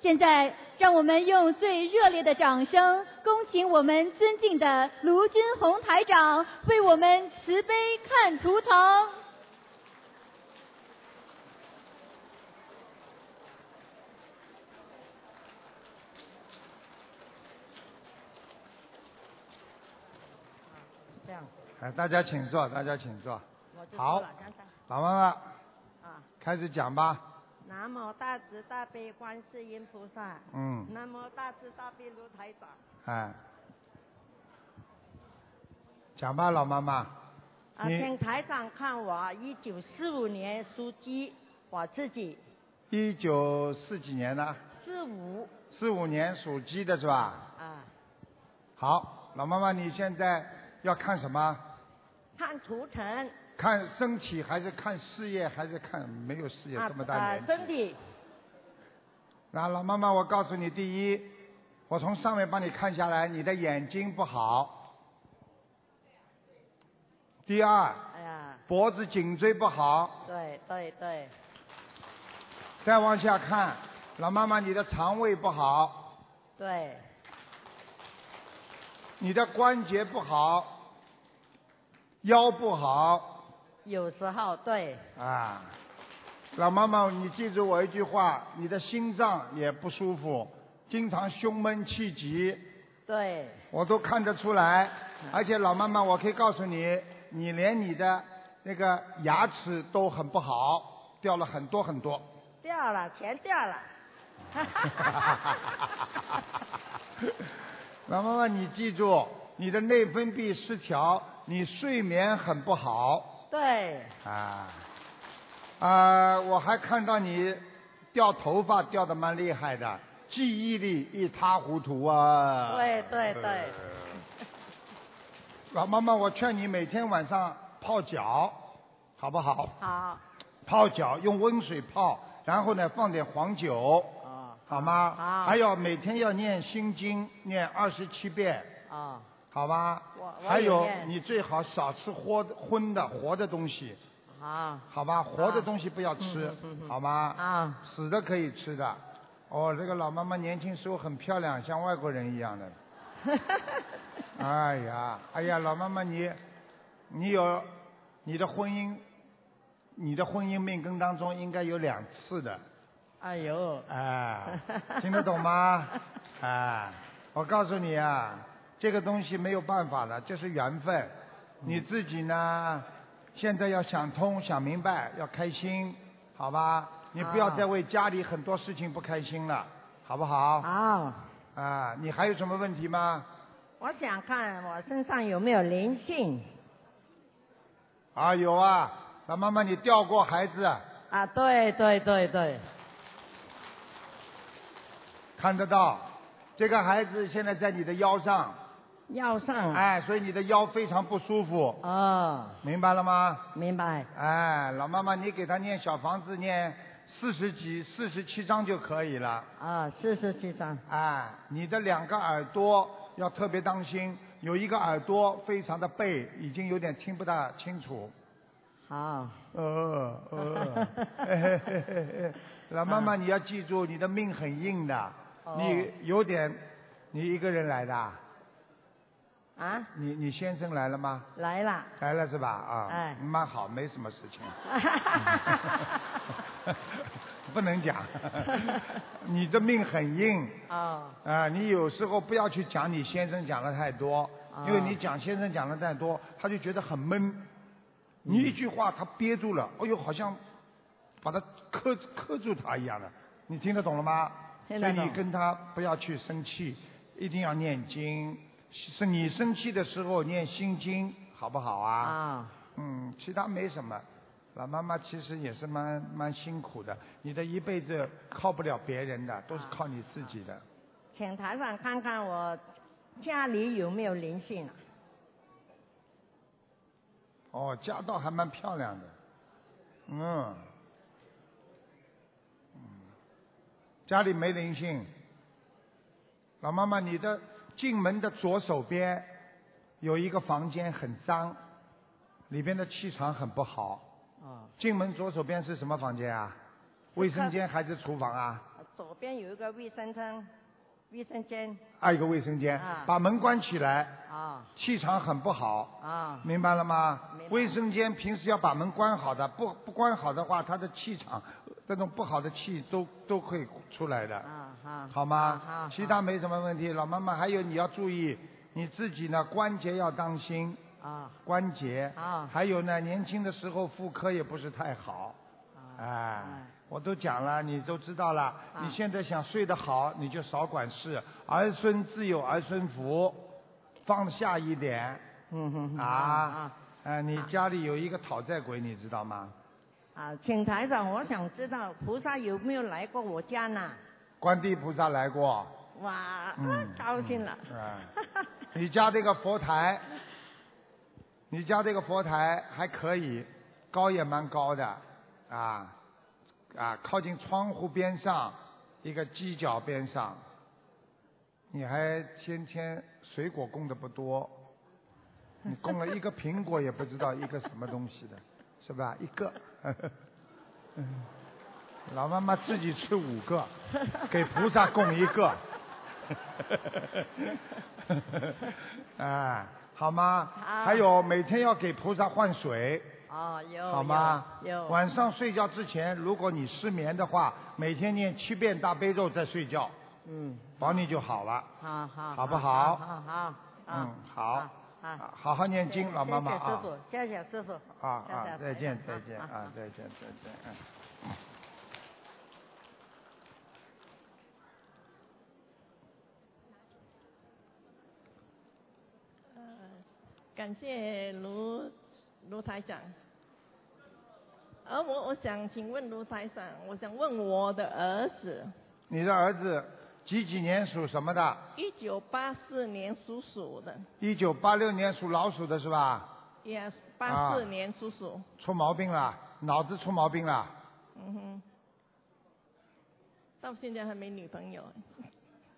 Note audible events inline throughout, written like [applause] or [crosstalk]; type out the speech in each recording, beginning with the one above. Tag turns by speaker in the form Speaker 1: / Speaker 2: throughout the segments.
Speaker 1: 现在，让我们用最热烈的掌声，恭请我们尊敬的卢军红台长为我们慈悲看图腾。
Speaker 2: 这样，
Speaker 3: 哎，大家请坐，大家请坐。
Speaker 2: 我就
Speaker 3: 好
Speaker 2: 说了，看看
Speaker 3: 老妈妈，
Speaker 2: 啊，
Speaker 3: 开始讲吧。
Speaker 2: 南无大慈大悲观世音菩萨，
Speaker 3: 嗯，
Speaker 2: 南无大慈大悲如台长，
Speaker 3: 哎，讲吧，老妈妈。
Speaker 2: 啊，
Speaker 3: 你
Speaker 2: 请台长看我一九四五年属鸡，我自己
Speaker 3: 一九四几年呢？
Speaker 2: 四五
Speaker 3: 四五年属鸡的是吧？
Speaker 2: 啊，
Speaker 3: 好，老妈妈，你现在要看什么？
Speaker 2: 看图腾
Speaker 3: 看身体还是看事业还是看没有事业
Speaker 2: 啊
Speaker 3: 这么大
Speaker 2: 啊
Speaker 3: 年纪？
Speaker 2: 身体
Speaker 3: 那老妈妈，我告诉你，第一，我从上面帮你看下来，你的眼睛不好；第二，
Speaker 2: 哎呀，
Speaker 3: 脖子、颈椎不好；
Speaker 2: 对对对，
Speaker 3: 再往下看，老妈妈，你的肠胃不好，
Speaker 2: 对，
Speaker 3: 你的关节不好，腰不好
Speaker 2: 有时候对
Speaker 3: 啊。老妈妈，你记住我一句话，你的心脏也不舒服，经常胸闷气急，
Speaker 2: 对，
Speaker 3: 我都看得出来。
Speaker 2: 嗯
Speaker 3: 而且老妈妈，我可以告诉你，你连你的那个牙齿都很不好，掉了很多很多。
Speaker 2: 掉了钱
Speaker 3: [laughs]
Speaker 2: 掉了，哈哈哈哈哈，
Speaker 3: 老妈妈，你记住，你的内分泌失调，你睡眠很不好
Speaker 2: 对，
Speaker 3: 啊啊！我还看到你掉头发掉的蛮厉害的，记忆力一塌糊涂啊！
Speaker 2: 对对对，
Speaker 3: 老妈妈，我劝你每天晚上泡脚，好不好？
Speaker 2: 好，
Speaker 3: 泡脚用温水泡，然后呢放点黄酒，
Speaker 2: 哦
Speaker 3: 好吗？
Speaker 2: 好
Speaker 3: 还有每天要念心经，念二十七遍。
Speaker 2: 哦，
Speaker 3: 好吧
Speaker 2: 我我，也
Speaker 3: 还有
Speaker 2: 念
Speaker 3: 你最好少吃活的荤的活的东西，
Speaker 2: 好。
Speaker 3: 好吧？活的东西不要吃
Speaker 2: 嗯嗯嗯，嗯
Speaker 3: 好吗？
Speaker 2: 啊，
Speaker 3: 死的可以吃的。哦，这个老妈妈年轻时候很漂亮，像外国人一样
Speaker 2: [laughs]
Speaker 3: 的。哎呀，哎呀，老妈妈你，你有你的婚姻，你的婚姻命根当中应该有两次的，
Speaker 2: 哎呦， [laughs]
Speaker 3: 哎，听得懂吗？哎，我告诉你啊，这个东西没有办法的，这是缘分。你自己呢，现在要想通、想明白，要开心，好吧？你不要
Speaker 2: 啊
Speaker 3: 再为家里很多事情不开心了，好不好？
Speaker 2: 好，
Speaker 3: 啊，你还有什么问题吗？
Speaker 2: 我想看我身上有没有灵性
Speaker 3: 啊，有啊，老妈妈，你掉过孩子，
Speaker 2: 啊？对对对对，
Speaker 3: 看得到，这个孩子现在在你的腰上，
Speaker 2: 腰上，
Speaker 3: 哎，所以你的腰非常不舒服，
Speaker 2: 哦，
Speaker 3: 明白了吗？
Speaker 2: 明白，
Speaker 3: 哎，老妈妈，你给他念小房子念四十几、四十七章就可以了。
Speaker 2: 啊，四十七张，
Speaker 3: 哎，你的两个耳朵要特别当心，有一个耳朵非常的背，已经有点听不大清楚。
Speaker 2: 好，
Speaker 3: 呃
Speaker 2: 嗯
Speaker 3: 呃，嘿嘿
Speaker 2: [laughs]
Speaker 3: 嘿嘿嘿老妈妈，你要记住，你的命很硬的，
Speaker 2: 啊哦
Speaker 3: 你有点，你一个人来的啊，
Speaker 2: 啊，
Speaker 3: 你你先生来了吗？
Speaker 2: 来啦，
Speaker 3: 来了是吧？啊，
Speaker 2: 哎
Speaker 3: 蛮好，没什么事
Speaker 2: [laughs]
Speaker 3: 情。 [laughs] 不能讲， [laughs] 你的命很硬
Speaker 2: [laughs] 哦，
Speaker 3: [laughs] 啊、你有时候不要去讲你先生讲的太多，
Speaker 2: 啊
Speaker 3: 因为你讲先生讲的太多，他就觉得很
Speaker 2: 嗯
Speaker 3: 闷。你一句话他憋住了，哎呦，好像把他磕磕住他一样的，你听得懂了吗？所
Speaker 2: 听
Speaker 3: 以
Speaker 2: 得懂
Speaker 3: 你跟他不要去生气，一定要念经。是你生气的时候念心经，好不好啊？
Speaker 2: 啊，
Speaker 3: 嗯，其他没什么。老妈妈其实也是蛮蛮辛苦的，你的一辈子靠不了别人的，都是靠你自己的。
Speaker 2: 请台长看看我家里有没有灵性啊？
Speaker 3: 哦，家道还蛮漂亮的，嗯，嗯，家里没灵性。老妈妈，你的进门的左手边有一个房间很脏，里边的气场很不好。
Speaker 2: 哦，
Speaker 3: 进门左手边是什么房间啊？卫生间还是厨房啊？
Speaker 2: 左边有一个卫生间，卫生间
Speaker 4: 嗯
Speaker 3: 还有一个卫生间
Speaker 2: 啊，
Speaker 3: 把门关起来，
Speaker 2: 啊
Speaker 3: 气场很不好，
Speaker 2: 啊
Speaker 3: 明白了吗
Speaker 2: 明？白
Speaker 3: 卫生间平时要把门关好的，不不关好的话，它的气场，那种不好的气都都会出来的。
Speaker 2: 啊啊，
Speaker 3: 好
Speaker 2: 好
Speaker 3: 吗
Speaker 2: 好？
Speaker 3: 其他没什么问题。老妈妈，还有你要注意你自己呢，关节要当心，
Speaker 2: 啊
Speaker 3: 关节。
Speaker 2: 啊
Speaker 3: 还有呢，年轻的时候妇科也不是太好，
Speaker 2: 啊
Speaker 3: 哎
Speaker 2: 嗯，
Speaker 3: 我都讲了，你都知道了。你现在想睡得好，你就少管事，儿孙自有儿孙福，放下一点
Speaker 2: 嗯哼
Speaker 3: 啊
Speaker 2: 啊。
Speaker 3: 哎，你家里有一个讨债鬼，你知道吗？
Speaker 2: 啊，请台长，我想知道菩萨有没有来过我家呢？
Speaker 3: 观地菩萨来过，
Speaker 2: 哇，
Speaker 3: 嗯，
Speaker 2: 高兴了。
Speaker 3: 嗯哎 [laughs] 你家这个佛台，你家这个佛台还可以，高也蛮高的，啊啊，靠近窗户边上一个犄角边上。你
Speaker 2: [laughs]
Speaker 3: 还天天水果供的不多，你供了一个苹果也不知道一个什么东西的，是吧？一个， [laughs] 嗯老妈妈自己吃五个， [laughs] 给菩萨供一个。哎，好吗？
Speaker 2: 好
Speaker 3: 还有每天要给菩萨换水，
Speaker 2: 哦，有
Speaker 3: 好吗？
Speaker 2: 有有
Speaker 3: 晚上睡觉之前，如果你失眠的话，每天念七遍大悲咒再睡觉，
Speaker 2: 嗯，
Speaker 3: 保你就好了。
Speaker 2: 好好，
Speaker 3: 好不好
Speaker 2: 好？好好，
Speaker 4: 啊
Speaker 3: 嗯，好，啊
Speaker 2: 好，
Speaker 3: 好好念经，老妈妈
Speaker 2: 谢谢
Speaker 3: 啊
Speaker 2: 师。傅，谢谢师傅。
Speaker 3: 啊啊
Speaker 2: 谢谢，
Speaker 3: 再见
Speaker 2: 台
Speaker 3: 再
Speaker 2: 长
Speaker 3: 见
Speaker 2: 好
Speaker 3: 啊
Speaker 2: 好，
Speaker 3: 再见再见。嗯
Speaker 4: 呃感谢卢卢台长。而我我想请问卢台长，我想问我的儿子，
Speaker 3: 你的儿子几几年属什么的？
Speaker 4: 一九八四年属鼠的，
Speaker 3: 一九八六年属老鼠的是吧？
Speaker 4: 也八
Speaker 3: 啊
Speaker 4: 四年属鼠，
Speaker 3: 出毛病了，脑子出毛病了。
Speaker 4: 嗯哼，到现在还没女朋友，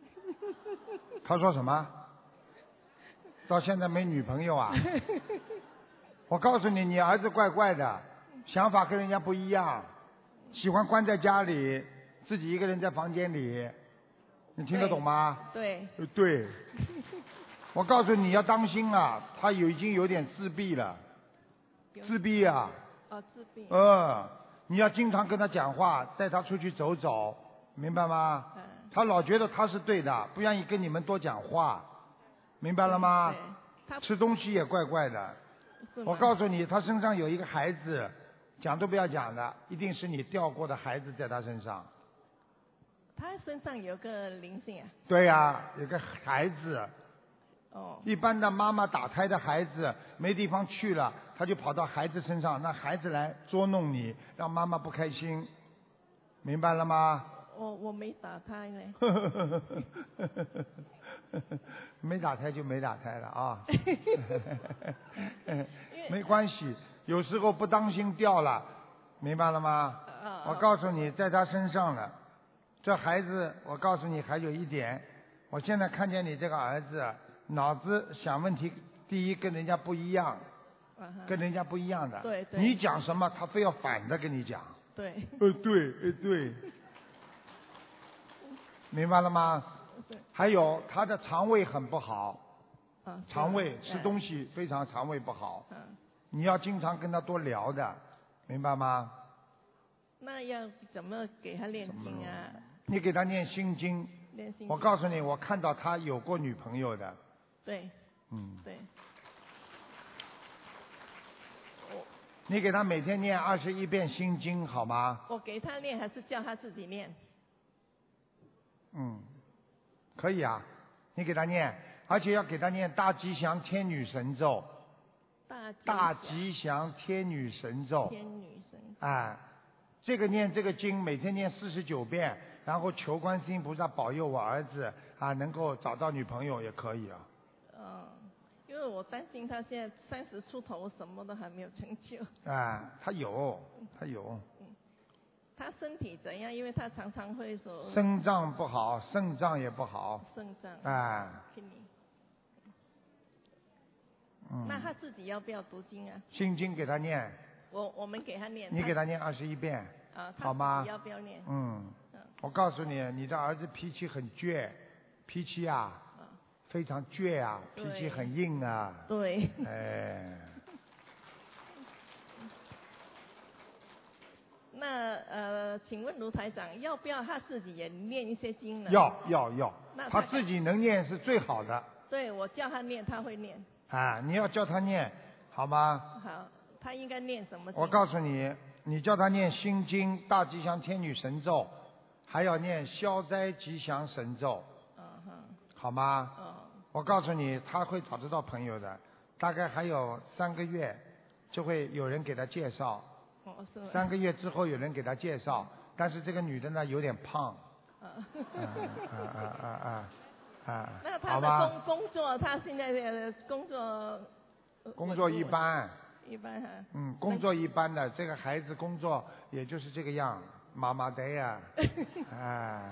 Speaker 3: [laughs] 他说什么？到现在没女朋友啊？我告诉你，你儿子怪怪的，想法跟人家不一样，喜欢关在家里，自己一个人在房间里，你听得懂吗？
Speaker 4: 对，
Speaker 3: 呃对。我告诉你要当心啊，他有已经有点自闭了， [laughs] 自闭啊，
Speaker 4: 哦自闭，
Speaker 3: 嗯，你要经常跟他讲话，带他出去走走，明白吗？
Speaker 4: 嗯，
Speaker 3: 他老觉得他是对的，不愿意跟你们多讲话，明白了吗
Speaker 4: 对？，他
Speaker 3: 吃东西也怪怪的。
Speaker 4: 是
Speaker 3: 我
Speaker 4: 吗
Speaker 3: 告诉你，他身上有一个孩子，讲都不要讲的，一定是你掉过的孩子在他身上。
Speaker 4: 他身上有个灵性啊，
Speaker 3: 对呀、有个孩子，
Speaker 4: 哦，
Speaker 3: 一般的妈妈打胎的孩子没地方去了，他就跑到孩子身上，让孩子来捉弄你，让妈妈不开心，明白了吗？ [laughs]
Speaker 4: 我我没打胎呢，
Speaker 3: 没打胎就没打胎了
Speaker 4: [laughs]
Speaker 3: 啊， [laughs] 没关系，有时候不当心掉了，明白了吗？
Speaker 4: 啊，
Speaker 3: 我
Speaker 4: 哦
Speaker 3: 告诉你，在他身上了。这孩子，我告诉你，还有一点，我现在看见你这个儿子，啊脑子想问题，第一跟人家不一样，
Speaker 4: 啊哈
Speaker 3: 跟人家不一样的。
Speaker 4: 对对
Speaker 3: 你讲什么，他非要反的跟你讲。
Speaker 4: 对，
Speaker 3: 呃，对，呃，对。明白了吗？
Speaker 4: 对
Speaker 3: 还有他的肠胃很不好，
Speaker 4: 啊，嗯是
Speaker 3: 肠
Speaker 4: 吗
Speaker 3: 胃吃东，西非常肠胃不好，
Speaker 4: 嗯嗯。
Speaker 3: 你要经常跟他多聊的，明白吗？
Speaker 4: 那要怎么给他念经啊？
Speaker 3: 你给他念心经，
Speaker 4: 念心经。
Speaker 3: 我告诉你，我看到他有过女朋友的，
Speaker 4: 对
Speaker 3: 嗯，
Speaker 4: 对，
Speaker 3: 你给他每天念二十一遍心经好吗？
Speaker 4: 我给他念还是叫他自己念？
Speaker 3: 嗯，可以啊，你给他念，而且要给他念大吉祥天女神咒，
Speaker 4: 啊大
Speaker 3: 大
Speaker 4: 吉祥
Speaker 3: 吉祥天女神咒，
Speaker 4: 天女神，
Speaker 3: 哎，这个念这个经，每天念四十九遍，然后求观世音菩萨保佑我儿子啊能够找到女朋友也可以啊。
Speaker 4: 嗯，因为我担心他现在三十出头，什么都还没有成就。
Speaker 3: 哎，他有，他有，
Speaker 4: 他身体怎样？因为他常常会说
Speaker 3: 肾脏不好，肾脏也不好，
Speaker 4: 肾脏
Speaker 3: 哎，
Speaker 4: kidney。
Speaker 3: 嗯，
Speaker 4: 那他自己要不要读经啊？
Speaker 3: 心经给他念，
Speaker 4: 我我们给他念，
Speaker 3: 你给他念二十一遍，
Speaker 4: 啊，他
Speaker 3: 好吗
Speaker 4: 自己要不要念？
Speaker 3: 嗯，我告诉你，你的儿子脾气很倔，脾气啊，非常倔啊，
Speaker 4: 嗯对
Speaker 3: 脾气很硬啊，
Speaker 4: 对，
Speaker 3: 哎，
Speaker 4: [laughs] 那呃，请问卢台长，要不要他自己也念一些经呢？
Speaker 3: 要要要
Speaker 4: 那，
Speaker 3: 他
Speaker 4: 他
Speaker 3: 自己能念是最好的
Speaker 4: 对，我叫他念，他会念。
Speaker 3: 啊，你要叫他念，好吗？
Speaker 4: 好，他应该念什么经？
Speaker 3: 我告诉你，你叫他念心经、大吉祥天女神咒，还要念消灾吉祥神咒，
Speaker 4: 嗯哼，
Speaker 3: 好吗？
Speaker 4: 哦，
Speaker 3: 我告诉你，他会找得到朋友的，大概还有三个月，就会有人给他介绍。
Speaker 4: 哦是吗？
Speaker 3: 三
Speaker 4: [laughs]
Speaker 3: 个月之后有人给他介绍，但是这个女的呢有点胖，
Speaker 4: 啊
Speaker 3: 啊啊
Speaker 4: 嗯
Speaker 3: 啊啊啊啊
Speaker 4: 那，他
Speaker 3: 好
Speaker 4: 的
Speaker 3: 吧，
Speaker 4: 工工作，他现在的工作呃
Speaker 3: 工作一，般，
Speaker 4: 稳一般哈。
Speaker 3: 嗯，工作一般的，这个孩子工作也就是这个样，麻麻的呀，啊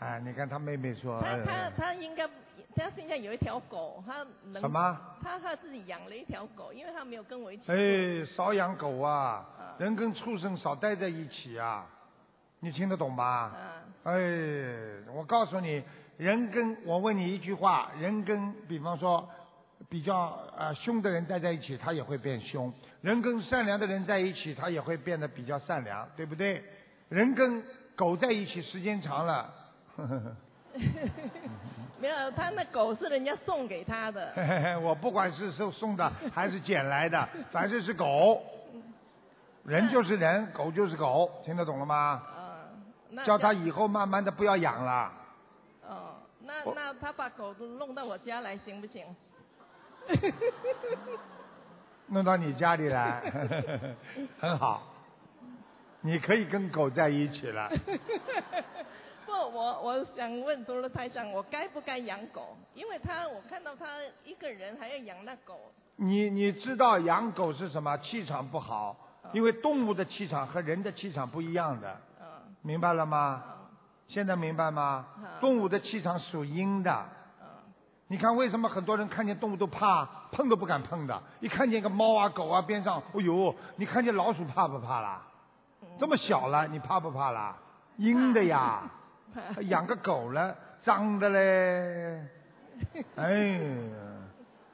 Speaker 3: 啊，你看他妹妹说，
Speaker 4: 他他
Speaker 3: 呃
Speaker 4: 他应该，他现在有一条狗，他能
Speaker 3: 什？么？
Speaker 4: 他他自己养了一条狗，因为他没有跟我一起。
Speaker 3: 哎，少养狗啊
Speaker 4: 啊，
Speaker 3: 人跟畜生少待在一起啊，你听得懂吗？
Speaker 4: 啊，
Speaker 3: 哎，我告诉你，人跟我问你一句话，人跟比方说比较呃凶的人待在一起，他也会变凶；人跟善良的人在一起，他也会变得比较善良，对不对？人跟狗在一起时间长了，呵呵呵
Speaker 4: [laughs] 没有，他那狗是人家送给他的。
Speaker 3: 嘿嘿 [laughs] 嘿我不管是送送的还是捡来的，反正是狗，人就是人，狗就是狗，听得懂了吗？
Speaker 4: 啊，那
Speaker 3: 叫
Speaker 4: 这
Speaker 3: 他
Speaker 4: 样
Speaker 3: 以后慢慢的不要养了。嗯
Speaker 4: 哦，那
Speaker 3: 我
Speaker 4: 那他把狗都弄到我家来行不行？ [laughs]
Speaker 3: 弄到你家里来， [laughs] 很好，你可以跟狗在一起了。
Speaker 4: [laughs] 不，我我想问除了台长，我该不该养狗？因为他我看到他一个人还要养那狗， [laughs]
Speaker 3: 你你知道养狗是什么？气场不好，因为动物的气场和人的气场不一样的，
Speaker 4: 嗯
Speaker 3: 明白了吗？
Speaker 4: 嗯
Speaker 3: 现在明白吗？
Speaker 4: 好
Speaker 3: 动物的气场属阴的。你看为什么很多人看见动物都怕，碰都不敢碰的？一看见个猫啊、狗啊边上，哎呦，你看见老鼠怕不怕啦？这么小了，你怕不怕啦？阴的呀，养个狗了，脏的嘞，哎呀，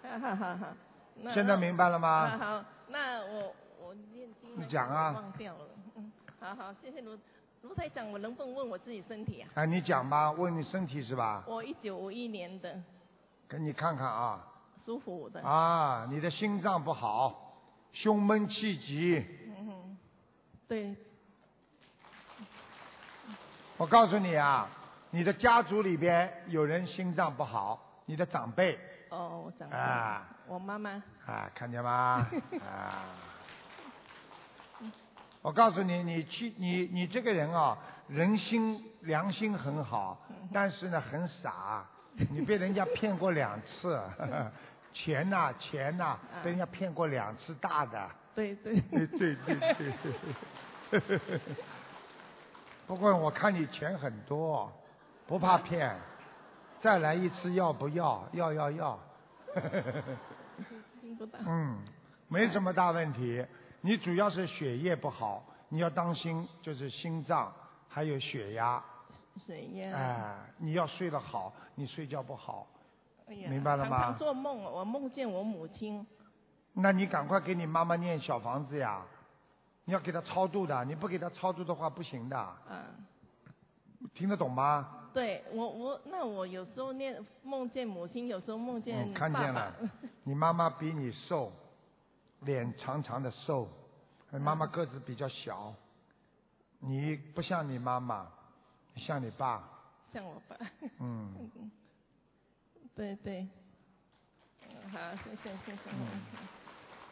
Speaker 4: 哈哈哈哈。那
Speaker 3: 现在明白了
Speaker 4: 那
Speaker 3: 吗？
Speaker 4: 好，那我我念经了
Speaker 3: 你讲啊
Speaker 4: 忘掉了，嗯，好好，谢谢卢卢台长，我能不能问我自己身体啊？
Speaker 3: 哎，你讲吧，问你身体是吧？
Speaker 4: 我一九五一年的，
Speaker 3: 给你看看啊，
Speaker 4: 属虎的，
Speaker 3: 啊，你的心脏不好，胸闷气急。
Speaker 4: 嗯哼，对，
Speaker 3: 我告诉你啊，你的家族里边有人心脏不好，你的长辈
Speaker 4: 哦，我长大了，
Speaker 3: 啊
Speaker 4: 我妈妈，
Speaker 3: 啊，看见
Speaker 4: [laughs]
Speaker 3: 吗？啊，我告诉你，你去你你这个人啊，人心良心很好，
Speaker 4: 嗯
Speaker 3: 但是呢很傻，啊你被人家骗过两次， [laughs] 钱呐、钱呐、被人家骗过两次大的。
Speaker 4: 嗯对对，
Speaker 3: [laughs] 对对对对。 [laughs] 不过我看你钱很多，不怕骗，再来一次要不要？要要要。
Speaker 4: 听不到，
Speaker 3: 嗯，没什么大问题。你主要是血液不好，你要当心，就是心脏还有血压。
Speaker 4: 水
Speaker 3: 哎、
Speaker 4: 呀，
Speaker 3: 你要睡得好，你睡觉不好，
Speaker 4: 哎呀
Speaker 3: 明白了吗
Speaker 4: 常常做梦，我梦见我母亲，
Speaker 3: 那你赶快给你妈妈念小房子呀。你要给她超度的，你不给她超度的话不行的，
Speaker 4: 啊，
Speaker 3: 听得懂吗？
Speaker 4: 对我我那我有时候念梦见母亲，有时候梦哦见
Speaker 3: 嗯
Speaker 4: 爸
Speaker 3: 看
Speaker 4: 爸，
Speaker 3: 见了你妈妈比你瘦，脸长长的瘦，呃妈
Speaker 4: 嗯
Speaker 3: 妈个子比较小，你不像你妈妈，像你爸，
Speaker 4: 像我爸，
Speaker 3: 嗯，
Speaker 4: 对对，嗯好，谢谢谢谢，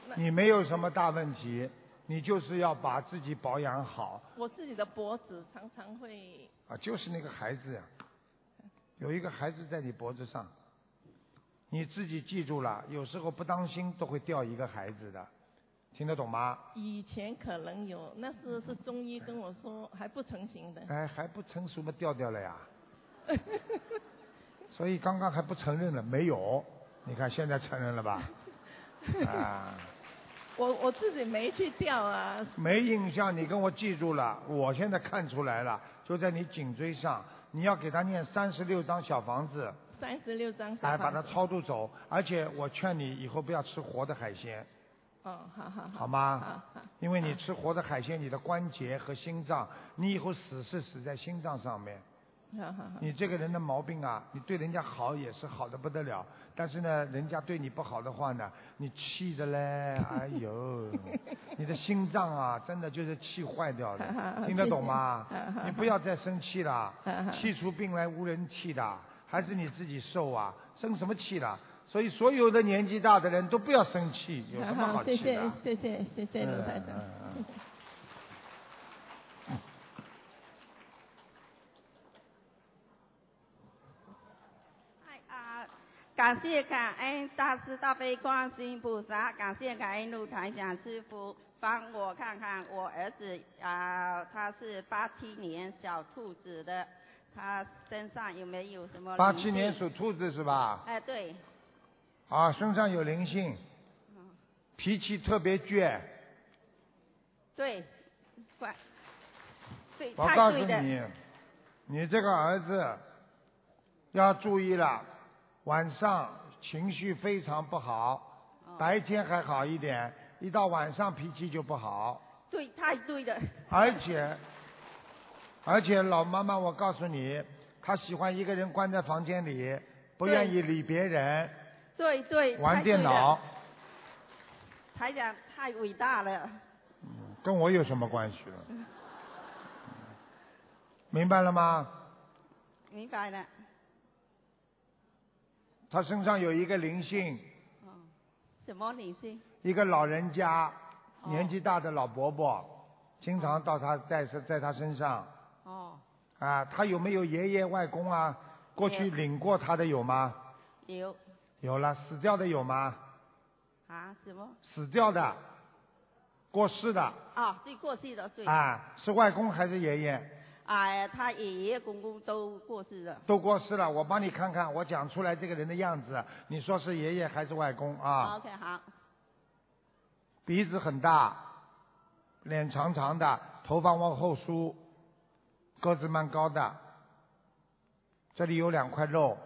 Speaker 4: 那
Speaker 3: 你没有什么大问题，你就是要把自己保养好
Speaker 4: 我自己的脖子常常会，
Speaker 3: 啊，就是那个孩子呀，有一个孩子在你脖子上，你自己记住了，有时候不当心都会掉一个孩子的，听得懂吗？
Speaker 4: 以前可能有，那是是中医跟我说还不成型的，
Speaker 3: 哎，还不成熟吗？掉掉了呀。所以刚
Speaker 4: [laughs]
Speaker 3: 刚还不承认了，没有。你看现在承认了吧？啊，
Speaker 4: [laughs] 我我自己没去掉啊，
Speaker 3: 没印象，你跟我记住了，我现在看出来了，就在你颈椎上，你要给他念三十六张小房子，
Speaker 4: 三十六张小
Speaker 3: 来
Speaker 4: 房子。
Speaker 3: 把它超度走。而且我劝你以后不要吃活的海鲜，
Speaker 4: 哦，好好好。
Speaker 3: 好吗？
Speaker 4: 好好
Speaker 3: 因为你吃活的海鲜，你的关节和心脏，你以后死是死在心脏上面。
Speaker 4: 好好好。，
Speaker 3: 你这个人的毛病啊，你对人家好也是好的不得了，但是呢，人家对你不好的话呢，你气的嘞，哎呦，你的心脏啊，真的就是气坏掉了
Speaker 4: [laughs]
Speaker 3: 听得懂吗
Speaker 4: 谢谢好好？，
Speaker 3: 你不要再生气了
Speaker 4: [laughs]
Speaker 3: 气出病来无人气的，还是你自己受啊，生什么气了？所以所有的年纪大的人都不要生气，有什么好
Speaker 4: [laughs] 谢
Speaker 3: 气的
Speaker 4: 谢
Speaker 3: 啊？
Speaker 4: 谢谢谢谢卢台长。
Speaker 3: 嗯嗯嗯
Speaker 5: 哎啊，感谢感恩大慈大悲观世音菩萨，感谢感恩陆台长师傅帮我看看我儿子啊、他是八七年小兔子的，他身上有没有什么？
Speaker 3: 八七年。属兔子是吧？
Speaker 5: 哎，对，
Speaker 3: 啊，身上有灵性，脾气特别倔。
Speaker 5: 对，管，对，
Speaker 3: 我
Speaker 5: 太
Speaker 3: 告诉
Speaker 5: 对的，
Speaker 3: 你，你这个儿子要注意了，晚上情绪非常不
Speaker 5: 哦
Speaker 3: 好，白天还好一点，一到晚上脾气就不好，
Speaker 5: 对，太对的，
Speaker 3: 而且而且老妈妈，我告诉你，她喜欢一个人关在房间里，不
Speaker 5: 对
Speaker 3: 愿意理别人，
Speaker 5: 对对，
Speaker 3: 玩
Speaker 5: 太对
Speaker 3: 电
Speaker 5: 的
Speaker 3: 脑，，
Speaker 5: 台长太伟大了，
Speaker 3: 跟我有什么关系了？
Speaker 5: 嗯
Speaker 3: 明白了吗？
Speaker 5: 明白了，
Speaker 3: 他身上有一个灵性，
Speaker 5: 哦，什么女性？
Speaker 3: 一个老人家，
Speaker 5: 哦
Speaker 3: 年纪大的老伯伯，经常到他在在他身上
Speaker 5: 哦，
Speaker 3: 啊，他有没有爷爷外公啊？过去领过他的有吗？
Speaker 5: 刘
Speaker 3: 有了，死掉的有吗？
Speaker 5: 啊，什么？
Speaker 3: 死掉的，过世的
Speaker 5: 啊，对，过世了，对。
Speaker 3: 啊，是外公还是爷爷？
Speaker 5: 哎，他爷爷公公都过世了。
Speaker 3: 都过世了，我帮你看看，我讲出来这个人的样子，你说是爷爷还是外公啊？
Speaker 5: OK，好，
Speaker 3: 鼻子很大，脸长长的，头发往后梳，个子蛮高的，这里有两块肉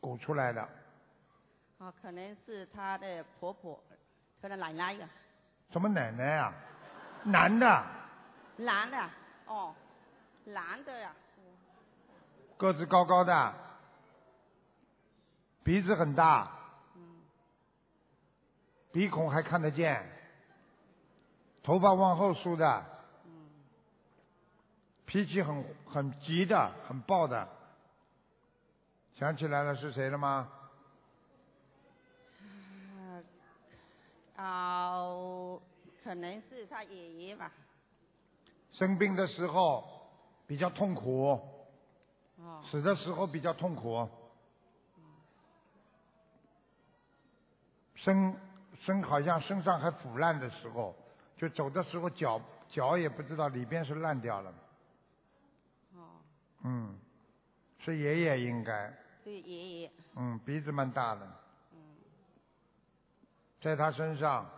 Speaker 3: 鼓出来的，
Speaker 5: 啊，可能是他的婆婆，可能奶奶呀，
Speaker 3: 什么奶奶啊？男的，
Speaker 5: 男的，哦，男的呀，
Speaker 3: 个子高高的，鼻子很大，鼻孔还看得见，头发往后梳的，脾气很很急的，很暴的。想起来了是谁了吗？
Speaker 5: 啊、可能是他爷爷吧，
Speaker 3: 生病的时候比较痛苦，
Speaker 5: 哦，
Speaker 3: 死的时候比较痛苦，哦身身好像身上还腐烂的时候，就走的时候脚脚也不知道里边是烂掉了，
Speaker 5: 哦，
Speaker 3: 嗯，是爷爷应该，
Speaker 5: 对爷爷，
Speaker 3: 嗯，鼻子蛮大的，
Speaker 5: 嗯
Speaker 3: 在他身上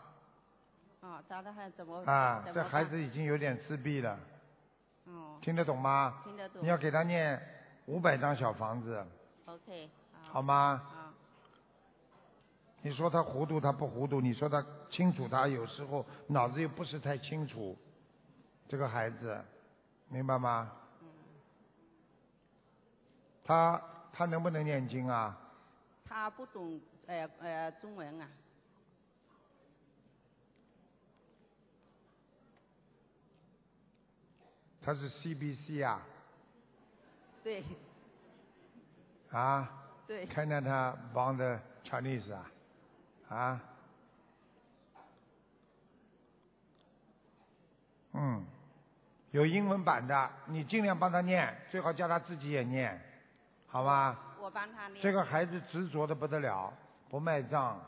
Speaker 5: 哦，他的还怎么
Speaker 3: 啊，
Speaker 5: 怎么
Speaker 3: 这
Speaker 5: 办
Speaker 3: 孩子已经有点自闭了，
Speaker 5: 哦，
Speaker 3: 听得懂吗？
Speaker 5: 听得懂
Speaker 3: 你要给他念五百张小房子，
Speaker 5: ，OK，
Speaker 3: 好吗？
Speaker 5: 啊，
Speaker 3: 你说他糊涂，他不糊涂；你说他清楚，他有时候脑子又不是太清楚。这个孩子，明白吗？他他能不能念经啊？
Speaker 5: 他不懂呃呃中文啊，
Speaker 3: 他是 CBC 啊
Speaker 5: 对 [laughs]
Speaker 3: 啊
Speaker 5: 对，
Speaker 3: ，Canada Bond Chinese 啊啊，嗯，有英文版的，你尽量帮他念，最好叫他自己也念，好吗？
Speaker 5: 我帮他念，
Speaker 3: 这个孩子执着的不得了，不卖账，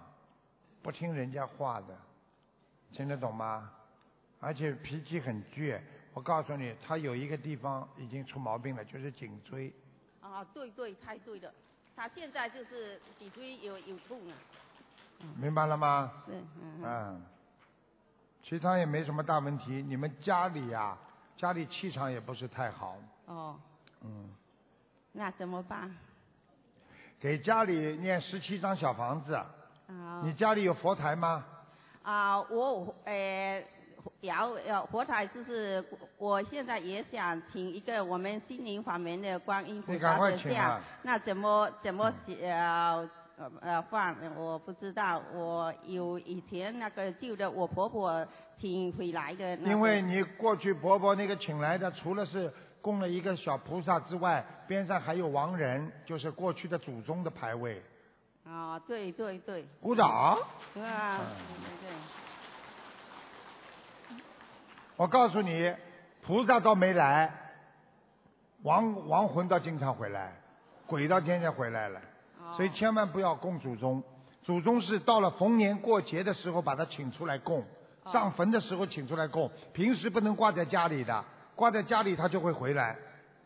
Speaker 3: 不听人家话的，听得懂吗？而且脾气很倔。我告诉你，他有一个地方已经出毛病了，就是颈椎。
Speaker 5: 啊，对对，太对了，他现在就是脊椎有有痛了。啊
Speaker 3: 明白了吗？
Speaker 5: 对，嗯，嗯
Speaker 3: 嗯，其他也没什么大问题。你们家里呀、家里气场也不是太好，
Speaker 5: 哦，
Speaker 3: 嗯，
Speaker 5: 那怎么办？
Speaker 3: 给家里念十七张小房子。
Speaker 5: 啊
Speaker 3: 你家里有佛台吗？
Speaker 5: 啊，我呃，要要佛台就是我现在也想请一个我们心灵法门的观音菩
Speaker 3: 你赶
Speaker 5: 萨
Speaker 3: 快
Speaker 5: 的
Speaker 3: 请
Speaker 5: 像
Speaker 3: 啊，
Speaker 5: 那怎么怎么写呃呃放我不知道，我有以前那个旧的我婆婆请回来的、那个，
Speaker 3: 因为你过去伯伯那个请来的，除了是供了一个小菩萨之外，边上还有亡人，就是过去的祖宗的牌位。
Speaker 5: 啊对对对，
Speaker 3: 鼓掌！
Speaker 5: 对啊对对。
Speaker 3: 我告诉你，菩萨倒没来，亡亡魂倒经常回来，鬼到天天回来了，
Speaker 2: 啊哦
Speaker 3: 所以千万不要供祖宗。祖宗是到了逢年过节的时候把他请出来供，上坟的时候请出来供，平时不能挂在家里的，挂在家里他就会回来。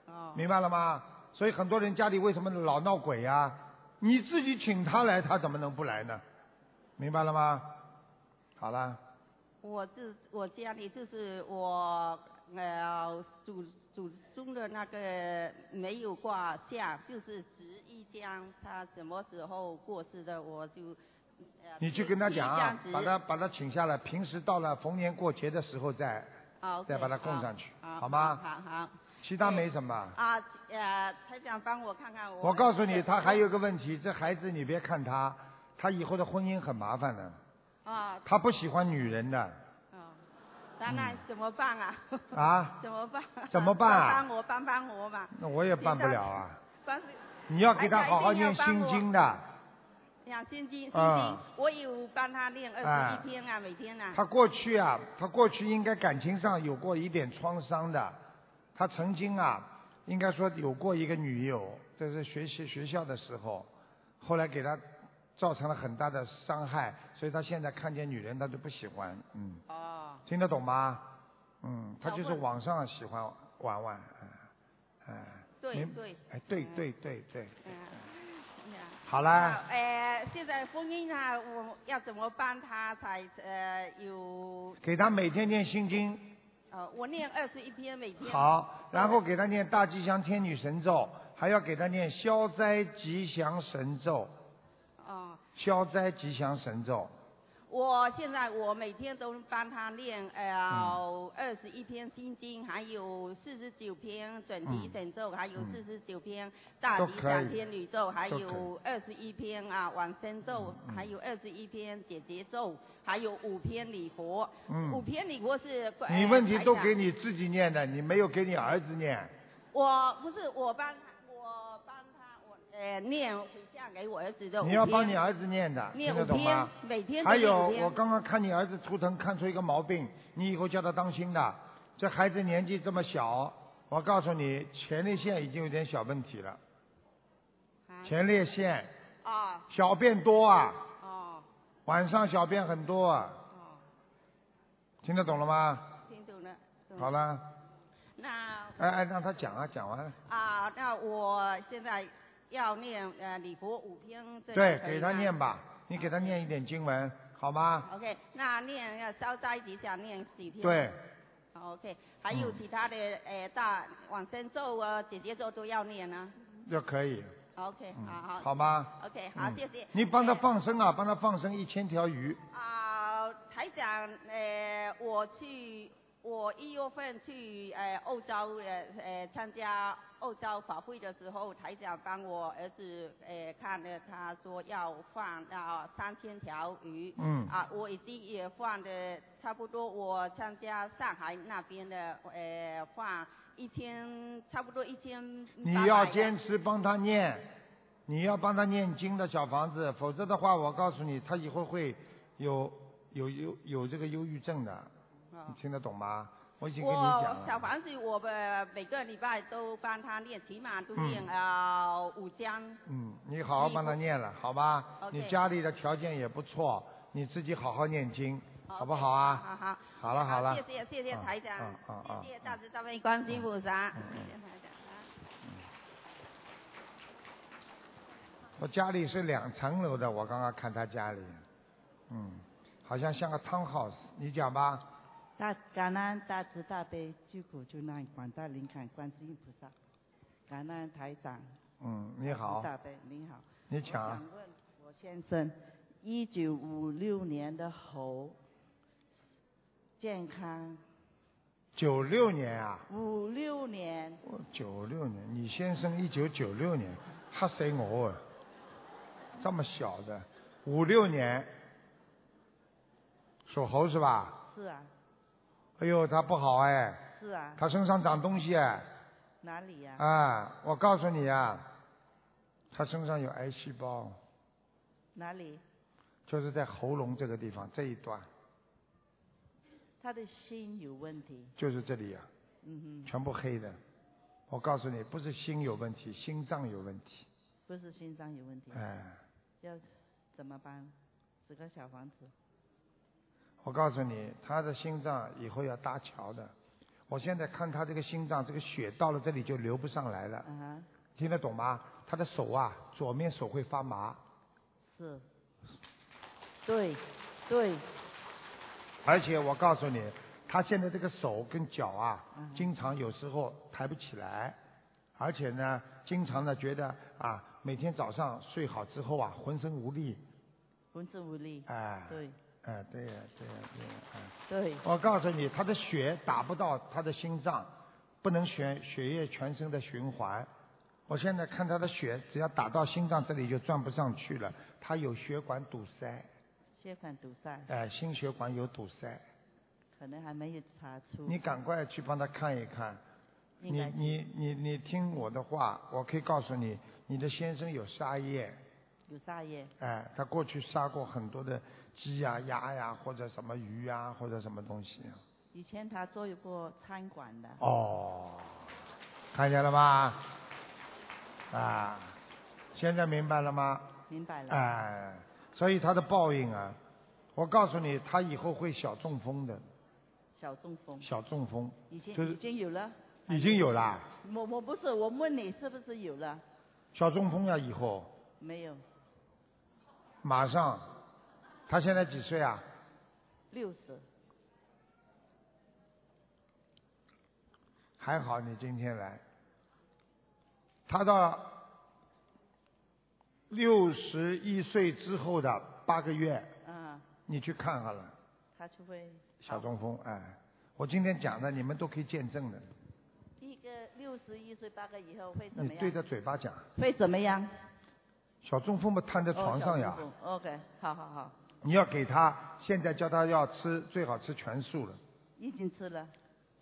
Speaker 4: 啊
Speaker 3: 明白了吗？所以很多人家里为什么老闹鬼呀、你自己请他来，他怎么能不来呢？明白了吗？好了，
Speaker 5: 我自我家里就是我呃祖祖宗的那个没有挂像，就是执一江他什么时候过世的，我就呃
Speaker 3: 你去跟他讲啊
Speaker 5: 执，一
Speaker 3: 把
Speaker 5: 江
Speaker 3: 他把他请下来，平时到了逢年过节的时候再
Speaker 5: 好
Speaker 3: 再把它供上去好吗
Speaker 5: 好好
Speaker 3: 其他没什么。
Speaker 5: 啊呃，台长帮我看看我。
Speaker 3: 我告诉你，他还有个问题，这孩子你别看他，他以后的婚姻很麻烦的，
Speaker 5: 啊，
Speaker 3: 他不喜欢女人的，
Speaker 5: 那那哦怎么办啊？
Speaker 3: 嗯啊
Speaker 5: [laughs] 怎么办？
Speaker 3: 怎么办啊
Speaker 5: 帮帮我，帮帮我嘛！
Speaker 3: 那我也办不了啊。
Speaker 5: 帮
Speaker 3: 你要给他好好念心经的，
Speaker 5: 两千斤，心
Speaker 3: 嗯
Speaker 5: 经，我有帮他练二
Speaker 3: 哎
Speaker 5: 十一天啊，每天啊。
Speaker 3: 他过去啊，他过去应该感情上有过一点创伤的，他曾经啊，应该说有过一个女友，这是学习学校的时候，后来给他造成了很大的伤害，所以他现在看见女人他就不喜欢，嗯，
Speaker 5: 哦，
Speaker 3: 听得懂吗？嗯，他就是
Speaker 5: 老公
Speaker 3: 网上喜欢玩玩，哎、哎
Speaker 5: 对
Speaker 3: 明
Speaker 5: 对
Speaker 3: 哎，对对对对，
Speaker 5: 嗯呀
Speaker 3: 好啦，
Speaker 5: 呃，现在婚姻啊，我要怎么帮他才呃有
Speaker 3: 给他每天念心经，
Speaker 5: 呃，我念二十一篇每天。。
Speaker 3: 好，然后给他念大吉祥天女神咒，还要给他念消灾吉祥神咒，
Speaker 5: 哦，
Speaker 3: 消灾吉祥神咒。
Speaker 5: 我现在我每天都帮他念
Speaker 3: 嗯
Speaker 5: 呃二十一篇心经，还有四十九篇准提
Speaker 3: 嗯
Speaker 5: 神咒，还有四十九篇
Speaker 3: 都
Speaker 5: 大吉
Speaker 3: 可以
Speaker 5: 祥天女咒，还
Speaker 3: 都可以嗯
Speaker 5: 有二十一篇啊往生咒，还有二十一篇解结咒，还有五篇礼佛。
Speaker 3: 嗯
Speaker 5: 五篇礼佛是。呃
Speaker 3: 你问题都
Speaker 5: 台长
Speaker 3: 给你自己念的，你没有给你儿子念。
Speaker 5: 我不是我帮他，我帮他，我呃念回向给我儿子的五
Speaker 3: 你
Speaker 5: 篇。
Speaker 3: 要帮你儿子念的，
Speaker 5: 念
Speaker 3: 听
Speaker 5: 五
Speaker 3: 得懂
Speaker 5: 篇
Speaker 3: 吗？，
Speaker 5: 每天都
Speaker 3: 还
Speaker 5: 念
Speaker 3: 有，
Speaker 5: 五篇
Speaker 3: 我刚刚看你儿子图腾看出一个毛病，你以后叫他当心的。这孩子年纪这么小，我告诉你，前列腺已经有点小问题了。前列腺
Speaker 2: 哦
Speaker 5: 啊
Speaker 3: 小便多啊，
Speaker 5: 哦，
Speaker 3: 晚上小便很多啊。听得懂了吗？
Speaker 5: 听懂了。懂
Speaker 3: 好。了，
Speaker 5: 那
Speaker 3: 哎哎，让他讲啊，讲完了。
Speaker 5: 啊，那我现在要念呃礼佛五篇，这
Speaker 3: 对，
Speaker 5: 个可以啊
Speaker 3: 给他
Speaker 5: 吗
Speaker 3: 念。吧，你给他念一点经文，好吗？
Speaker 5: OK，那念要消灾吉祥念几篇？
Speaker 3: 对，
Speaker 5: 好。OK，还有其他的呃大往生咒啊、姐姐咒都要念啊。
Speaker 3: 就可以，
Speaker 5: OK，好好。
Speaker 3: 嗯好吗？
Speaker 5: OK，好，
Speaker 3: 嗯
Speaker 5: 谢谢。
Speaker 3: 你帮他
Speaker 5: 哎
Speaker 3: 放生啊，帮他放生一千条鱼，
Speaker 5: 啊、台长，呃，我去，我一月份去呃欧洲呃呃参加欧洲法会的时候，台长帮我儿子呃看了，他说要放啊三千条鱼，
Speaker 3: 嗯
Speaker 5: 啊，我已经也放的差不多，我参加上海那边的呃放一千，差不多一千
Speaker 3: 你
Speaker 5: 八百
Speaker 3: 要
Speaker 5: 个
Speaker 3: 坚持帮他念，你要帮他念经的小房子，否则的话，我告诉你，他以后会有有有有这个忧郁症的，
Speaker 5: 啊
Speaker 3: 你听得懂吗？我已经跟你讲
Speaker 5: 哦
Speaker 3: 啊
Speaker 5: 我小
Speaker 3: 了，
Speaker 5: 房子，我们每个礼拜都帮他念，起码都念
Speaker 3: 嗯
Speaker 5: 啊、呃五章。
Speaker 3: 嗯，你好好帮他念了，好吧？
Speaker 5: OK
Speaker 3: 你家里的条件也不错，你自己好好念经，好不好
Speaker 5: 好
Speaker 3: 啊？
Speaker 5: 好
Speaker 3: 好了好了
Speaker 5: 谢谢谢谢
Speaker 3: 嗯
Speaker 5: 台长
Speaker 3: 嗯嗯，嗯
Speaker 5: 谢谢大慈大悲观世音菩萨，
Speaker 3: 嗯
Speaker 5: 谢
Speaker 3: 嗯
Speaker 5: 谢台长。啊
Speaker 3: 我家里是两层楼的，我刚刚看他家里，嗯，好像像个 townhouse。你讲吧，
Speaker 6: 大感恩大慈大悲救苦救难广大灵感观世音菩萨，感恩台长。
Speaker 3: 嗯，你好，
Speaker 6: 大慈大悲，你好。
Speaker 3: 你
Speaker 6: 我
Speaker 3: 讲
Speaker 6: 想问我先生，一九五六年的猴，健康。
Speaker 3: 九六年啊？
Speaker 6: 五六年，
Speaker 3: 我九六年，你先生一九九六年，吓死我啊！这么小的，五六年，属猴是吧？
Speaker 6: 是啊，
Speaker 3: 哎呦，他不好哎，
Speaker 6: 是啊，
Speaker 3: 他身上长东西哎，
Speaker 6: 哪里呀、
Speaker 3: 啊，我告诉你啊，他身上有癌细胞，
Speaker 6: 哪里？
Speaker 3: 就是在喉咙这个地方这一段，
Speaker 6: 他的心有问题。
Speaker 3: 就是这里啊，
Speaker 6: 嗯哼，
Speaker 3: 全部黑的。我告诉你，不是心有问题，心脏有问题，
Speaker 6: 不是心脏有问题，
Speaker 3: 哎。
Speaker 6: 要怎么办？十个小房子，
Speaker 3: 我告诉你，他的心脏以后要搭桥的。我现在看他这个心脏，这个血到了这里就流不上来了，
Speaker 2: 嗯
Speaker 6: 啊哈，
Speaker 3: 听得懂吗？他的手啊，左面手会发麻，
Speaker 6: 是，对，对，
Speaker 3: 而且我告诉你，他现在这个手跟脚啊，
Speaker 6: 嗯
Speaker 3: 经常有时候抬不起来，而且呢，经常呢觉得啊，每天早上睡好之后啊，浑身无力，
Speaker 6: 浑身无力，
Speaker 3: 哎，
Speaker 6: 对，
Speaker 3: 哎，对呀、对呀、对呀、哎
Speaker 6: 对，
Speaker 3: 我告诉你，他的血打不到他的心脏，不能血血液全身的循环。我现在看他的血，只要打到心脏这里就转不上去了，他有血管堵塞，
Speaker 6: 血管堵塞，
Speaker 3: 哎、心血管有堵塞。
Speaker 6: 可能还没有查出。
Speaker 3: 你赶快去帮他看一看。
Speaker 6: 应
Speaker 3: 你
Speaker 6: 该
Speaker 3: 你你你听我的话，我可以告诉你，你的先生有杀业，
Speaker 6: 有撒液，
Speaker 3: 哎，他过去杀过很多的鸡呀、鸭呀、或者什么鱼呀、或者什么东西、啊
Speaker 6: 以前他做过餐馆的，
Speaker 3: 哦，看见了吧？啊，现在明白了吗？
Speaker 6: 明白了。
Speaker 3: 哎，所以他的报应啊，我告诉你，他以后会小中风的，
Speaker 6: 小中风
Speaker 3: 小中风
Speaker 6: 已经
Speaker 3: 就是
Speaker 6: 已经有了，
Speaker 3: 已经有啦，
Speaker 6: 我我不是我问你是不是有了？
Speaker 3: 小中风呀、以后
Speaker 6: 没有，
Speaker 3: 马上，他现在几岁啊？
Speaker 6: 六十
Speaker 3: 还好你今天来，他到六十一岁之后的八个月，
Speaker 6: 啊，
Speaker 3: 你去看看了。
Speaker 6: 他就会
Speaker 3: 小中风，哎，我今天讲的你们都可以见证的，
Speaker 6: 一个六十一岁八个以后会怎
Speaker 3: 你
Speaker 6: 么样？
Speaker 3: 对着嘴巴讲。
Speaker 6: 会怎么样？
Speaker 3: 小中风嘛，瘫在
Speaker 6: 在
Speaker 3: 床上
Speaker 6: 哦
Speaker 3: 呀，
Speaker 6: OK，好好好，
Speaker 3: 你要给他，现在叫他要吃，最好吃全素了，
Speaker 6: 已经吃了，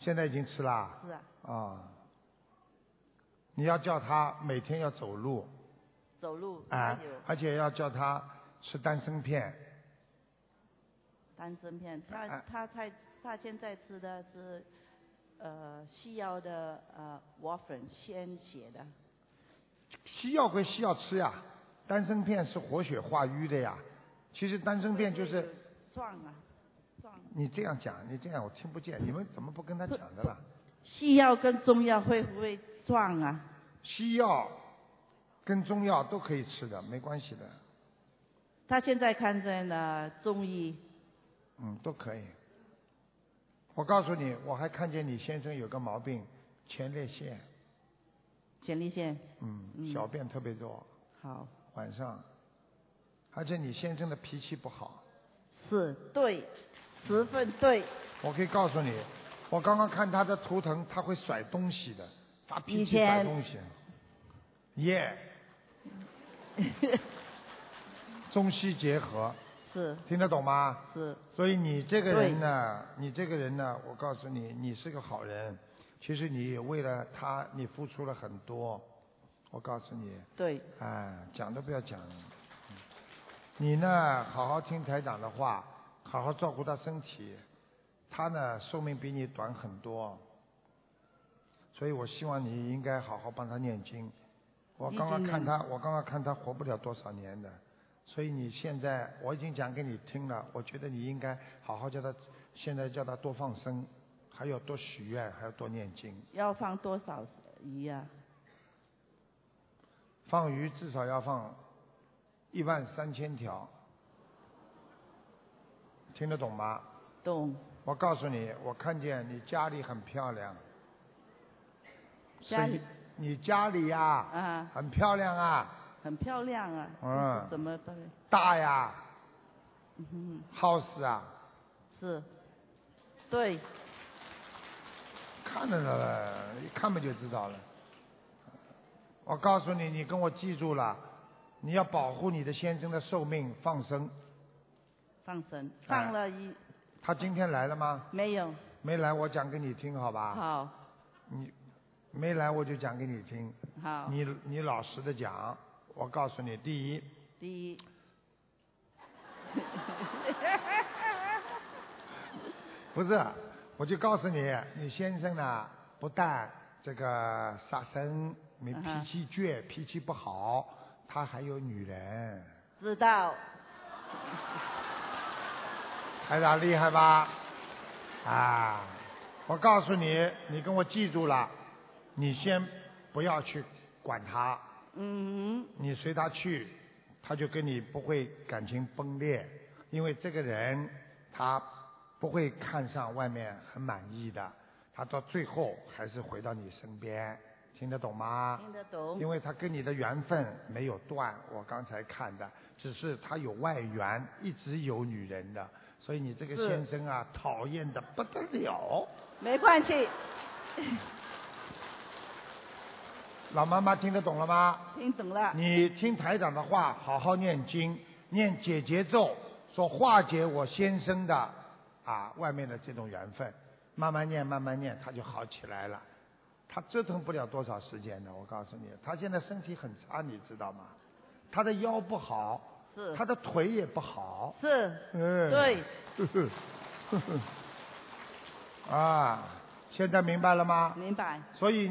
Speaker 3: 现在已经吃啦，
Speaker 6: 是啊，
Speaker 3: 啊，你要叫他每天要走路，
Speaker 6: 走路
Speaker 3: 哎
Speaker 6: 还有，
Speaker 3: 而且要叫他吃丹参片，
Speaker 6: 丹参片，
Speaker 3: 哎
Speaker 6: 他他才他现在吃的是呃西药的呃瓦粉鲜血的，
Speaker 3: 西药归西药吃呀，丹参片是活血化瘀的呀，其实丹参片就是
Speaker 6: 壮啊壮。
Speaker 3: 你这样讲，你这样我听不见，你们怎么不跟他讲的啦？
Speaker 6: 西药跟中药会不会撞啊？
Speaker 3: 西药跟中药都可以吃的，没关系的，
Speaker 6: 他现在看见了中医，
Speaker 3: 嗯，都可以。我告诉你，我还看见你先生有个毛病，前列腺，
Speaker 6: 前列腺
Speaker 3: 嗯，
Speaker 6: 嗯
Speaker 3: 小便特别多，
Speaker 6: 好，
Speaker 3: 晚上，而且你先生的脾气不好。
Speaker 6: 是对，十分对，
Speaker 3: 我可以告诉你，我刚刚看他的图腾，他会甩东西的，发脾
Speaker 6: 以
Speaker 3: 气甩
Speaker 6: 前
Speaker 3: 东西。啊耶、
Speaker 6: [laughs]
Speaker 3: 中西结合，
Speaker 6: 是
Speaker 3: 听得懂吗？
Speaker 6: 是，
Speaker 3: 所以你这个人呢，你这个人呢，我告诉你，你是个好人。其实你为了他，你付出了很多。我告诉你，
Speaker 6: 对，
Speaker 3: 哎，讲都不要讲。你呢，好好听台长的话，好好照顾他身体。他呢，寿命比你短很多，所以我希望你应该好好帮他念经。我刚刚看他，我刚刚看他活不了多少年的，所以你现在我已经讲给你听了，我觉得你应该好好叫他，现在叫他多放生，还要多许愿，还要多念经。
Speaker 6: 要放多少鱼啊？
Speaker 3: 放鱼至少要放一万三千条，听得懂吗？
Speaker 6: 懂，
Speaker 3: 我告诉你，我看见你家里很漂亮，
Speaker 6: 家里
Speaker 3: 所以你家里呀、
Speaker 6: 啊，
Speaker 3: 很漂亮啊，
Speaker 6: 很漂亮啊。
Speaker 3: 嗯
Speaker 6: 是怎么办？
Speaker 3: 大呀
Speaker 6: 嗯哼，
Speaker 3: ，house 啊，
Speaker 6: 是，对，
Speaker 3: 看得到了，一看不就知道了。我告诉你，你跟我记住了，你要保护你的先生的寿命，放生。
Speaker 6: 放生
Speaker 3: 哎
Speaker 6: 放了一
Speaker 3: 他今天来了吗？
Speaker 6: 没有？
Speaker 3: 没来，我讲给你听，好吧？
Speaker 6: 好，
Speaker 3: 你没来，我就讲给你听。
Speaker 6: 好，
Speaker 3: 你你老实的讲，我告诉你，第
Speaker 6: [laughs]
Speaker 3: 一，
Speaker 6: 第一，
Speaker 3: [laughs] 不是，啊我就告诉你，你先生呢，不但这个杀生，没
Speaker 6: 嗯
Speaker 3: 脾
Speaker 6: 哼
Speaker 3: 气倔，脾气不好，他还有女人，
Speaker 6: 知道，
Speaker 3: 台长哎厉害吧？啊，我告诉你，你跟我记住了，你先不要去管他，
Speaker 6: 嗯
Speaker 3: 你随他去，他就跟你不会感情崩裂，因为这个人他不会看上外面很满意的，他到最后还是回到你身边，听得懂吗？
Speaker 6: 哼，听得懂，
Speaker 3: 因为他跟你的缘分没有断，我刚才看的，只是他有外缘，一直有女人的，所以你这个
Speaker 6: 是
Speaker 3: 先生啊，讨厌的不得了。
Speaker 6: 没关系， [laughs]
Speaker 3: 老妈妈听得懂了吗？
Speaker 6: 听懂了，
Speaker 3: 你听台长的话，好好念经，念解结咒，说化解我先生的啊外面的这种缘分，慢慢念，慢慢念，他就好起来了。他折腾不了多少时间的，我告诉你，他现在身体很差，你知道吗？他的腰不好，
Speaker 6: 是
Speaker 3: 他的腿也不好，
Speaker 6: 是，
Speaker 3: 嗯，
Speaker 6: 对，
Speaker 3: [laughs] 啊，现在明白了吗？
Speaker 6: 明白，
Speaker 3: 所以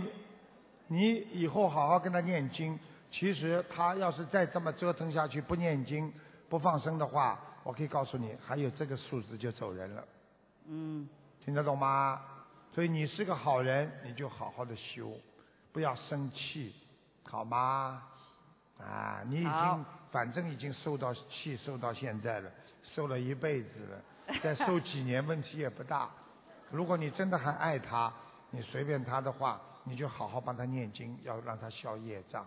Speaker 3: 你以后好好跟他念经。其实他要是再这么折腾下去，不念经、不放生的话，我可以告诉你，还有这个数字就走人了，
Speaker 6: 嗯，
Speaker 3: 听得懂吗？所以你是个好人，你就好好的修，不要生气，好吗？啊，你已
Speaker 6: 好
Speaker 3: 经反正已经受到气受到现在了，受了一辈子了，再受几年问题也不大。如果你真的还爱他，你随便他的话，你就好好帮他念经，要让他消业障。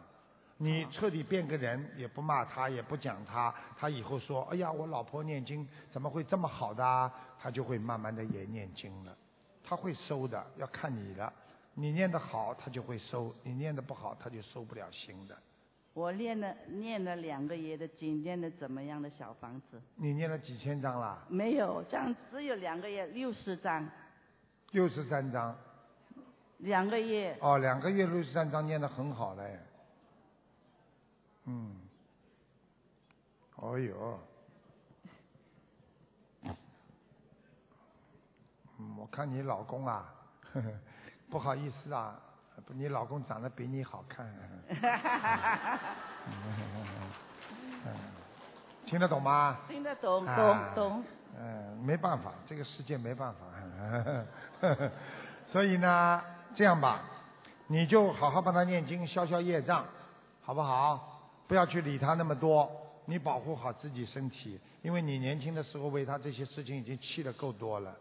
Speaker 3: 你彻底变个人，也不骂他，也不讲他，他以后说：“哎呀，我老婆念经怎么会这么好的、啊？”他就会慢慢的也念经了，他会收的，要看你的。你念得好，他就会收；你念得不好，他就收不了心的。
Speaker 6: 我练了念了两个月的经，练的怎么样的小房子？
Speaker 3: 你念了几千章啦？
Speaker 6: 没有，这样只有两个月六十张，
Speaker 3: 六十三章
Speaker 6: 两个月
Speaker 3: 哦，两个月六十三章念得很好嘞。嗯，哦呦，嗯，我看你老公啊， [laughs] 呵呵不好意思啊，不你老公长得比你好
Speaker 6: [laughs]
Speaker 3: 看、 [laughs] 嗯听得懂吗？
Speaker 6: 听得懂，
Speaker 3: 啊
Speaker 6: 懂懂，
Speaker 3: 嗯，没办法，这个世界没办法。 [laughs] 所以呢，这样吧，你就好好帮他念经，消消业障，好不好？不要去理他那么多，你保护好自己身体，因为你年轻的时候为他这些事情已经气得够多了，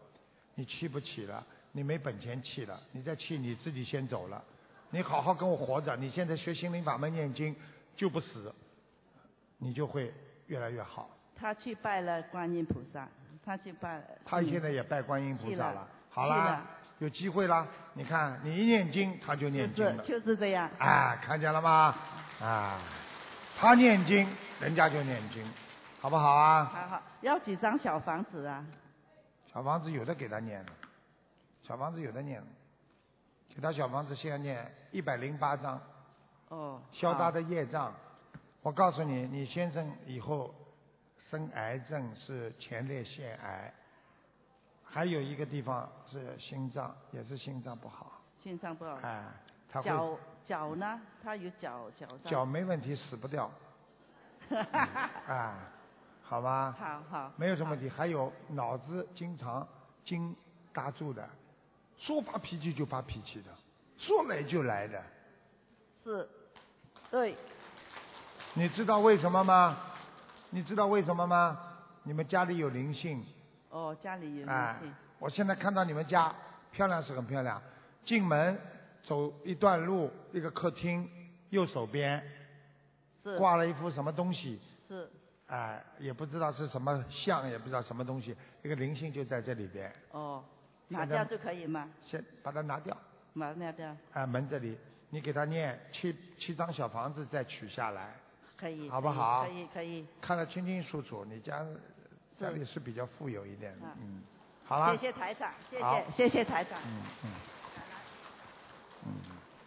Speaker 3: 你气不起了，你没本钱气了，你再气你自己先走了。你好好跟我活着，你现在学心灵法门念经就不死，你就会越来越好。
Speaker 6: 他去拜了观音菩萨，他去拜了，
Speaker 3: 他现
Speaker 6: 在
Speaker 3: 在也拜观音菩
Speaker 6: 嗯是
Speaker 3: 萨
Speaker 6: 的
Speaker 3: 了，好
Speaker 6: 是
Speaker 3: 啦
Speaker 6: 的，
Speaker 3: 有机会啦。你看，你一念经，他就念经
Speaker 6: 就是
Speaker 3: 了，
Speaker 6: 就是这样，
Speaker 3: 啊，看见了吗？啊，他念经，人家就念经，好不好啊？
Speaker 6: 好好，要几张小房子啊？
Speaker 3: 小房子有的给他念了，小房子有的念了，给他小房子现在念一百零八章，
Speaker 6: 哦，
Speaker 3: 消他
Speaker 6: 好
Speaker 3: 的业障。我告诉你，你先生以后生癌症是前列腺癌，还有一个地方是心脏，也是心脏不好。
Speaker 6: 心脏不好，
Speaker 3: 哎，他会
Speaker 6: 脚脚呢？他有脚脚上，
Speaker 3: 脚没问题，死不
Speaker 6: [laughs]
Speaker 3: 掉。啊，好吧，
Speaker 6: 好好，
Speaker 3: 没有什么问题。还有脑子经常经搭住的，说发脾气就发脾气的，说来就来的。
Speaker 6: 是，对，
Speaker 3: 你知道为什么吗？你知道为什么吗？你们家里有灵性，
Speaker 6: 哦，家里有
Speaker 3: 哎
Speaker 6: 灵性，
Speaker 3: 我现在看到你们家漂亮是很漂亮，进门走一段路，一个客厅，右手边
Speaker 6: 是
Speaker 3: 挂了一幅什么东西， [laughs]
Speaker 6: 是
Speaker 3: 哎、也不知道是什么像，也不知道什么东西，一个灵性就在这里边，
Speaker 6: 哦，拿
Speaker 3: 现在
Speaker 6: 掉就可以吗？
Speaker 3: 先把它拿掉，
Speaker 6: 马上拿掉
Speaker 3: 哎、门这里，你给他念七七张小房子再取下来，
Speaker 6: 可以，
Speaker 3: 好不
Speaker 6: 可以
Speaker 3: 好
Speaker 6: 可以可以，
Speaker 3: 看得清清楚楚，你家
Speaker 6: 是
Speaker 3: 家里是比较富有一点的
Speaker 6: 啊，
Speaker 3: 嗯，好了，
Speaker 6: 谢谢台长，谢
Speaker 3: 好
Speaker 6: 谢谢谢台长。
Speaker 3: 嗯嗯，嗯，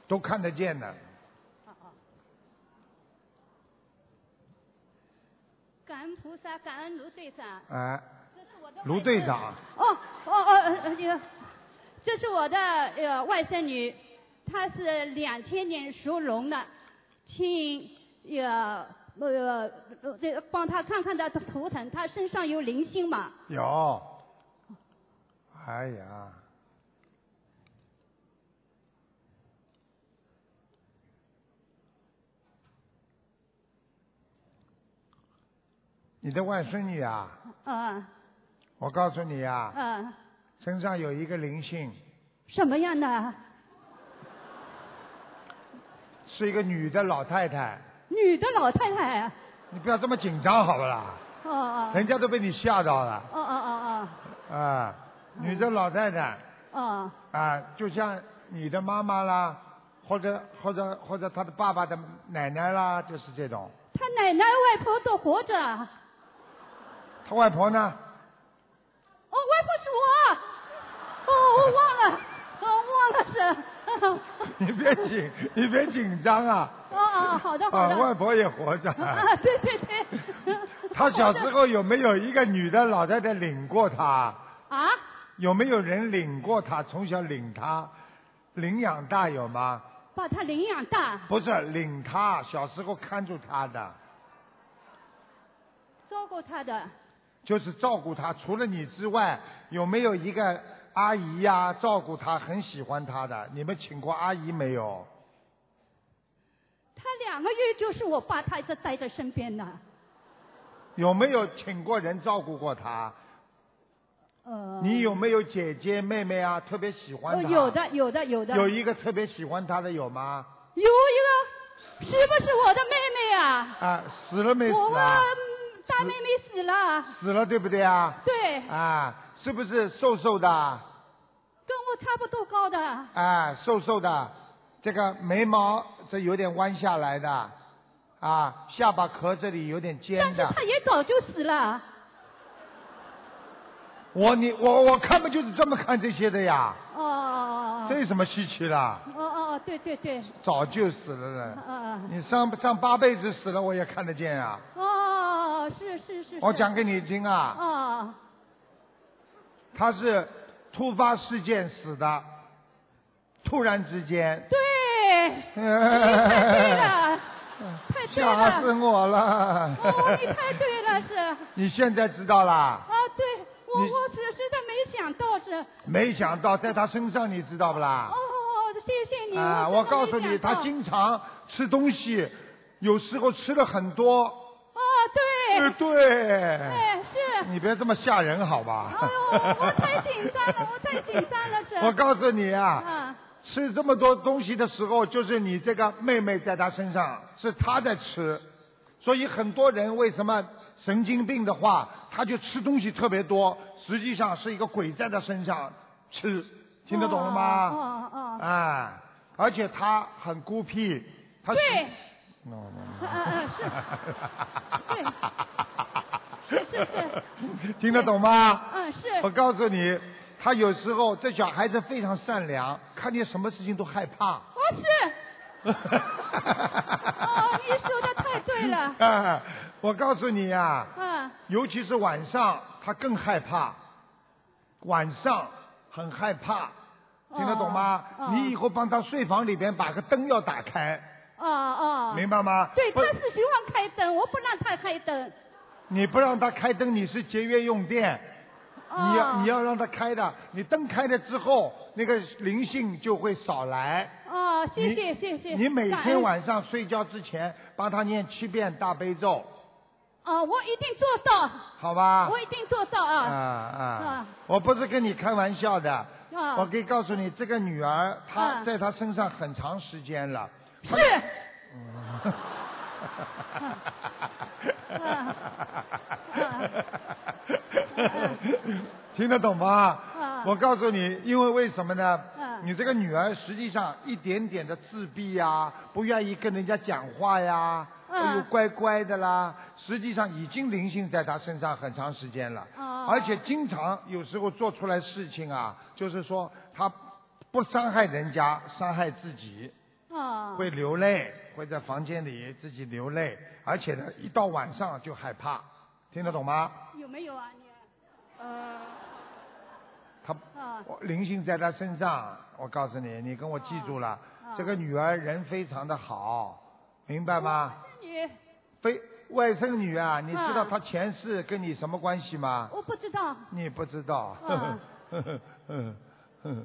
Speaker 3: 都看得见的，
Speaker 1: 啊感恩菩萨，感恩卢队长。
Speaker 3: 哎、
Speaker 1: 这是我的
Speaker 3: 卢
Speaker 1: 外
Speaker 3: 队
Speaker 1: 甥
Speaker 3: 长，
Speaker 1: 哦哦哦，呃这个这是我的呃外甥女，她是两千年属龙的，请呃呃呃这个帮她看看她的图腾，她身上有灵性吗？
Speaker 3: 有，哎呀，你的外孙女啊，
Speaker 1: 嗯
Speaker 3: 我告诉你啊，
Speaker 1: 嗯，
Speaker 3: 身上有一个灵性，
Speaker 1: 什么样的
Speaker 3: 是一个女的老太太，
Speaker 1: 女的老太太啊？
Speaker 3: 你不要这么紧张好不啦？
Speaker 1: 哦
Speaker 6: 嗯
Speaker 1: 哦
Speaker 3: 人家都被你吓到了
Speaker 1: 哦哦哦
Speaker 3: 啊！女的老太太
Speaker 1: 哦哦
Speaker 3: 啊，就像你的妈妈啦，或者或者或者她的爸爸的奶奶啦，就是这种。，
Speaker 1: 她奶奶外婆都活着，哦
Speaker 3: 她外婆呢？ [laughs]
Speaker 1: 外婆是哦我，哦我忘了，哦忘了是。
Speaker 3: 你别紧，你别紧张啊！
Speaker 1: 哦哦，好的好
Speaker 3: 啊，
Speaker 1: 的。
Speaker 3: 外婆也活着。
Speaker 1: 啊，对对对。
Speaker 3: [laughs] 她小时候有没有一个女的老太太领过她？
Speaker 1: 啊，
Speaker 3: 有没有人领过她？从小领她，领养大有吗？
Speaker 1: 把他领养大，
Speaker 3: 不是领她，小时候看住她的，
Speaker 1: 照顾他的。
Speaker 3: 就是照顾她。除了你之外，有没有一个阿姨呀、照顾她，很喜欢她的？你们请过阿姨没有？
Speaker 1: 他两个月就是我爸，他一直待在身边的。
Speaker 3: 有没有请过人照顾过她？
Speaker 1: 呃。
Speaker 3: 你有没有姐姐妹妹啊？特别喜欢
Speaker 1: 哦，
Speaker 3: 她？
Speaker 1: 有。的有的有的。
Speaker 3: 有一个特别喜欢她的有吗？
Speaker 1: 有一个，是不是我的妹妹啊？
Speaker 3: 啊，死了嗯没
Speaker 1: 我
Speaker 3: 死
Speaker 1: 啊
Speaker 3: 啊？
Speaker 1: 嗯大妹妹死了，
Speaker 3: 死了对不对啊？
Speaker 1: 对，
Speaker 3: 啊，是不是瘦瘦的？
Speaker 1: 跟我差不多高的。
Speaker 3: 啊，瘦瘦的，这个眉毛这有点弯下来的，啊，下巴壳这里有点
Speaker 1: 但
Speaker 3: 尖
Speaker 1: 是
Speaker 3: 的。
Speaker 1: 她也早就死了，
Speaker 3: 我你我我看不就是这么看这些的呀？
Speaker 1: 哦哦哦
Speaker 3: 这有什么稀奇啦？
Speaker 1: 哦哦哦，对对对，
Speaker 3: 早就死了
Speaker 1: 嗯
Speaker 3: 的，
Speaker 1: 嗯嗯
Speaker 3: 你上上八辈子死了我也看得见啊！
Speaker 1: 哦哦哦，是是是。
Speaker 3: 我
Speaker 1: 是
Speaker 3: 讲给你听啊。
Speaker 1: 哦，
Speaker 3: 他是突发事件死的，突然之间。，
Speaker 1: 对，太对了太
Speaker 3: [laughs]
Speaker 1: 对
Speaker 3: 吓死
Speaker 1: 了，
Speaker 3: 我了！
Speaker 1: 哦，你太对了，是，啊，
Speaker 3: [laughs] 你现在知道啦？
Speaker 1: 对，我
Speaker 3: 你
Speaker 1: 我只是真的没想到是，哦
Speaker 3: 没想到在他身上，你知道不啦？
Speaker 1: 哦，谢谢你，
Speaker 3: 啊，
Speaker 1: 我
Speaker 3: 我
Speaker 1: 真的
Speaker 3: 告诉
Speaker 1: 没
Speaker 3: 你，
Speaker 1: 想到
Speaker 3: 他经常吃东西，有时候吃了很多。
Speaker 1: 哦，
Speaker 3: 呃
Speaker 1: 对，
Speaker 3: 对。
Speaker 1: 哎是，
Speaker 3: [laughs] 你别这么吓人好吧？
Speaker 1: 哎呦，我太紧张
Speaker 3: [laughs]
Speaker 1: 了，我太紧张了，是，
Speaker 3: 我告诉你啊，
Speaker 2: 嗯
Speaker 1: 啊，
Speaker 3: 吃这么多东西的时候，就是你这个妹妹在她身上，是她在吃，所以很多人为什么神经病的话，他就吃东西特别多，实际上是一个鬼在她身上吃，听得懂了吗？
Speaker 1: 哦哦哦，
Speaker 3: 啊，而且他很孤僻，他是
Speaker 1: 对，
Speaker 3: No, no, no.
Speaker 1: 嗯嗯是啊对是是
Speaker 3: [laughs] 听得懂吗？
Speaker 1: 嗯
Speaker 3: [laughs]
Speaker 1: 是， [laughs]
Speaker 3: 我告诉你，他有时候这小孩子非常善良，看见什么事情都害
Speaker 1: [laughs]
Speaker 3: 怕。
Speaker 1: 我是。
Speaker 3: 哦
Speaker 1: 你说得太对了
Speaker 3: [laughs] 啊，我告诉你啊，
Speaker 1: 啊，
Speaker 3: 尤其是晚上，他更害怕，晚上很害怕，听得懂吗？
Speaker 1: 哦哦
Speaker 3: 你以后帮他睡房里边把个灯要打开，
Speaker 1: 哦哦，
Speaker 3: 明白吗？
Speaker 1: 对，
Speaker 3: 不
Speaker 1: 他是喜欢开灯，我不让他开灯。
Speaker 3: 你不让他开灯，你是节约用电。
Speaker 1: 哦、
Speaker 3: 你要你要让他开的，你灯开了之后，那个灵性就会少来。
Speaker 1: 哦，谢
Speaker 3: 你
Speaker 1: 谢谢谢。哎
Speaker 3: 你每
Speaker 1: 感
Speaker 3: 天
Speaker 1: 恩
Speaker 3: 晚上睡觉之前帮他念七遍大悲咒，
Speaker 1: 啊，我一定做到，
Speaker 3: 好吧？
Speaker 1: 我一定做到
Speaker 3: 啊
Speaker 1: 啊！
Speaker 3: 啊
Speaker 1: 啊！
Speaker 3: 我不是跟你开玩笑的，
Speaker 1: 啊
Speaker 3: 我可以告诉你，这个女儿她
Speaker 1: 啊
Speaker 3: 在她身上很长时间了。
Speaker 1: [laughs] 是，啊
Speaker 3: [laughs] 听得懂吗？
Speaker 1: 啊
Speaker 3: 我告诉你，因为为什么呢？
Speaker 1: 啊
Speaker 3: 你这个女儿实际上一点点的自闭呀，不愿意跟人家讲话呀，
Speaker 1: 啊
Speaker 3: 哎呦乖乖的啦，实际上已经灵性在她身上很长时间了，
Speaker 1: 哦
Speaker 3: 而且经常有时候做出来事情啊，就是说她不伤害人家，伤害自己。
Speaker 2: 哦
Speaker 1: 啊，
Speaker 3: 会流泪，会在房间里自己流泪，而且呢，一到晚上就害怕，听得懂吗？
Speaker 1: 有没有啊你？呃，
Speaker 3: 他
Speaker 1: 啊，
Speaker 3: 我灵性在他身上，我告诉你，你跟我记住了，
Speaker 1: 哦
Speaker 3: 这个女儿人非常的好，明白吗？
Speaker 1: 你
Speaker 3: 非外甥女啊，你知道
Speaker 1: 啊
Speaker 3: 她前世跟你什么关系吗？
Speaker 1: 我不知道，
Speaker 3: 你不知道。
Speaker 1: 啊哦
Speaker 3: [laughs]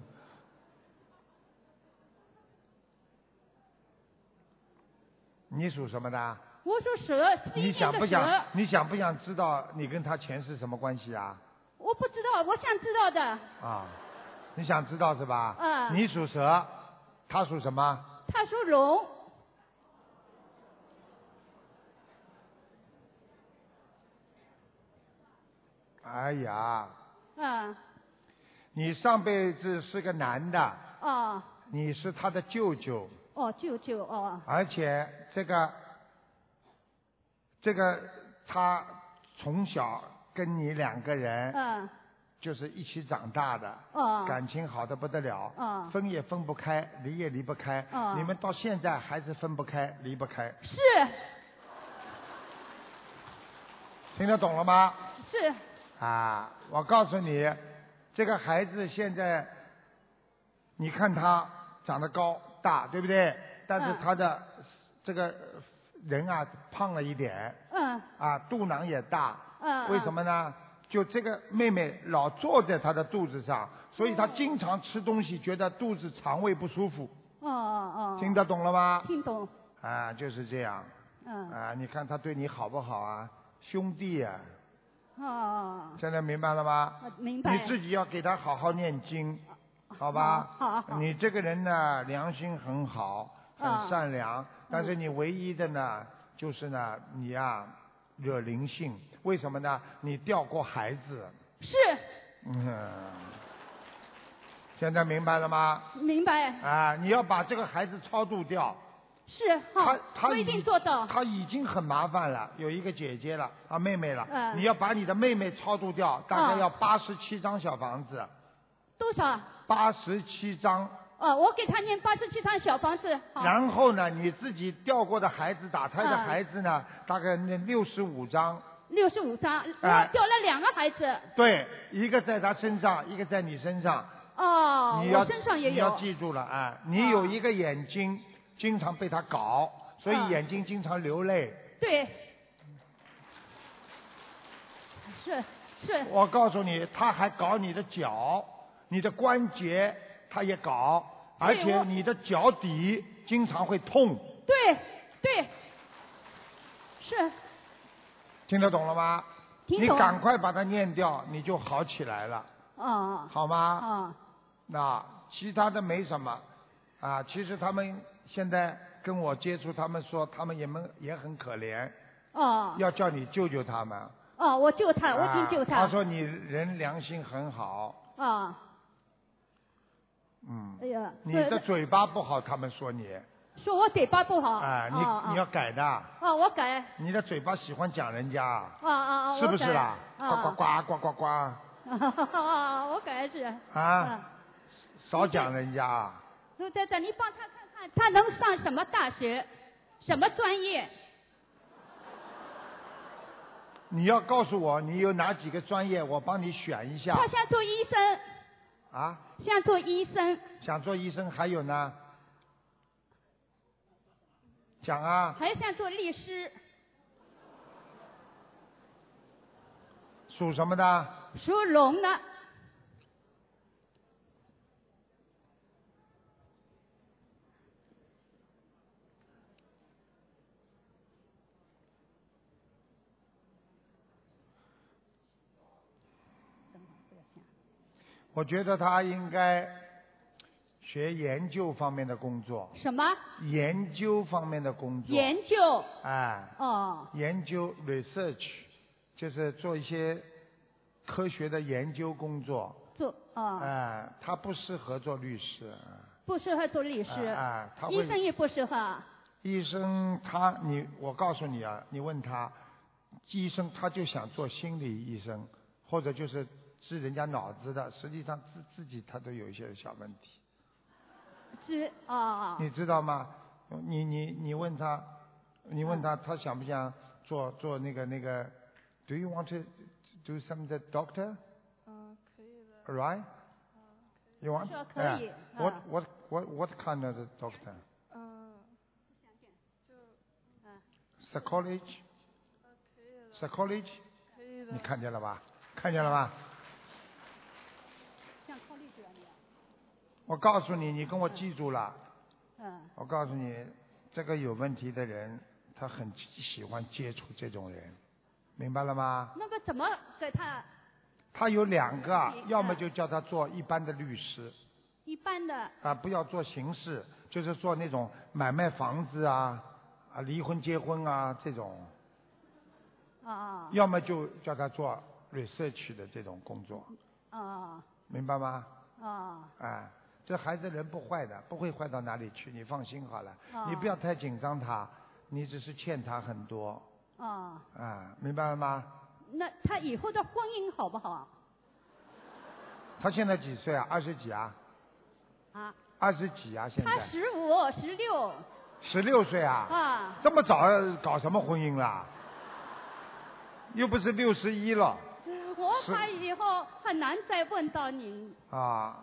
Speaker 3: 你属什么的？
Speaker 1: 我属蛇，是
Speaker 3: 你
Speaker 1: 一
Speaker 3: 想
Speaker 1: 年
Speaker 3: 不
Speaker 1: 的
Speaker 3: 想
Speaker 1: 蛇，？
Speaker 3: 你想不想知道你跟他前世什么关系啊？
Speaker 1: 我不知道，我想知道的。
Speaker 3: 啊，你想知道是吧？
Speaker 1: 嗯
Speaker 3: 你属蛇，他属什么？
Speaker 1: 他属龙，
Speaker 3: 哎呀，
Speaker 1: 啊，
Speaker 3: 你上辈子是个男的，
Speaker 1: 哦，
Speaker 3: 你是他的舅舅，
Speaker 1: 哦，舅舅，哦，
Speaker 3: 而且这个这个他从小跟你两个人
Speaker 1: 嗯，
Speaker 3: 就是一起长大的，
Speaker 1: 哦，
Speaker 3: 哎感情好的不得了，
Speaker 1: 嗯
Speaker 3: 分也分不开，离也离不开，
Speaker 1: 嗯
Speaker 3: 你们到现在还是分不开，离不开，
Speaker 1: 是
Speaker 3: 听得懂了吗？
Speaker 1: 是，
Speaker 3: 啊，我告诉你，这个孩子现在，你看他长得高大，对不对？但是
Speaker 1: 嗯
Speaker 3: 他的、这个人啊，胖了一点，
Speaker 1: 嗯
Speaker 3: 啊，肚囊也大，
Speaker 1: 嗯，
Speaker 3: 为什么呢？就这个妹妹老坐在他的肚子上，所以他经常吃东西，觉得肚子肠胃不舒服，
Speaker 1: 嗯？哦哦哦，
Speaker 3: 听得懂了吗？
Speaker 1: 听懂，
Speaker 3: 啊，就是这样，
Speaker 1: 嗯，哦
Speaker 3: 啊，你看他对你好不好啊？兄弟啊，
Speaker 1: 哦，
Speaker 3: 现在明白了吗？
Speaker 1: 哦明白。
Speaker 3: 你自己要给他好好念经，好吧？
Speaker 1: 好好好
Speaker 3: 你这个人呢，良心很好，很
Speaker 1: 嗯
Speaker 3: 善良，但是你唯一的呢，就是呢，你呀、惹灵性。为什么呢？你掉过孩子。
Speaker 1: 是
Speaker 3: 嗯。 [laughs] 现在明白了吗？
Speaker 1: 明白，
Speaker 3: 啊，你要把这个孩子超度掉。
Speaker 1: 是好
Speaker 3: 他，他
Speaker 1: 我一
Speaker 3: 已
Speaker 1: 定做到。
Speaker 3: 他已经很麻烦了，有一个姐姐了啊，妹妹了。
Speaker 1: 嗯
Speaker 3: 你要把你的妹妹超度掉，大概
Speaker 1: 嗯
Speaker 3: 要八十七张小房子。
Speaker 1: 多少？
Speaker 3: 八十七张，
Speaker 1: 哦，我给他念八十七张小房子，好，
Speaker 3: 然后呢，你自己掉过的孩子、打胎的
Speaker 1: 嗯
Speaker 3: 孩子呢，大概那六十五张，
Speaker 1: 六十五张，
Speaker 3: 哎
Speaker 1: 我掉了两个孩子。
Speaker 3: 对，一个在他身上，一个在你身上，
Speaker 1: 哦，
Speaker 3: 你要
Speaker 1: 我身上也
Speaker 3: 你要
Speaker 1: 有。
Speaker 3: 记住了啊，你有一个眼睛经常被他搞，所以
Speaker 1: 嗯
Speaker 3: 眼睛经常流泪。
Speaker 1: 对，是是，
Speaker 3: 我告诉你，他还搞你的脚，你的关节他也搞，而
Speaker 1: 对
Speaker 3: 且
Speaker 1: 我
Speaker 3: 你的脚底经常会痛，
Speaker 1: 对对，是
Speaker 3: 听得懂了吗？
Speaker 1: 听
Speaker 3: 你
Speaker 1: 懂
Speaker 3: 赶快把它念掉，你就好起来了，
Speaker 1: 啊
Speaker 3: 好吗？
Speaker 1: 啊
Speaker 3: 那其他的没什么，啊，其实他们现在跟我接触，他们说他们也们也很可怜，
Speaker 1: 哦
Speaker 3: 要叫你救救他们。
Speaker 1: 哦，我救他，我已经救
Speaker 3: 啊
Speaker 1: 他
Speaker 3: 他。说你人良心很好，
Speaker 1: 啊，
Speaker 3: 嗯
Speaker 1: 哎，呀，
Speaker 3: 你
Speaker 1: 对
Speaker 3: 的嘴巴不好，他们说你，
Speaker 1: 说我嘴巴不好。
Speaker 3: 啊，
Speaker 1: 哦
Speaker 3: 你
Speaker 1: 哦
Speaker 3: 你要改的，
Speaker 1: 哦，我改。
Speaker 3: 你的嘴巴喜欢讲人家，
Speaker 1: 啊啊啊！
Speaker 3: 是
Speaker 1: 我
Speaker 3: 不是
Speaker 1: 改
Speaker 3: 啦？
Speaker 1: 啊
Speaker 3: 呱呱呱呱呱呱，
Speaker 1: [laughs] 啊，我改是。嗯
Speaker 3: 啊，少讲人家，
Speaker 1: 陆队长，你帮他看看，他能上什么大学，什么专业？
Speaker 3: 你要告诉我你有哪几个专业，我帮你选一下
Speaker 1: 他想做医生，
Speaker 3: 啊。
Speaker 1: 想做医生，
Speaker 3: 想做医生还有呢？讲啊，
Speaker 1: 还想做律师，
Speaker 3: 属什么的？
Speaker 1: 属龙的。
Speaker 3: 我觉得他应该学研究方面的工作，
Speaker 1: 什么
Speaker 3: 研究方面的工作，
Speaker 1: 研究？
Speaker 3: 哎，
Speaker 1: 哦，
Speaker 3: 研究 research 就是做一些科学的研究工作，
Speaker 1: 做
Speaker 3: 哎、
Speaker 1: 哦，
Speaker 3: 他不适合做律师，
Speaker 1: 不适合做律
Speaker 3: 哎、
Speaker 1: 师，
Speaker 3: 哎他
Speaker 1: 医生
Speaker 3: 会
Speaker 1: 也不适合。
Speaker 3: 医生他你我告诉你啊，你问他，医生他就想做心理医生，或者就是治人家脑子的，实际上自自己他都有一些小问题。
Speaker 1: 知哦，
Speaker 3: 你知道吗？你你你问他，你问他，他想不想做做那个那个？Do you want to do some the doctor? 嗯，可以的。Right? You want?
Speaker 1: 说可以
Speaker 3: Yeah.
Speaker 1: 嗯
Speaker 3: What what what what kind of the doctor? 嗯，psychology. psychology. 你看见了吧？看见了吧？
Speaker 1: 像靠律师一样。
Speaker 3: 我告诉你，你跟我记住了。
Speaker 1: 嗯，
Speaker 3: 我告诉你，这个有问题的人，他很喜欢接触这种人，明白了吗？
Speaker 1: 那个怎么给他
Speaker 3: 他有两个啊
Speaker 1: 嗯，
Speaker 3: 要么就叫他做一般的律师
Speaker 1: 一般的？
Speaker 3: 啊，不要做刑事，就是做那种买卖房子啊、啊离婚结婚啊这种；
Speaker 1: 哦
Speaker 3: 要么就叫他做 research 的这种工作，
Speaker 1: 哦
Speaker 3: 明白吗？
Speaker 1: 哦，
Speaker 3: 啊，这孩子人不坏的，不会坏到哪里去，你放心好了，
Speaker 1: 哦
Speaker 3: 你不要太紧张他，你只是欠他很多
Speaker 1: 哦，
Speaker 3: 啊，明白了吗？
Speaker 1: 那他以后的婚姻好不好
Speaker 3: 他现在几岁啊？二十几啊？
Speaker 1: 啊？
Speaker 3: 二十几啊？现
Speaker 1: 他
Speaker 3: 在
Speaker 1: 十五、十六
Speaker 3: 十六岁啊？
Speaker 1: 啊，
Speaker 3: 这么早搞什么婚姻啦？又不是六十一了
Speaker 1: 我怕以后很难再问到您
Speaker 3: 啊！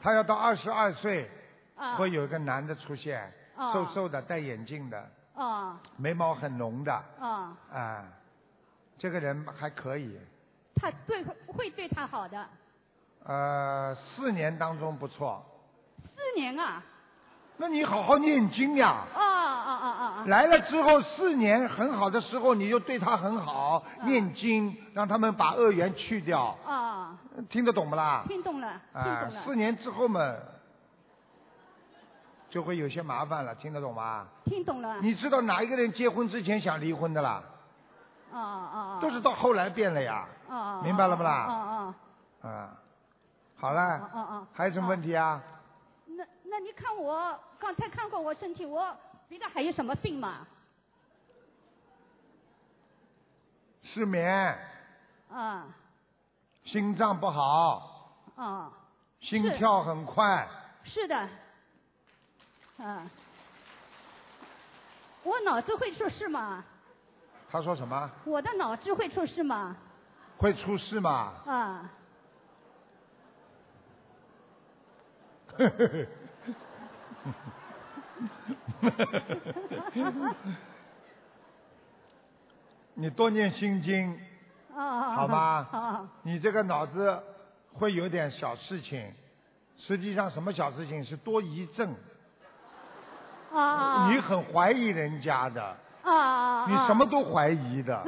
Speaker 3: 他要到二十二岁，
Speaker 1: 啊。
Speaker 3: 会有一个男的出现，
Speaker 1: 啊
Speaker 3: 瘦瘦的，戴眼镜的，
Speaker 1: 啊
Speaker 3: 眉毛很浓的，
Speaker 1: 啊，
Speaker 3: 啊，这个人还可以，
Speaker 1: 他对会对他好的。
Speaker 3: 呃，四年当中不错。
Speaker 1: 四年啊，
Speaker 3: 那你好好念经呀。
Speaker 1: 啊啊啊啊啊，
Speaker 3: 来了之后四年很好的时候，你就对他很好，念经，让他们把恶缘去掉，
Speaker 1: 啊，
Speaker 3: 听得懂不啦？
Speaker 1: 听懂了，听
Speaker 3: 啊、
Speaker 1: 懂
Speaker 3: 四
Speaker 1: 了，
Speaker 3: 年之后嘛，就会有些麻烦了，听得懂吗？
Speaker 1: 听懂了。
Speaker 3: 你知道哪一个人结婚之前想离婚的啦？
Speaker 1: 啊啊啊，
Speaker 3: 都是到后来变了呀。
Speaker 1: 啊啊，
Speaker 3: 明白了不啦
Speaker 1: 啊啊
Speaker 3: 啊，好
Speaker 1: 啊
Speaker 3: 了，
Speaker 1: 啊啊，
Speaker 3: 还有什么问
Speaker 1: 题？
Speaker 3: 题啊？
Speaker 1: 那那你看我刚才看过我身体，我别的还有什么病吗？
Speaker 3: 失眠，
Speaker 1: 啊
Speaker 3: 心脏不好，
Speaker 1: 啊，
Speaker 3: 心跳很快，
Speaker 1: 是的，啊，我脑子会出事吗？
Speaker 3: 他说什么？
Speaker 1: 我的脑子会出事吗？
Speaker 3: 会出事吗？ [laughs]
Speaker 1: 啊，
Speaker 3: 你多念心经，
Speaker 1: 啊，
Speaker 3: 好吧
Speaker 1: 好，
Speaker 3: 你这个脑子会有点小事情。实际上，什么小事情是多疑症？
Speaker 1: 啊，
Speaker 3: 你很怀疑人家的，
Speaker 1: 啊啊，
Speaker 3: 你什么
Speaker 1: [laughs]
Speaker 3: 都怀疑的，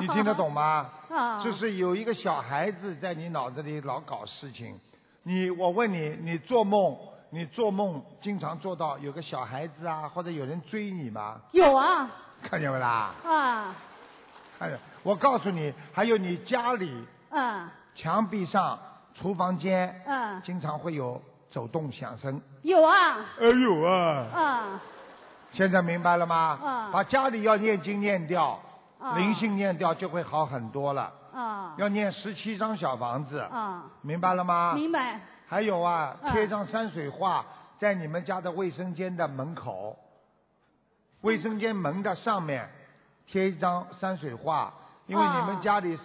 Speaker 3: 你听得懂吗？
Speaker 1: 啊？
Speaker 3: 就是有一个小孩子在你脑子里老搞事情。你，我问你，你做梦，你做梦经常做到有个小孩子啊，或者有人追你吗？
Speaker 1: 有啊
Speaker 3: 看见没啦？
Speaker 1: 啊
Speaker 3: 看见。我告诉你，还有你家里
Speaker 1: 啊
Speaker 3: 墙壁上、厨房间，
Speaker 1: 啊，
Speaker 3: 经常会有走动响声。
Speaker 1: 有啊
Speaker 3: 哎呦啊！
Speaker 1: 啊
Speaker 3: 现在明白了吗？
Speaker 1: 嗯
Speaker 3: 把家里要念经念掉，
Speaker 1: 啊
Speaker 3: 灵性念掉就会好很多了。
Speaker 1: 啊
Speaker 3: 要念十七张小房子，
Speaker 1: 啊，
Speaker 3: 明白了吗？
Speaker 1: 明白
Speaker 3: 还有啊，
Speaker 1: 嗯
Speaker 3: 贴张山水画在你们家的卫生间的门口，卫生间门的上面贴一张山水画，因为你们
Speaker 1: 哦
Speaker 3: 家里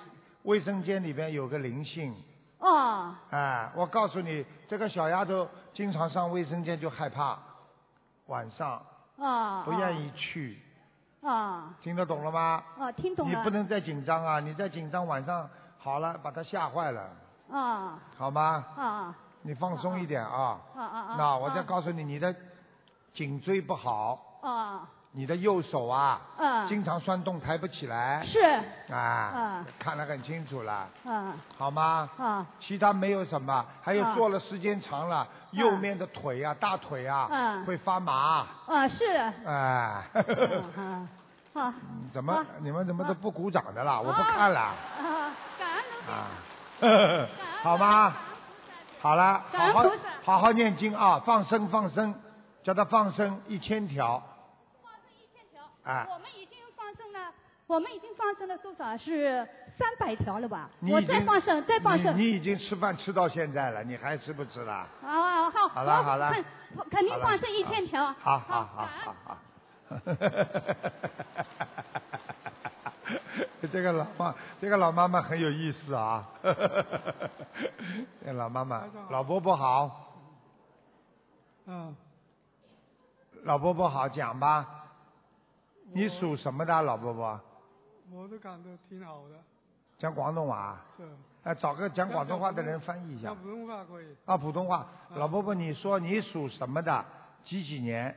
Speaker 3: 卫生间里边有个灵性，
Speaker 1: 哦
Speaker 3: 哎，我告诉你，这个小丫头经常上卫生间就害怕，晚上
Speaker 1: 哦，
Speaker 3: 不愿意去，
Speaker 1: 啊
Speaker 3: 听得懂了吗？
Speaker 1: 哦，听懂
Speaker 3: 你
Speaker 1: 了
Speaker 3: 不能再紧张啊，你再紧张晚上好了把她吓坏了，
Speaker 1: 啊
Speaker 3: 好吗？
Speaker 1: 啊啊
Speaker 3: 你放松一点啊。
Speaker 1: 啊啊，
Speaker 3: 那我再告诉你，你的颈椎不好，
Speaker 1: 啊
Speaker 3: 你的右手啊，
Speaker 1: 嗯
Speaker 3: 经常酸痛，抬不起来。
Speaker 1: 是。
Speaker 3: 啊
Speaker 1: 嗯，
Speaker 3: 看得很清楚了，
Speaker 1: 嗯
Speaker 3: 好吗？
Speaker 1: 嗯
Speaker 3: 其他没有什么，还有
Speaker 1: 嗯
Speaker 3: 坐了时间长了，右面的腿啊、大腿啊
Speaker 1: 嗯
Speaker 3: 会发麻，
Speaker 1: 啊是，
Speaker 3: 哎，
Speaker 1: 啊啊
Speaker 3: [laughs] 怎么
Speaker 1: 啊
Speaker 3: 你们怎么都不鼓掌的啦？嗯我不看了
Speaker 1: 啊，感恩卢台
Speaker 3: 啊
Speaker 1: 长。，
Speaker 3: [laughs] 好吗？好了，
Speaker 1: 感
Speaker 3: 好
Speaker 1: 恩
Speaker 3: 好
Speaker 1: 菩萨
Speaker 3: 好好念经啊，放生放生，叫他放生一千条
Speaker 1: 放生一千条，
Speaker 3: 啊。
Speaker 1: 我们已经放生了，我们已经放生了多少是三百条了吧？
Speaker 3: 你
Speaker 1: 我
Speaker 3: 已
Speaker 1: 再
Speaker 3: 经
Speaker 1: 放生，再放生
Speaker 3: 你。你已经吃饭吃到现在了，你还吃不吃了？
Speaker 1: 啊，好，
Speaker 3: 好了
Speaker 1: 我
Speaker 3: 好了
Speaker 1: 肯肯定放生一千条。
Speaker 3: 好好好
Speaker 1: 感恩
Speaker 3: 好好。 [laughs] 这个老妈，这个老妈妈很有意思啊。 [laughs] 这个老妈妈，老伯伯好，
Speaker 7: 嗯，
Speaker 3: 老伯伯好，讲吧。你属什么的啊，老伯伯？
Speaker 7: 我都感觉挺好的，
Speaker 3: 讲广东话啊？
Speaker 7: 对。
Speaker 3: 哎，找个讲广东话的人翻译一下
Speaker 7: 讲。普嗯通话可以。
Speaker 3: 啊，普通话。老伯伯，你说你属什么的？几几年？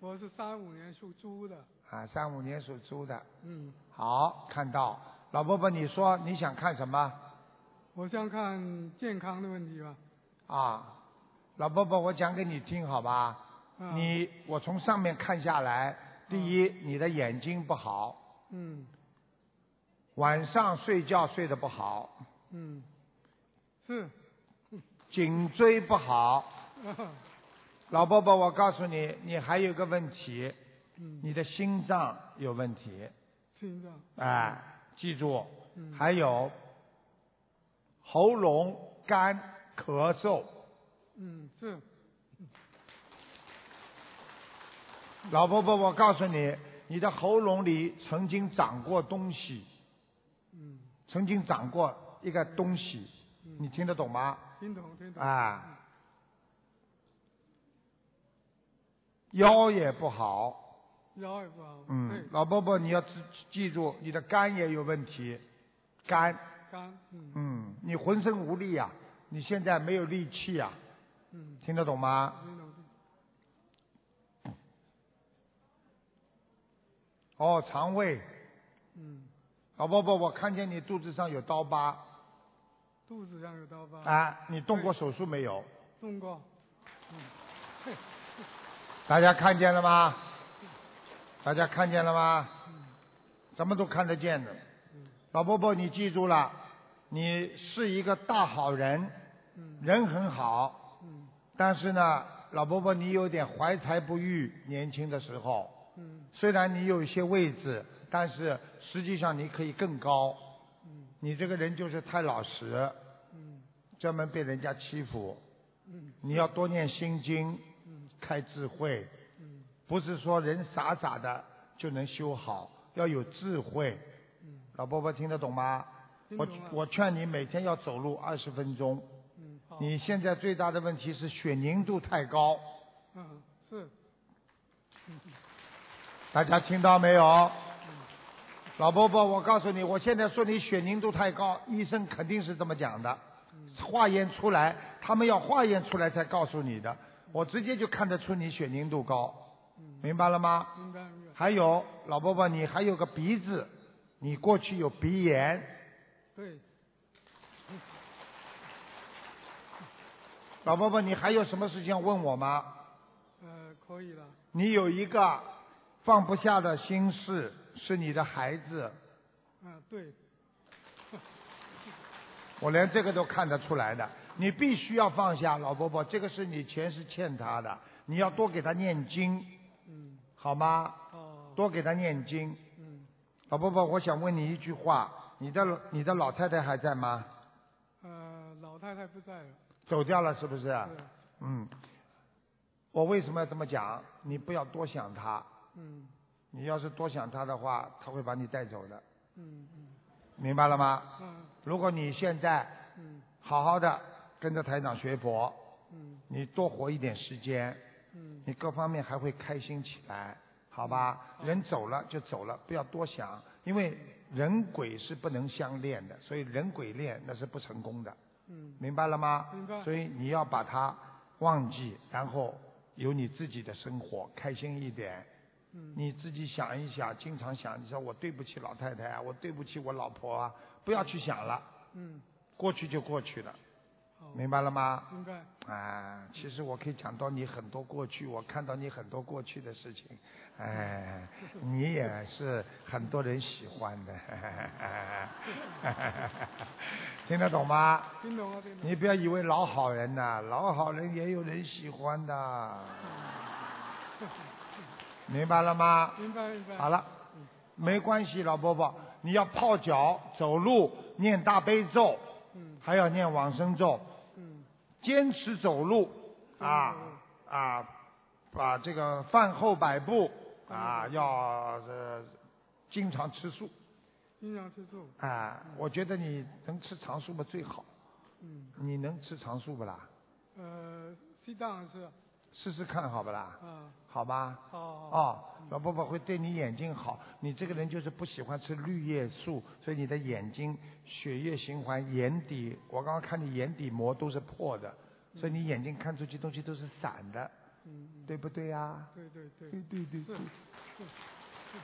Speaker 7: 我是三五年属猪的，
Speaker 3: 啊，三五年属猪的。
Speaker 7: 嗯，
Speaker 3: 好，看到。老伯伯，你说你想看什么？
Speaker 7: 我想看健康的问题吧。
Speaker 3: 啊，老伯伯，我讲给你听好吧？
Speaker 7: 嗯
Speaker 3: 你我从上面看下来，第一，
Speaker 7: 啊
Speaker 3: 你的眼睛不好，
Speaker 7: 嗯
Speaker 3: 晚上睡觉睡得不好，
Speaker 7: 嗯，是，
Speaker 3: 颈椎不好。老伯伯，我告诉你，你还有个问题，
Speaker 7: 嗯，
Speaker 3: 你的心脏有问题，
Speaker 7: 心脏，
Speaker 3: 哎、记住，
Speaker 7: 嗯
Speaker 3: 还有喉咙干咳嗽。
Speaker 7: 嗯是，
Speaker 3: 老伯伯，我告诉你，你的喉咙里曾经长过东西，
Speaker 7: 嗯，
Speaker 3: 曾经长过一个东西，
Speaker 7: 嗯
Speaker 3: 你听得懂吗？
Speaker 7: 听懂听懂。
Speaker 3: 啊，腰也不好，
Speaker 7: 腰也不好，
Speaker 3: 嗯
Speaker 7: 对，，
Speaker 3: 老伯伯你要记记住，你的肝也有问题，肝，
Speaker 7: 肝，嗯
Speaker 3: 嗯，你浑身无力呀、你现在没有力气呀、
Speaker 7: 嗯，
Speaker 3: 听得懂吗？
Speaker 7: 听懂听，
Speaker 3: 哦，肠胃，
Speaker 7: 嗯，
Speaker 3: 老伯伯，我看见你肚子上有刀疤，
Speaker 7: 肚子上有刀疤，
Speaker 3: 啊，你动过手术没有？
Speaker 7: 动过，
Speaker 3: 大家看见了吗？大家看见了吗？什么都看得见的。
Speaker 7: 嗯
Speaker 3: 老伯伯，你记住了，你是一个大好人，
Speaker 7: 嗯
Speaker 3: 人很好，
Speaker 7: 嗯
Speaker 3: 但是呢，老伯伯你有点怀才不遇，年轻的时候，
Speaker 7: 嗯
Speaker 3: 虽然你有一些位置，但是实际上你可以更高。
Speaker 7: 嗯
Speaker 3: 你这个人就是太老实，
Speaker 7: 嗯
Speaker 3: 专门被人家欺负。
Speaker 7: 嗯
Speaker 3: 你要多念心经，
Speaker 7: 嗯
Speaker 3: 开智慧，
Speaker 7: 嗯
Speaker 3: 不是说人傻傻的就能修好，要有智慧。
Speaker 7: 嗯，
Speaker 3: 老伯伯听得懂吗？
Speaker 7: 听
Speaker 3: 我
Speaker 7: 懂了，
Speaker 3: 我劝你每天要走路二十分钟。
Speaker 7: 嗯好，
Speaker 3: 你现在最大的问题是血凝度太高，
Speaker 7: 嗯是，
Speaker 3: 大家听到没有？老伯伯，我告诉你，我现在说你血凝度太高，医生肯定是这么讲的，化验出来，他们要化验出来才告诉你的，我直接就看得出你血凝度高，明白了吗？
Speaker 7: 明白明白，
Speaker 3: 还有老伯伯，你还有个鼻子，你过去有鼻炎，
Speaker 7: 对，
Speaker 3: 老伯伯，你还有什么事情要问我吗？
Speaker 7: 呃可以了，
Speaker 3: 你有一个放不下的心事，是你的孩子，
Speaker 7: 嗯对，
Speaker 3: 我连这个都看得出来的。你必须要放下，老伯伯，这个是你前世欠他的，你要多给他念经，
Speaker 7: 嗯
Speaker 3: 好吗？
Speaker 7: 哦，
Speaker 3: 多给他念经。
Speaker 7: 嗯
Speaker 3: 老伯伯，我想问你一句话，你的你的老太太还在吗？
Speaker 7: 呃老太太不在了，
Speaker 3: 走掉了是不是？
Speaker 7: 对，
Speaker 3: 嗯，我为什么要这么讲？你不要多想他，
Speaker 7: 嗯
Speaker 3: 你要是多想他的话，他会把你带走的，
Speaker 7: 嗯嗯
Speaker 3: 明白了吗？
Speaker 7: 嗯
Speaker 3: 如果你现在
Speaker 7: 嗯
Speaker 3: 好好的跟着台长学佛，
Speaker 7: 嗯
Speaker 3: 你多活一点时间，
Speaker 7: 嗯
Speaker 3: 你各方面还会开心起来，好吧？人走了就走了，不要多想，因为人鬼是不能相恋的，所以人鬼恋那是不成功的，
Speaker 7: 嗯
Speaker 3: 明白了吗？
Speaker 7: 明白
Speaker 3: 所以你要把它忘记，然后有你自己的生活，开心一点，
Speaker 7: 嗯
Speaker 3: 你自己想一想，经常想，你说我对不起老太太啊，我对不起我老婆啊，不要去想了，
Speaker 7: 嗯，
Speaker 3: 过去就过去了，
Speaker 7: 好，
Speaker 3: 明白了吗？
Speaker 7: 明白。
Speaker 3: 啊，其实我可以讲到你很多过去，我看到你很多过去的事情，
Speaker 7: [laughs]
Speaker 3: 哎，你也是很多人喜欢的， [laughs] 听得懂吗？
Speaker 7: 听懂了，听懂了。
Speaker 3: 你不要以为老好人呐、老好人也有人喜欢的，明白了吗？
Speaker 7: 明白明白。
Speaker 3: 好了，没关系，老伯伯，你要泡脚、走路、念大悲咒，
Speaker 7: 嗯
Speaker 3: 还要念往生咒，
Speaker 7: 嗯
Speaker 3: 坚持走路啊
Speaker 7: 嗯
Speaker 3: 啊，把这个饭后百步啊，要呃经常吃素
Speaker 7: 经常吃素。
Speaker 3: 啊。我觉得你能吃长素吧最好，
Speaker 7: 嗯，
Speaker 3: 你能吃长素不啦？
Speaker 7: 呃，西藏是
Speaker 3: 试试看好不啦？
Speaker 7: 啊，
Speaker 3: 好吧？
Speaker 7: 好好。
Speaker 3: 哦，老伯伯会对你眼睛好。你这个人就是不喜欢吃绿叶素，所以你的眼睛血液循环、眼底，我刚刚看你眼底膜都是破的，所以你眼睛看出去东西都是散的，
Speaker 7: 嗯嗯，
Speaker 3: 对不对呀、啊？
Speaker 7: 对对对
Speaker 3: 对。对对对
Speaker 7: 是。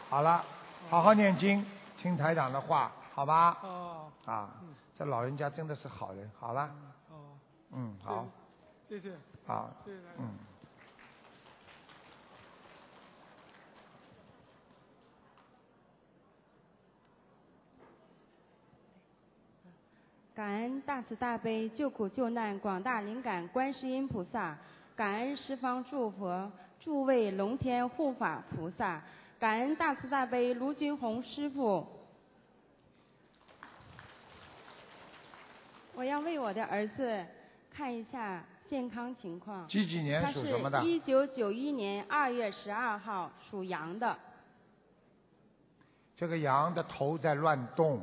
Speaker 3: 好了，好好念经，听台长的话，好吧？
Speaker 7: 哦
Speaker 3: 啊，这老人家真的是好人。好了，
Speaker 7: 哦，
Speaker 3: 嗯，好，
Speaker 7: 谢谢
Speaker 3: 好，
Speaker 7: 谢谢大家。
Speaker 3: 嗯。
Speaker 8: 感恩大慈大悲救苦救难广大灵感观世音菩萨，感恩十方诸佛诸位龙天护法菩萨，感恩大慈大悲卢军红师傅。我要为我的儿子看一下健康情况。
Speaker 3: 几几年
Speaker 8: 他
Speaker 3: 属
Speaker 8: 是
Speaker 3: 什么的？
Speaker 8: 一九九一年二月十二号属羊的，
Speaker 3: 这个羊的头在乱动，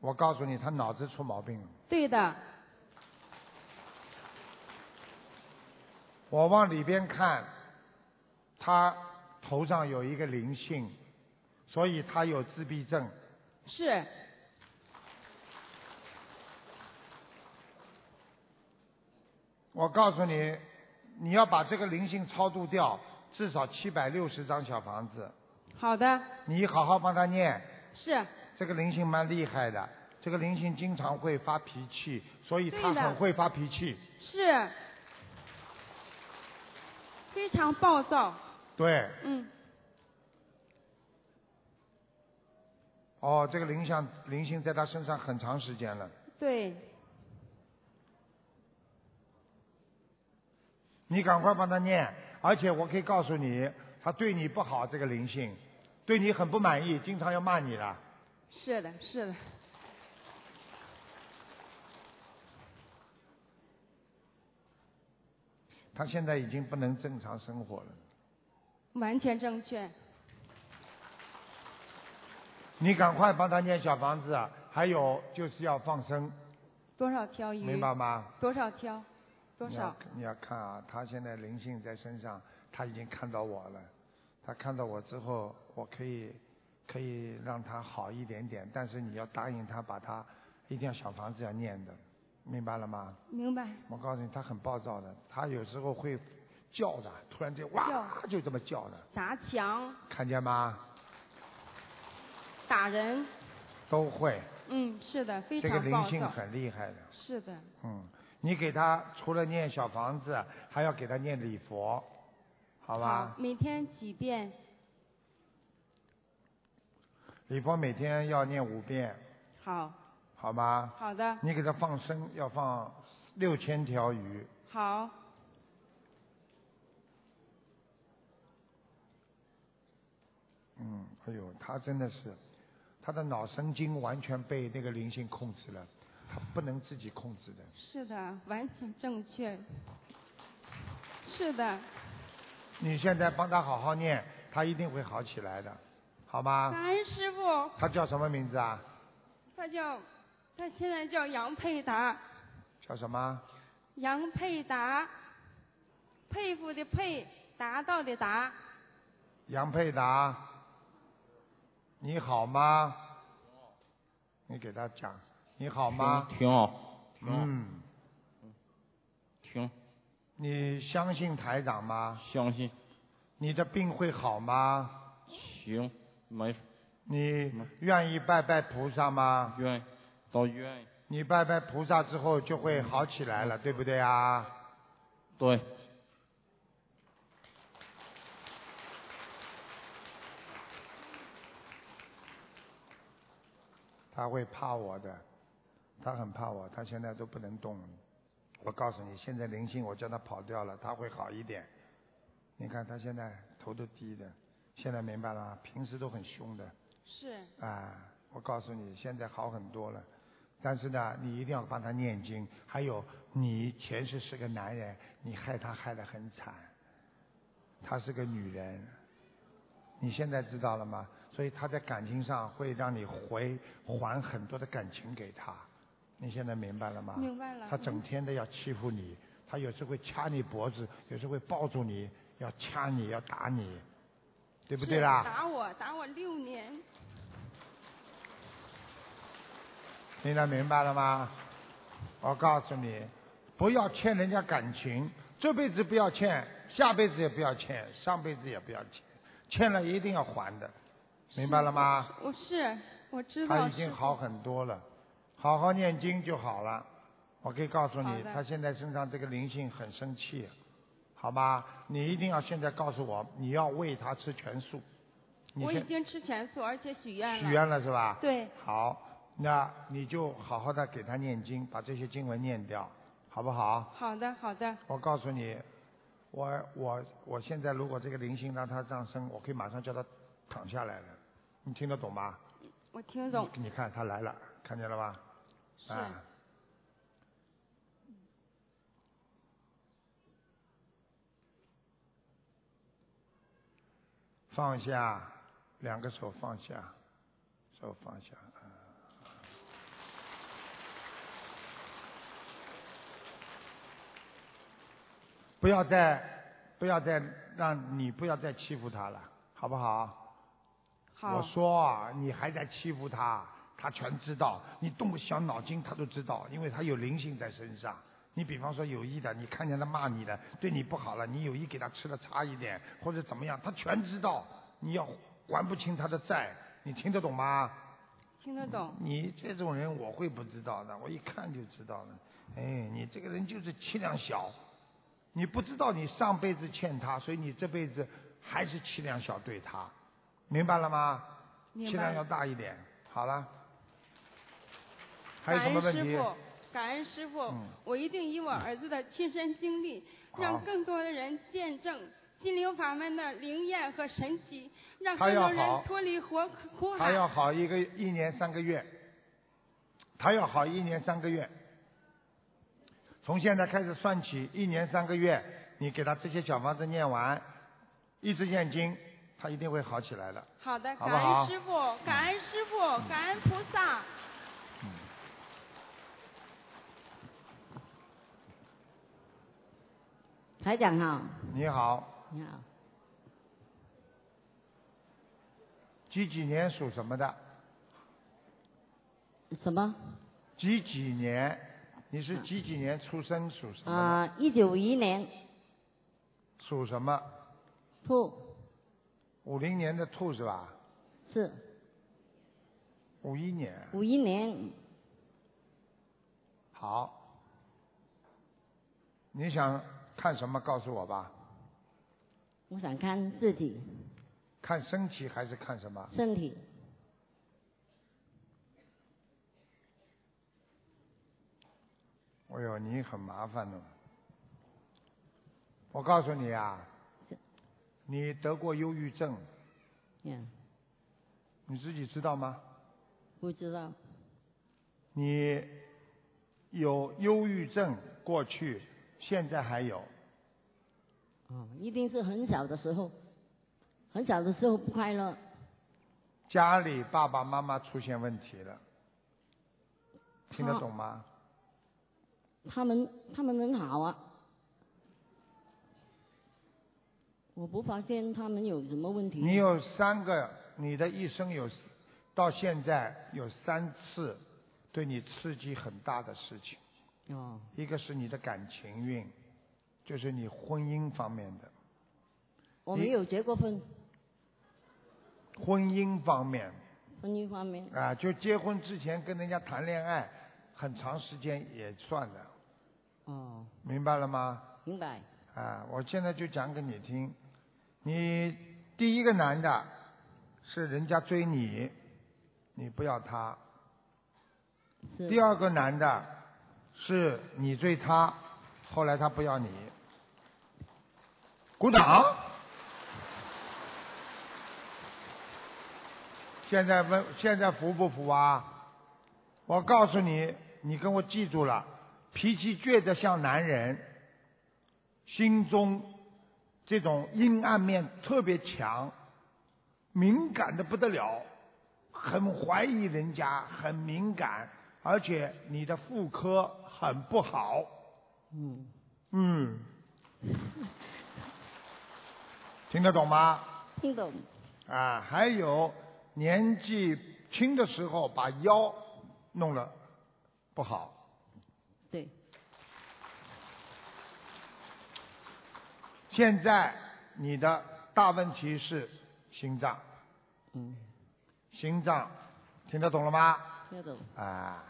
Speaker 3: 我告诉你，他脑子出毛病了。
Speaker 8: 对的，
Speaker 3: 我往里边看，他头上有一个灵性，所以他有自闭症。
Speaker 8: 是
Speaker 3: 我告诉你，你要把这个灵性超度掉，至少七百六十张小房子。
Speaker 8: 好的，
Speaker 3: 你好好帮他念，
Speaker 8: 是
Speaker 3: 这个灵性蛮厉害的，这个灵性经常会发脾气，所以他
Speaker 8: 对的
Speaker 3: 很会发脾气。
Speaker 8: 是，非常暴躁，
Speaker 3: 对，
Speaker 8: 嗯，
Speaker 3: 哦，这个灵性灵性在他身上很长时间了。
Speaker 8: 对，
Speaker 3: 你赶快帮他念，而且我可以告诉你，他对你不好，这个灵性，对你很不满意，经常要骂你了。
Speaker 8: 是的，是的，
Speaker 3: 他现在已经不能正常生活了。
Speaker 8: 完全正确，
Speaker 3: 你赶快帮他念小房子，啊还有就是要放生，
Speaker 8: 多少条鱼？
Speaker 3: 明白吗？
Speaker 8: 多少条？多
Speaker 3: 你要
Speaker 8: 少？
Speaker 3: 你要看啊，他现在灵性在身上，他已经看到我了。他看到我之后，我可以可以让他好一点点，但是你要答应他，把他一定要小房子要念的，明白了吗？
Speaker 8: 明白，
Speaker 3: 我告诉你，他很暴躁的，他有时候会叫的，突然间哇就这么叫的，
Speaker 8: 砸墙、
Speaker 3: 看见吗？
Speaker 8: 打人，
Speaker 3: 都会，
Speaker 8: 嗯，是的，非
Speaker 3: 这个
Speaker 8: 常
Speaker 3: 灵
Speaker 8: 暴
Speaker 3: 性
Speaker 8: 躁，
Speaker 3: 很厉害的。
Speaker 8: 是的，
Speaker 3: 嗯，你给他除了念小房子，还要给他念礼佛，好吧？
Speaker 8: 每天几遍？
Speaker 3: 礼佛每天要念五遍，
Speaker 8: 好，
Speaker 3: 好吗？
Speaker 8: 好的，
Speaker 3: 你给他放生要放六千条鱼，
Speaker 8: 好，
Speaker 3: 嗯，哎呦，他真的是，他的脑神经完全被那个灵性控制了，他不能自己控制的。
Speaker 8: 是的，完全正确，是的，
Speaker 3: 你现在帮他好好念，他一定会好起来的，好吗？
Speaker 8: 感恩师傅。
Speaker 3: 他叫什么名字啊？
Speaker 8: 他叫，他现在叫杨佩达，
Speaker 3: 叫什么？
Speaker 8: 杨佩达，佩服的佩，达到的达，
Speaker 3: 杨佩达，你好吗？你给他讲，你好吗？
Speaker 9: 停啊，停啊，
Speaker 3: 嗯，
Speaker 9: 停！
Speaker 3: 你相信台长吗？
Speaker 9: 相信
Speaker 3: 你的病会好吗？
Speaker 9: 停，没
Speaker 3: 你愿意拜拜菩萨吗？
Speaker 9: 愿，都愿意。
Speaker 3: 你拜拜菩萨之后就会好起来了，对不对啊？
Speaker 9: 对，
Speaker 3: 他会怕我的，他很怕我，他现在都不能动。我告诉你，现在灵性我叫他跑掉了，他会好一点。你看他现在头都低的，现在明白了吗，平时都很凶的
Speaker 10: 是，
Speaker 3: 啊。我告诉你，现在好很多了。但是呢，你一定要帮他念经。还有，你前世是个男人，你害他害得很惨。她是个女人，你现在知道了吗？所以他在感情上会让你回还很多的感情给他。你现在明白了吗？
Speaker 8: 明白了
Speaker 3: 他整天的要欺负你，他有时会掐你脖子，有时会抱住你，要掐你，要打你，对
Speaker 10: 对
Speaker 3: 不对啦？
Speaker 10: 打我，打我六年。
Speaker 3: 现在明白了吗？我告诉你，不要欠人家感情，这辈子不要欠，下辈子也不要欠，上辈子也不要欠，欠了一定要还的，明白了吗？
Speaker 8: 我是我知道。
Speaker 3: 他已经好很多了，好好念经就好了。我可以告诉
Speaker 8: 好
Speaker 3: 你，
Speaker 8: 的
Speaker 3: 他现在身上这个灵性很生气，好吧？你一定要现在告诉我，你要喂他吃全素。你
Speaker 8: 我已
Speaker 3: 现
Speaker 8: 经吃全素，而且许愿了。
Speaker 3: 许愿了是吧？
Speaker 8: 对。
Speaker 3: 好，那你就好好的给他念经，把这些经文念掉，好不好？
Speaker 8: 好的，好的，
Speaker 3: 我告诉你，我我我现在如果这个灵性让他上升，我可以马上叫他躺下来了，你听得懂吗？
Speaker 8: 我听懂。
Speaker 3: 你你看他来了，看见了吧？
Speaker 8: 是
Speaker 3: 啊。放下，两个手放下，手放下。啊不要再，不要再让你不要再欺负他了，好不好？
Speaker 8: 好
Speaker 3: 我说啊你还在欺负他，他全知道，你动个小脑筋他都知道，因为他有灵性在身上。你比方说有意的，你看见他骂你的，对你不好了，你有意给他吃的差一点，或者怎么样，他全知道，你要还不清他的债，你听得懂吗？
Speaker 8: 听得懂。
Speaker 3: 你这种人我会不知道的，我一看就知道了。哎，你这个人就是气量小，你不知道你上辈子欠他，所以你这辈子还是气量小对他，明白了吗？
Speaker 8: 明
Speaker 3: 气
Speaker 8: 白
Speaker 3: 量要大一点。好了，还有什么问
Speaker 8: 感恩
Speaker 3: 题
Speaker 8: 师？傅，感恩师傅，
Speaker 3: 嗯
Speaker 8: 我一定以我儿子的亲身经历，
Speaker 3: 好
Speaker 8: 让更多的人见证心灵法门的灵验和神奇，让
Speaker 3: 他
Speaker 8: 更
Speaker 3: 要
Speaker 8: 多人
Speaker 3: 好
Speaker 8: 脱离火苦海。
Speaker 3: 他要好一个一年三个月，他要好一年三个月。从现在开始算起，一年三个月，你给他这些小房子念完，一直念经，他一定会好起来的。
Speaker 8: 好的，
Speaker 3: 好
Speaker 8: 感
Speaker 3: 不好
Speaker 8: 恩师傅，感恩师傅，感恩菩萨。
Speaker 2: 台长好，
Speaker 3: 你好，
Speaker 2: 你好，
Speaker 3: 几几年属什么的？
Speaker 2: 什么？
Speaker 3: 几几年？你是几几年出生属什么的？
Speaker 2: 啊，一九五一年
Speaker 3: 属什么？
Speaker 2: 兔
Speaker 3: 五零年的兔是吧？
Speaker 2: 是
Speaker 3: 五一年。
Speaker 2: 五一年，
Speaker 3: 好，你想看什么？告诉我吧。
Speaker 2: 我想看自己
Speaker 3: 看身体还是看什么？
Speaker 2: 身体，
Speaker 3: 哎呦，你很麻烦的。我告诉你啊，你得过忧郁症，
Speaker 2: 嗯，
Speaker 3: 你自己知道吗？
Speaker 2: 不知道嗯
Speaker 3: 你有忧郁症，过去、现在还有。
Speaker 2: 哦，一定是很小的时候，很小的时候不快乐，
Speaker 3: 家里爸爸妈妈出现问题了，听得
Speaker 2: 他
Speaker 3: 懂吗？
Speaker 2: 他们他们很好啊，我不发现他们有什么问题。
Speaker 3: 你有三个，你的一生有到现在有三次对你刺激很大的事情，
Speaker 2: 哦，
Speaker 3: 一个是你的感情运，就是你婚姻方面的。
Speaker 2: 我没有结过婚，
Speaker 3: 婚姻方面
Speaker 2: 婚姻方面，
Speaker 3: 啊，就结婚之前跟人家谈恋爱，很长时间也算的，
Speaker 2: 哦，
Speaker 3: 明白了吗？
Speaker 2: 明白。
Speaker 3: 啊，我现在就讲给你听，你第一个男的是人家追你，你不要他；
Speaker 2: 是
Speaker 3: 第二个男的是你追他，后来他不要你。鼓掌！现在问，现在服不服啊？我告诉你，你跟我记住了，脾气倔得像男人，心中这种阴暗面特别强，敏感的不得了，很怀疑人家，很敏感，而且你的妇科很不好。
Speaker 2: 嗯
Speaker 3: 嗯，听得懂吗？
Speaker 2: 听懂。
Speaker 3: 啊，还有年纪轻的时候把腰弄了不好。
Speaker 2: 对。
Speaker 3: 现在你的大问题是心脏，
Speaker 2: 嗯，
Speaker 3: 心脏听得懂了吗？
Speaker 2: 听得懂。
Speaker 3: 啊，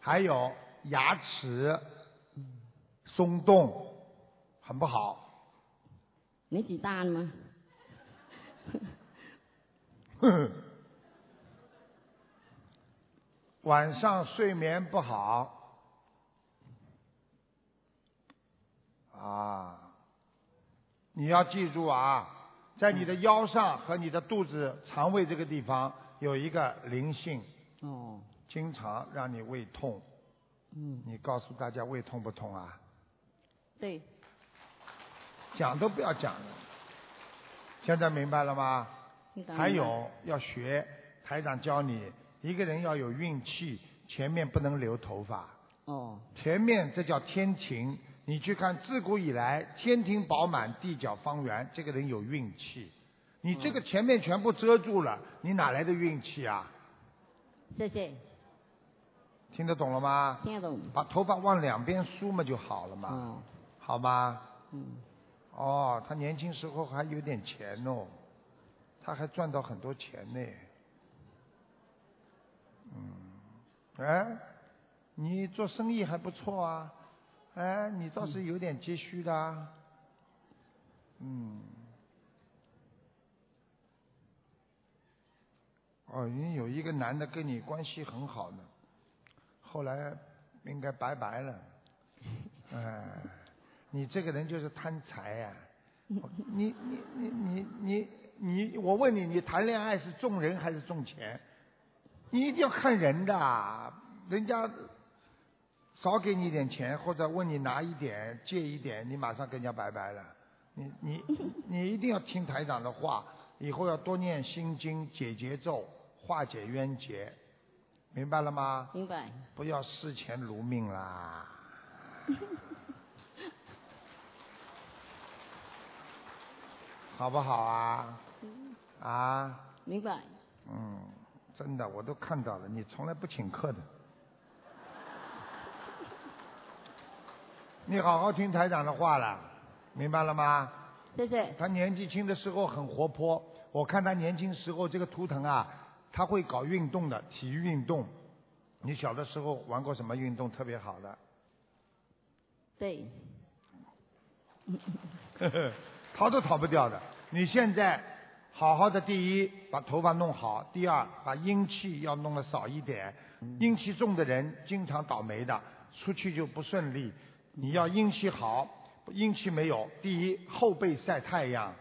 Speaker 3: 还有牙齿
Speaker 2: 嗯
Speaker 3: 松动，很不好。
Speaker 2: 没几大了吗？
Speaker 3: 哼 [laughs] 晚上睡眠不好，啊，你要记住啊，在你的腰上和你的肚子、肠胃这个地方有一个灵性，
Speaker 2: 哦，
Speaker 3: 经常让你胃痛。
Speaker 2: 嗯，
Speaker 3: 你告诉大家胃痛不痛啊？
Speaker 2: 对，
Speaker 3: 讲都不要讲了，现在明白了吗？
Speaker 2: 听懂了
Speaker 3: 还有要学台长教你，一个人要有运气，前面不能留头发，
Speaker 2: 哦，
Speaker 3: 前面这叫天庭。你去看，自古以来天庭饱满，地角方圆，这个人有运气。你这个前面全部遮住了，你哪来的运气啊？
Speaker 2: 谢谢，
Speaker 3: 听得懂了吗？
Speaker 2: 听得懂。哦
Speaker 3: 把头发往两边梳嘛就好了嘛，好吗？
Speaker 2: 嗯。
Speaker 3: 哦，他年轻时候还有点钱哦，他还赚到很多钱呢。嗯，哎，你做生意还不错啊，哎，你倒是有点积蓄的啊。嗯。哦，你有一个男的跟你关系很好呢，后来应该拜拜了。哎，你这个人就是贪财呀、我你你你你你你，我问你，你谈恋爱是重人还是重钱？你一定要看人的啊，人家少给你一点钱，或者问你拿一点借一点，你马上跟人家拜拜了。你你你一定要听台长的话，以后要多念心经、解结咒，化解冤结，明白了吗？
Speaker 2: 明白。
Speaker 3: 不要视钱如命
Speaker 2: [laughs]
Speaker 3: 啦。好不好啊？啊，
Speaker 2: 明白。
Speaker 3: 嗯，真的，我都看到了，你从来不请客
Speaker 2: [laughs]
Speaker 3: 的。你好好听台长的话了，明白了吗？
Speaker 2: 谢谢。
Speaker 3: 他年纪轻的时候很活泼，我看他年轻时候这个图腾啊，他会搞运动的，体育运动。你小的时候玩过什么运动特别好的？
Speaker 2: 对，
Speaker 3: 呵呵， [laughs] 逃都逃不掉的。你现在好好的，第一把头发弄好，第二把阴气要弄得少一点。阴气重的人经常倒霉的，出去就不顺利。你要阴气好，阴气没有，第一后背晒太阳，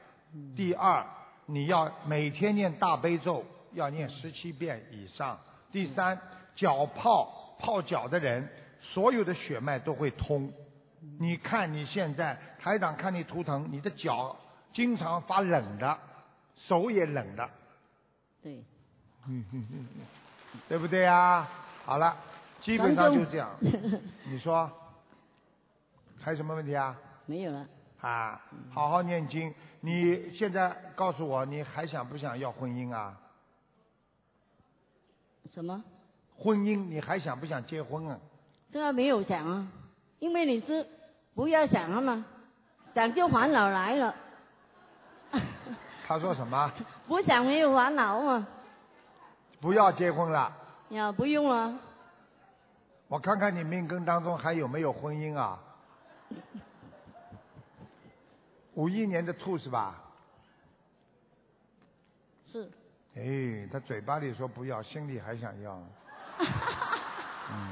Speaker 3: 第二你要每天念大悲咒，要念十七遍以上。第三，脚泡泡脚的人，所有的血脉都会通。你看你现在，台长看你图腾，你的脚经常发冷的，手也冷的，
Speaker 2: 对，
Speaker 3: 对不对啊？好了，基本上就这样。你说还有什么问题啊？
Speaker 2: 没有了。
Speaker 3: 啊，好好念经。你现在告诉我，你还想不想要婚姻啊？
Speaker 2: 什么？
Speaker 3: 婚姻你还想不想结婚啊？
Speaker 2: 这个没有想啊，因为你是不要想啊嘛，想就烦恼来了。
Speaker 3: 他说什么？
Speaker 2: 不想没有烦恼啊嘛，
Speaker 3: 不要结婚了，
Speaker 2: 呀，不用了，
Speaker 3: 我看看你命根当中还有没有婚姻啊？五一年的兔是吧？
Speaker 2: 是
Speaker 3: 哎，他嘴巴里说不要，心里还想要。嗯，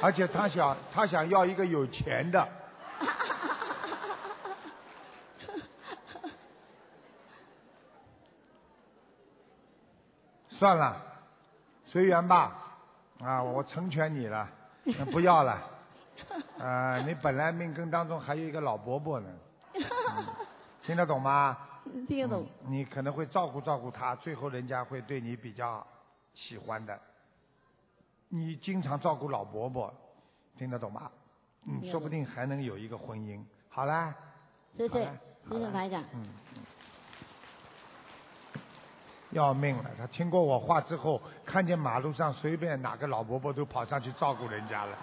Speaker 3: 而且他想他想要一个有钱的。算了，随缘吧。啊，我成全你了，那不要了。啊，你本来命根当中还有一个老伯伯呢，听得懂吗？嗯
Speaker 2: 听得懂。
Speaker 3: 你可能会照顾照顾他，最后人家会对你比较喜欢的。你经常照顾老伯伯，听得懂吗？嗯，
Speaker 2: 听得懂
Speaker 3: 说不定还能有一个婚姻。好啦，
Speaker 2: 谢
Speaker 3: 好
Speaker 2: 谢
Speaker 3: 了，
Speaker 2: 谢谢台长。
Speaker 3: 嗯。要命了！他听过我话之后，看见马路上随便哪个老伯伯都跑上去照顾人家了。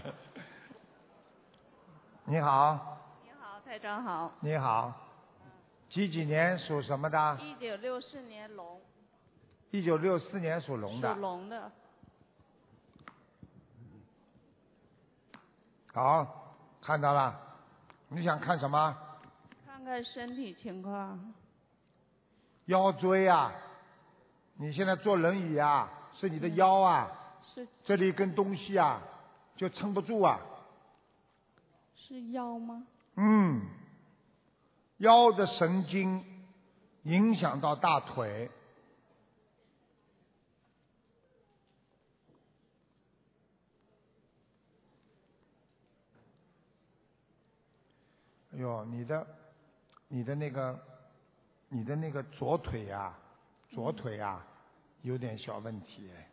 Speaker 3: [laughs] 你好，
Speaker 10: 你好，台长好。
Speaker 3: 你好，几几年属什么的？
Speaker 10: 一九六四年龙，
Speaker 3: 一九六四年属龙的
Speaker 10: 属。龙的。
Speaker 3: 好，看到了。你想看什么？
Speaker 10: 看看身体情况，
Speaker 3: 腰椎啊，你现在坐轮椅啊，是你的腰啊，
Speaker 10: 是
Speaker 3: 这里一根东西啊，就撑不住啊。
Speaker 10: 是腰吗？
Speaker 3: 嗯，腰的神经影响到大腿。哎呦，你的，你的那个，你的那个左腿啊，左腿啊，有点小问题哎，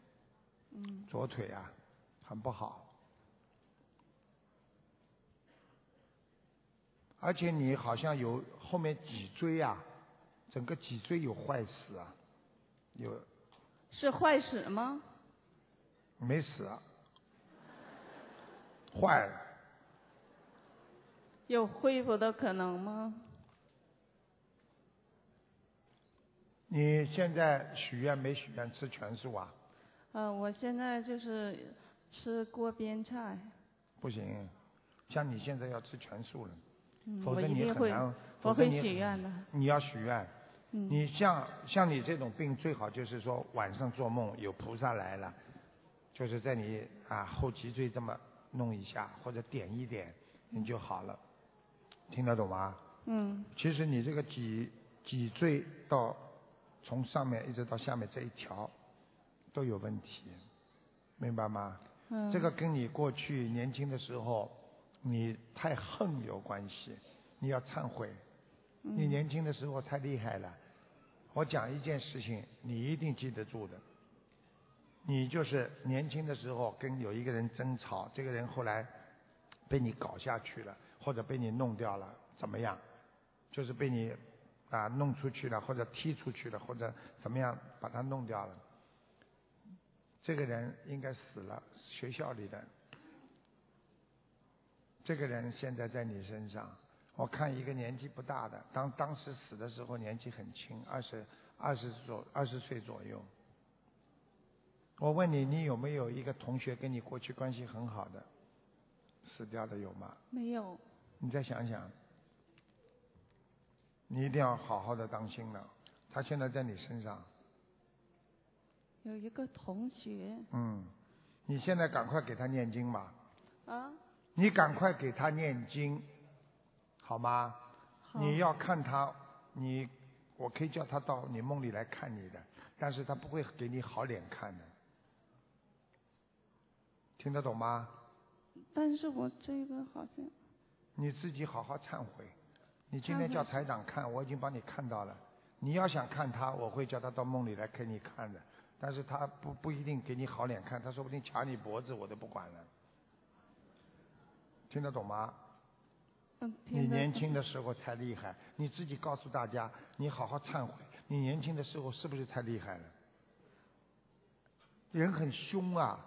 Speaker 10: 嗯，
Speaker 3: 左腿啊，很不好。而且你好像有后面脊椎啊，整个脊椎有坏死啊，有
Speaker 10: 是坏死吗？
Speaker 3: 没死啊，坏了，
Speaker 10: 有恢复的可能吗？
Speaker 3: 你现在许愿没许愿吃全素啊？
Speaker 10: 呃，我现在就是吃锅边菜，
Speaker 3: 不行，像你现在要吃全素了，
Speaker 10: 嗯，
Speaker 3: 否则
Speaker 10: 我一
Speaker 3: 你
Speaker 10: 定
Speaker 3: 很
Speaker 10: 会
Speaker 3: 难，，
Speaker 10: 我
Speaker 3: 否则
Speaker 10: 会
Speaker 3: 你
Speaker 10: 许愿的。
Speaker 3: 你要许愿，
Speaker 10: 嗯
Speaker 3: 你像像你这种病，最好就是说晚上做梦有菩萨来了，就是在你啊后脊椎这么弄一下或者点一点，你就好了，听得懂吗？
Speaker 10: 嗯
Speaker 3: 其实你这个脊脊椎到从上面一直到下面这一条都有问题，明白吗？
Speaker 10: 嗯，
Speaker 3: 这个跟你过去年轻的时候你太横有关系，你要忏悔。你
Speaker 10: 嗯
Speaker 3: 年轻的时候太厉害了，我讲一件事情，你一定记得住的。你就是年轻的时候跟有一个人争吵，这个人后来被你搞下去了，或者被你弄掉了，怎么样？就是被你啊弄出去了，或者踢出去了，或者怎么样把他弄掉了。这个人应该死了，学校里的。这个人现在在你身上，我看一个年纪不大的，当当时死的时候年纪很轻，二十二十左二十岁左右。我问你，你有没有一个同学跟你过去关系很好的，死掉的有吗？
Speaker 10: 没有，
Speaker 3: 你再想想，你一定要好好的当心了。他现在在你身上，
Speaker 10: 有一个同学
Speaker 3: 嗯，你现在赶快给他念经吧，
Speaker 10: 啊，
Speaker 3: 你赶快给他念经，好吗？
Speaker 10: 好
Speaker 3: 你要看他，你我可以叫他到你梦里来看你的，但是他不会给你好脸看的，听得懂吗？
Speaker 10: 但是我这个好像
Speaker 3: 你自己好好忏悔。你今
Speaker 10: 忏
Speaker 3: 天
Speaker 10: 悔
Speaker 3: 叫
Speaker 10: 是
Speaker 3: 台长看，我已经帮你看到了。你要想看他，我会叫他到梦里来给你看的。但是他不不一定给你好脸看，他说不定卡你脖子，我都不管了。听得懂吗？
Speaker 10: 嗯，
Speaker 3: 你
Speaker 10: 听得
Speaker 3: 年
Speaker 10: 懂
Speaker 3: 轻的时候太厉害，你自己告诉大家，你好好忏悔，你年轻的时候是不是太厉害了？人很凶啊，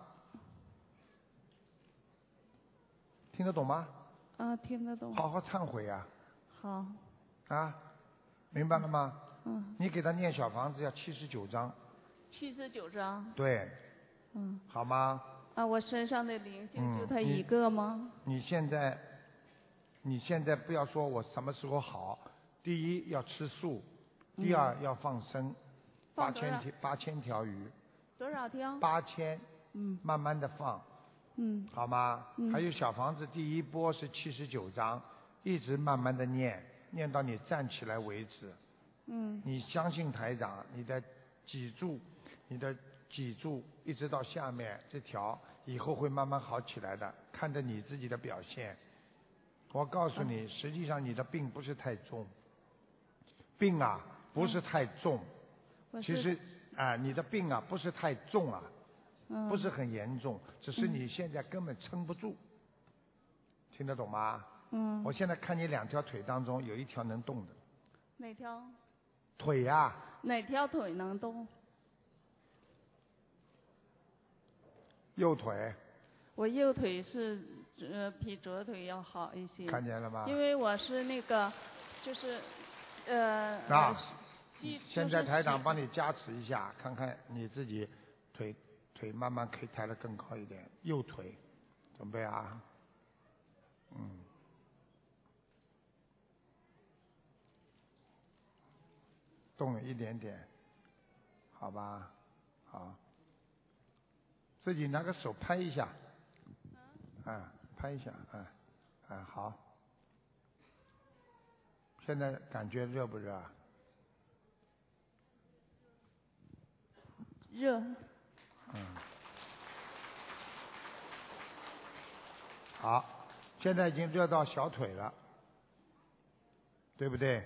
Speaker 3: 听得懂吗？
Speaker 10: 啊，听得懂。
Speaker 3: 好好忏悔啊！
Speaker 10: 好，
Speaker 3: 啊，明白了吗？
Speaker 10: 嗯，
Speaker 3: 你给他念小房子要七十九章，
Speaker 10: 七十九张，
Speaker 3: 对，
Speaker 10: 嗯，
Speaker 3: 好吗？
Speaker 10: 啊，我身上的灵性
Speaker 3: 嗯
Speaker 10: 就他
Speaker 3: 你
Speaker 10: 一个吗？
Speaker 3: 你现在，你现在不要说我什么时候好，第一要吃素，第二要放生，八
Speaker 10: 嗯放多
Speaker 3: 千
Speaker 10: 少
Speaker 3: 条八千条鱼，
Speaker 10: 多少条？
Speaker 3: 八千，
Speaker 10: 嗯，
Speaker 3: 慢慢的放，
Speaker 10: 嗯，
Speaker 3: 好吗？
Speaker 10: 嗯
Speaker 3: 还有小房子第一波是七十九章，一直慢慢的念，念到你站起来为止。
Speaker 10: 嗯
Speaker 3: 你相信台长，你的脊柱，你的脊柱一直到下面这条，以后会慢慢好起来的，看着你自己的表现。我告诉
Speaker 10: 嗯
Speaker 3: 你，实际上你的病不是太重，病啊不是太重，
Speaker 10: 我
Speaker 3: 其
Speaker 10: 嗯是
Speaker 3: 实啊、你的病啊不是太重啊，
Speaker 10: 嗯
Speaker 3: 不是很严重，只是
Speaker 10: 嗯
Speaker 3: 你现在根本撑不住，听得懂吗？
Speaker 10: 嗯，
Speaker 3: 我现在看你两条腿当中有一条能动的，
Speaker 10: 哪条
Speaker 3: 腿啊呀、
Speaker 10: 哪条腿能动？
Speaker 3: 右腿，
Speaker 10: 我右腿是呃比左腿要好一些，
Speaker 3: 看见了吗？
Speaker 10: 因为我是那个就是呃
Speaker 3: 啊
Speaker 10: 记
Speaker 3: 现
Speaker 10: 就
Speaker 3: 在
Speaker 10: 是
Speaker 3: 台长
Speaker 10: 写
Speaker 3: 帮你加持一下，看看你自己腿腿慢慢可以抬得更高一点，右腿，准备啊，嗯，动了一点点，好吧，好，自己拿个手拍一下，啊，拍一下，啊，啊好，现在感觉热不热啊？
Speaker 10: 热
Speaker 3: 嗯，好，现在已经热到小腿了，对不对？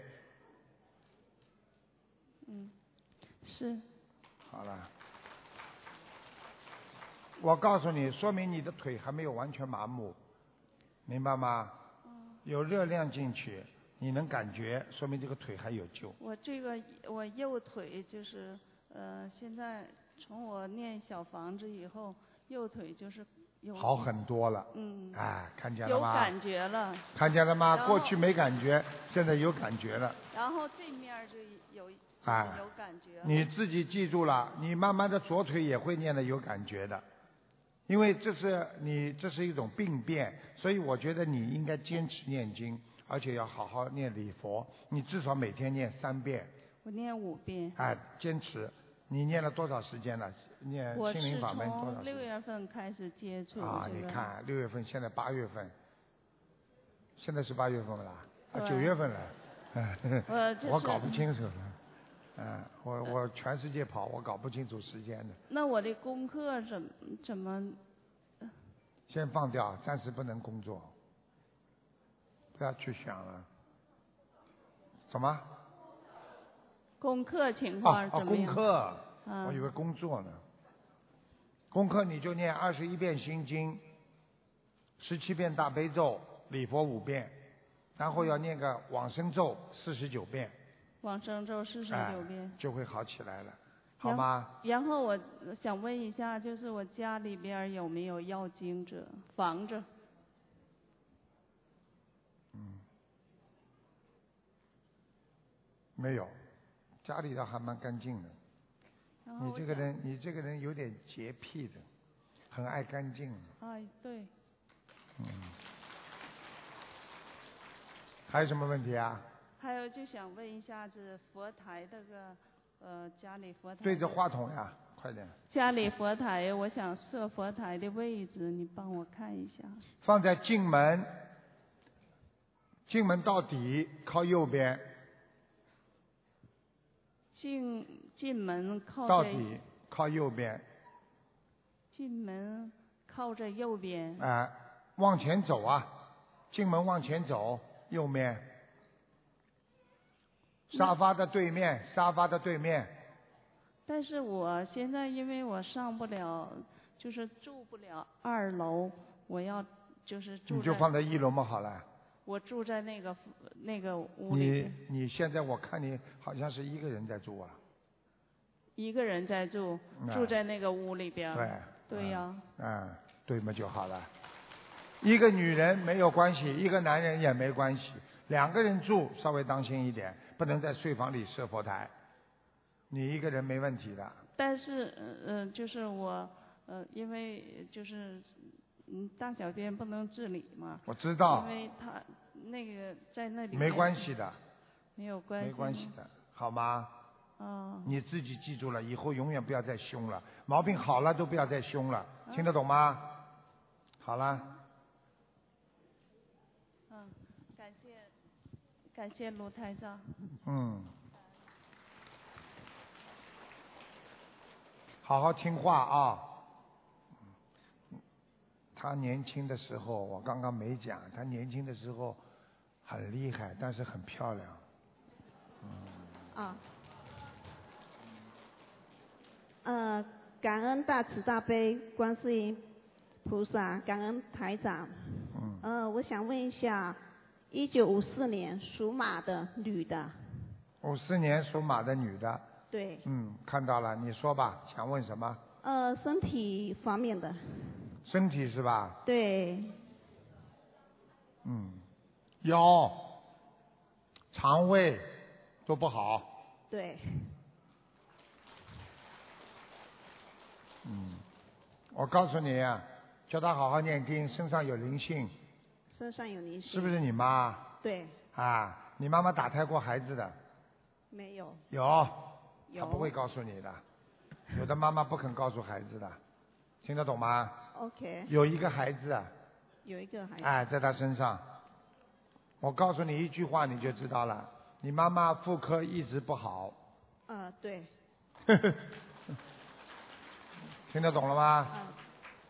Speaker 10: 嗯是
Speaker 3: 好了，我告诉你，说明你的腿还没有完全麻木，明白吗？
Speaker 10: 嗯
Speaker 3: 有热量进去，你能感觉，说明这个腿还有救。
Speaker 10: 我这个我右腿就是呃现在从我念小房子以后，右腿就是有
Speaker 3: 好很多了。
Speaker 10: 嗯
Speaker 3: 哎，看见了
Speaker 10: 有
Speaker 3: 吗？
Speaker 10: 感觉了，
Speaker 3: 看见了吗？
Speaker 10: 然后
Speaker 3: 过去没感觉，现在有感觉了。
Speaker 10: 然后这面儿就有就是
Speaker 3: 哎
Speaker 10: 有感觉啊了，
Speaker 3: 你自己记住了，你慢慢的左腿也会念的有感觉的，因为这是你这是一种病变，所以我觉得你应该坚持念经，而且要好好念礼佛，你至少每天念三遍，
Speaker 10: 我念五遍，
Speaker 3: 哎，坚持。你念了多少时间了？念
Speaker 10: 我
Speaker 3: 心灵
Speaker 10: 是
Speaker 3: 法门多少
Speaker 10: 从
Speaker 3: 时
Speaker 10: 六
Speaker 3: 间？
Speaker 10: 月份开始接触
Speaker 3: 啊，
Speaker 10: 这
Speaker 3: 你
Speaker 10: 个，
Speaker 3: 看六月份，现在八月份，现在是八月份了，啊
Speaker 10: 对
Speaker 3: 九月份了，
Speaker 10: [laughs] 我呃就是
Speaker 3: 我搞不清楚了，嗯，我我全世界跑，我搞不清楚时间的。
Speaker 10: 那我的功课怎么怎么
Speaker 3: 先放掉，暂时不能工作，不要去想了。什么？
Speaker 10: 功课情
Speaker 3: 啊
Speaker 10: 况
Speaker 3: 啊，
Speaker 10: 怎么
Speaker 3: 功
Speaker 10: 样？
Speaker 3: 课，
Speaker 10: 啊
Speaker 3: 我以为工作呢。功课你就念二十一遍心经，十七遍大悲咒，礼佛五遍，然后要
Speaker 10: 嗯
Speaker 3: 念个往生咒四十九遍，
Speaker 10: 往生咒四十
Speaker 3: 哎
Speaker 10: 九遍。
Speaker 3: 就会好起来了，好吗？
Speaker 10: 然后我想问一下，就是我家里边儿有没有要经者房子？
Speaker 3: 嗯没有，家里倒还蛮干净的。
Speaker 10: 然后
Speaker 3: 你
Speaker 10: 哦我
Speaker 3: 这个
Speaker 10: 想
Speaker 3: 人，你这个人有点洁癖的，很爱干净。嗯
Speaker 10: 哎，对，
Speaker 3: 还有什么问题啊？
Speaker 10: 还有就想问一下，这佛台这个呃家里佛台
Speaker 3: 对着话筒呀，快点，
Speaker 10: 家里佛台，我想设佛台的位置，你帮我看一下。
Speaker 3: 放在进门，进门到底靠右边，
Speaker 10: 进进门靠
Speaker 3: 到
Speaker 10: 着
Speaker 3: 底靠右边，
Speaker 10: 进门靠着右边，
Speaker 3: 哎、往前走啊，进门往前走，右面，沙发的对面，沙发的对面，
Speaker 10: 但是我现在因为我上不了，就是住不了二楼，我要就是住
Speaker 3: 你
Speaker 10: 在
Speaker 3: 就放在一楼嘛好了。
Speaker 10: 我住在那个那个屋里
Speaker 3: 你，你现在我看你好像是一个人在住啊，
Speaker 10: 一个人在住，
Speaker 3: 嗯
Speaker 10: 住在那个屋里边
Speaker 3: 对
Speaker 10: 儿。对呀、
Speaker 3: 嗯，对嘛就好了。一个女人没有关系，一个男人也没关系，两个人住稍微当心一点，不能在睡房里设佛台。你一个人没问题的，
Speaker 10: 但是呃，就是我呃，因为就是嗯，大小便不能自理嘛。
Speaker 3: 我知道
Speaker 10: 因为他那个在那里。
Speaker 3: 没关系。的，
Speaker 10: 没有关系。
Speaker 3: 没关系。的，好吗？
Speaker 10: 啊、
Speaker 3: 你自己记住了，以后永远不要再凶了，毛病好了都不要再凶了，听得懂吗？好了，
Speaker 10: 嗯，感谢感谢卢台长。
Speaker 3: 嗯。好好听话啊。他年轻的时候，我刚刚没讲，他年轻的时候很厉害，但是很漂亮。
Speaker 11: 啊，呃，感恩大慈大悲观世音菩萨，感恩台长。
Speaker 3: 嗯。
Speaker 11: 呃，我想问一下，一九五四年属马的女的，
Speaker 3: 五四年属马的女的，
Speaker 11: 对，
Speaker 3: 嗯，看到了，你说吧，想问什么？
Speaker 11: 呃，身体方面的，
Speaker 3: 身体是吧？
Speaker 11: 对，
Speaker 3: 嗯，腰、肠胃都不好，
Speaker 11: 对，
Speaker 3: 嗯，我告诉你啊，叫他好好念经，身上有灵性，
Speaker 11: 身上有灵性。
Speaker 3: 是不是？你妈
Speaker 11: 对，
Speaker 3: 啊？你妈妈打胎过孩子的？
Speaker 11: 没有，
Speaker 3: 有，
Speaker 11: 有。
Speaker 3: 她不会告诉你的，有的妈妈不肯告诉孩子的，听得懂吗？
Speaker 11: OK，
Speaker 3: 有一个孩子啊，
Speaker 11: 有一个孩子。
Speaker 3: 哎，在他身上。我告诉你一句话，你就知道了。你妈妈妇科一直不好，
Speaker 11: 呃，对，
Speaker 3: 听得懂了吗？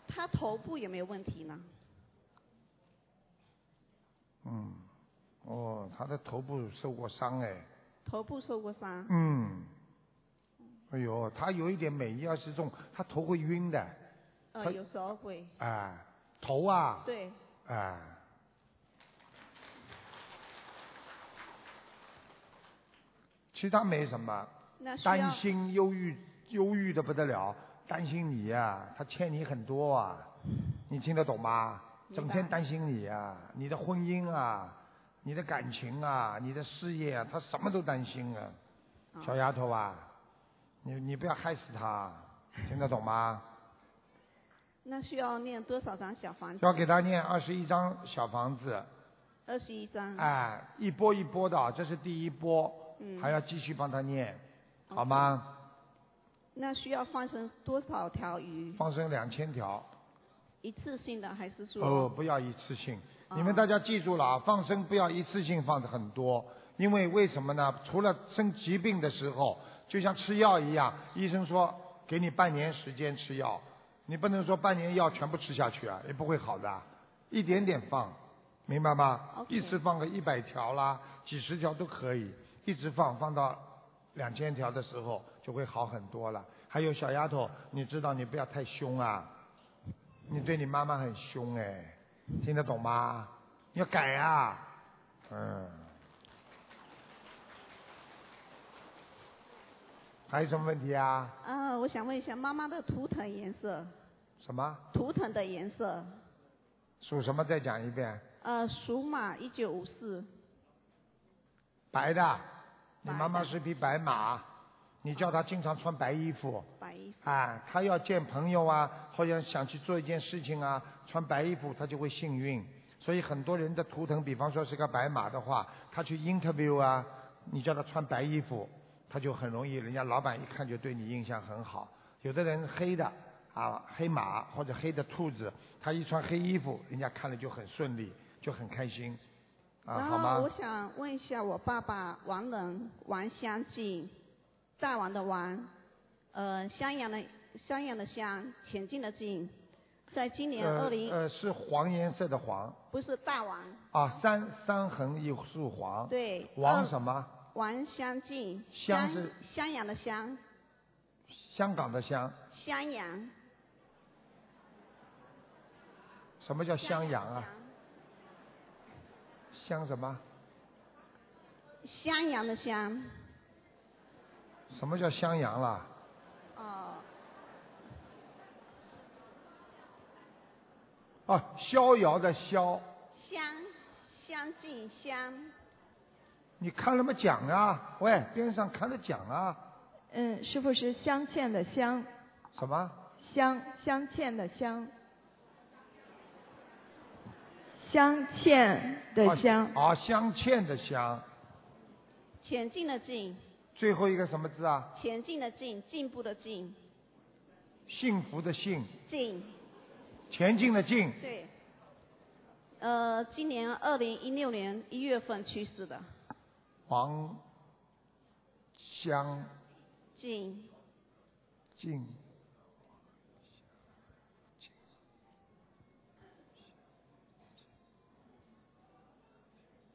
Speaker 11: 他头部有没有问题呢？
Speaker 3: 嗯，哦，他的头部受过伤哎。
Speaker 11: 头部受过伤。
Speaker 3: 嗯。哎呦，他有一点美意要是重，他头会晕的。
Speaker 11: 呃，
Speaker 3: 他
Speaker 11: 有时候会。
Speaker 3: 哎，头啊。
Speaker 11: 对，
Speaker 3: 哎。其他没什么，
Speaker 11: 那需
Speaker 3: 担
Speaker 11: 要
Speaker 3: 心忧郁，忧郁的不得了，担心你呀、他欠你很多啊，你听得懂吗？
Speaker 11: 明白
Speaker 3: 整天担心你啊，你的婚姻啊，你的感情啊，你的事业啊，他什么都担心啊，
Speaker 11: 哦
Speaker 12: 哦
Speaker 3: 小丫头啊，你你不要害死他，听得懂吗？
Speaker 11: 那需要念多少张小房子？
Speaker 3: 要给他念二十一张小房子，
Speaker 11: 二十一张。
Speaker 3: 哎，一波一波的啊，这是第一波，
Speaker 11: 嗯。哦
Speaker 3: 还要继续帮他念，好吗？
Speaker 11: 那需要放生多少条鱼？
Speaker 3: 放生两千条，
Speaker 11: 一次性的还是说？
Speaker 3: 哦，不要一次性。你们大家记住了啊，放生不要一次性放的很多，因为为什么呢？除了生疾病的时候，就像吃药一样，医生说给你半年时间吃药，你不能说半年药全部吃下去啊，也不会好的啊，一点点放，明白吗
Speaker 11: OK
Speaker 3: 一次放个一百条啦，几十条都可以，一直放放到两千条的时候就会好很多了。还有小丫头，你知道你不要太凶啊，你对你妈妈很凶哎，听得懂吗？你要改啊，嗯。还有什么问题啊？
Speaker 11: 啊，我想问一下妈妈的图腾颜色，
Speaker 3: 什么？
Speaker 11: 图腾的颜色，
Speaker 3: 属什么？再讲一遍。
Speaker 11: 呃，属马，一九五四，
Speaker 3: 白的，你妈妈是匹白马，你叫她经常穿白衣服，
Speaker 11: 白衣服。
Speaker 3: 啊，她要见朋友啊，或者想去做一件事情啊，穿白衣服她就会幸运。所以很多人的图腾，比方说是个白马的话，他去 interview 啊，你叫他穿白衣服，他就很容易，人家老板一看就对你印象很好。有的人黑的啊，黑马或者黑的兔子，他一穿黑衣服，人家看了就很顺利，就很开心，啊，
Speaker 11: 然
Speaker 3: 好吗？
Speaker 11: 后我想问一下我爸爸王仁王相进，大王的王，呃，襄阳的襄阳的襄，前进的进，在今年
Speaker 3: 呃
Speaker 11: 二零、
Speaker 3: 呃是黄颜色的黄
Speaker 11: 不是大王，
Speaker 3: 啊，三三横一竖黄。
Speaker 11: 对
Speaker 3: 黄
Speaker 11: 二
Speaker 3: 什么？
Speaker 11: 王相进，
Speaker 3: 襄
Speaker 11: 襄
Speaker 3: 是
Speaker 11: 襄阳的襄，
Speaker 3: 香港的香。
Speaker 11: 襄阳
Speaker 3: 什么叫襄阳啊？襄什么？
Speaker 11: 襄阳的襄，
Speaker 3: 什么叫襄阳啦？
Speaker 11: 哦、
Speaker 3: 啊哦、逍遥的逍，
Speaker 11: 相相近相
Speaker 3: 你看了没讲啊？喂，边上看了讲啊？
Speaker 13: 嗯，师傅是镶嵌的镶，
Speaker 3: 什么？
Speaker 13: 镶镶嵌的镶，镶嵌的镶，
Speaker 3: 啊，镶嵌的镶，
Speaker 11: 前进的进，
Speaker 3: 最后一个什么字啊？
Speaker 11: 前进的进，进步的进，
Speaker 3: 幸福的幸，
Speaker 11: 进。
Speaker 3: 前进的进。
Speaker 11: 对。呃，今年二零一六年一月份去世的，
Speaker 3: 黄香
Speaker 11: 进
Speaker 3: 进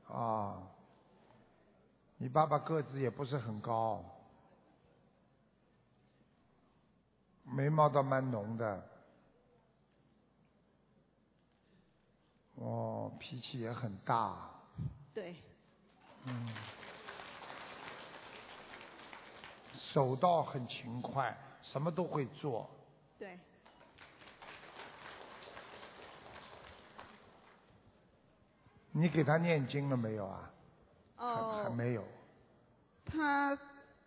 Speaker 3: 啊，你爸爸个子也不是很高，眉毛倒蛮浓的，哦，脾气也很大，
Speaker 11: 对，
Speaker 3: 嗯，手到很勤快，什么都会做。
Speaker 11: 对，
Speaker 3: 你给他念经了没有啊？还
Speaker 11: 哦，
Speaker 3: 没有。
Speaker 11: 他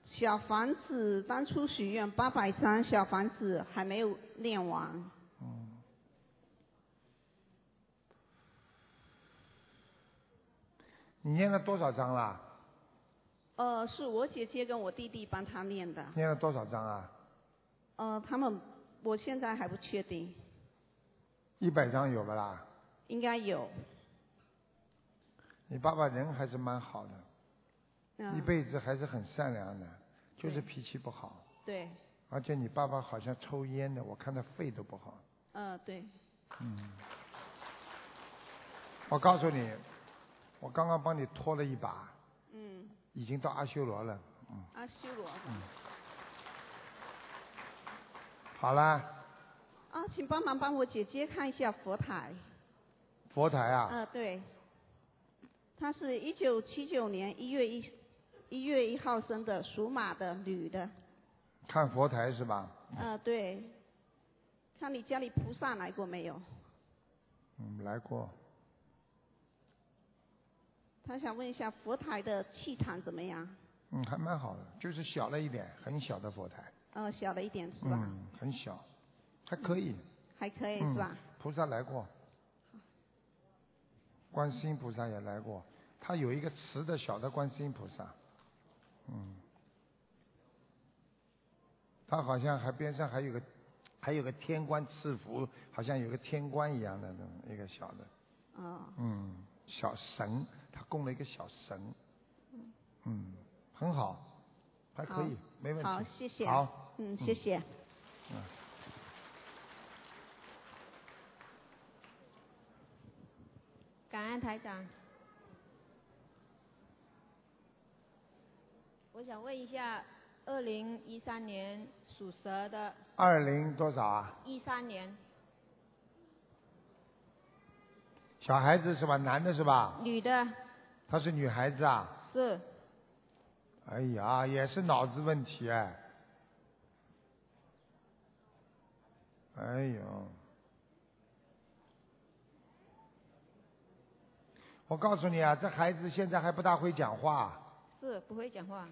Speaker 11: 小房子当初许愿八百张小房子还没有念完，
Speaker 3: 嗯你念了多少章啦？
Speaker 11: 呃，是我姐姐跟我弟弟帮他念的，
Speaker 3: 念了多少章啊？
Speaker 11: 呃，他们我现在还不确定，
Speaker 3: 一百章有不啦？
Speaker 11: 应该有，
Speaker 3: 你爸爸人还是蛮好的，
Speaker 11: 嗯、
Speaker 3: 一辈子还是很善良的，就是脾气不好。
Speaker 11: 对，
Speaker 3: 而且你爸爸好像抽烟的，我看他肺都不好。
Speaker 11: 嗯、对，
Speaker 3: 嗯。我告诉你，我刚刚帮你拖了一把，
Speaker 11: 嗯，
Speaker 3: 已经到阿修罗了。嗯，
Speaker 11: 阿修罗，
Speaker 3: 好啦，
Speaker 11: 啊，请帮忙帮我姐姐看一下佛台。
Speaker 3: 佛台啊，
Speaker 11: 啊，对，她是一九七九年一月一一月一号生的，属马的女的。
Speaker 3: 看佛台是吧？
Speaker 11: 啊，对，看你家里菩萨来过没有？
Speaker 3: 嗯，来过。
Speaker 11: 她想问一下佛台的气场怎么样？
Speaker 3: 嗯，还蛮好的，就是小了一点，很小的佛台，
Speaker 11: 呃，小了一点是吧？
Speaker 3: 嗯，很小，还可以，
Speaker 11: 还可以
Speaker 3: 嗯
Speaker 11: 是吧？
Speaker 3: 菩萨来过，观世音菩萨也来过，他有一个瓷的小的观世音菩萨，嗯，他好像还边上还有个还有个天官赐福，好像有个天官一样的那种一个小的，
Speaker 11: 哦，
Speaker 3: 嗯，小神，他供了一个小神，嗯，很好，还可以
Speaker 11: 好，
Speaker 3: 没问题。
Speaker 11: 好，谢谢。
Speaker 3: 好，
Speaker 11: 嗯，谢谢。
Speaker 3: 嗯
Speaker 12: 感恩台长。我想问一下，二零一三年属蛇的，
Speaker 3: 二零多少啊？
Speaker 12: 一三年
Speaker 3: 小孩子是吧？男的是吧？
Speaker 12: 女的
Speaker 3: 她是女孩子啊？
Speaker 12: 是
Speaker 3: 哎呀，也是脑子问题哎。哎呦，我告诉你啊，这孩子现在还不大会讲话，
Speaker 12: 是不会讲话，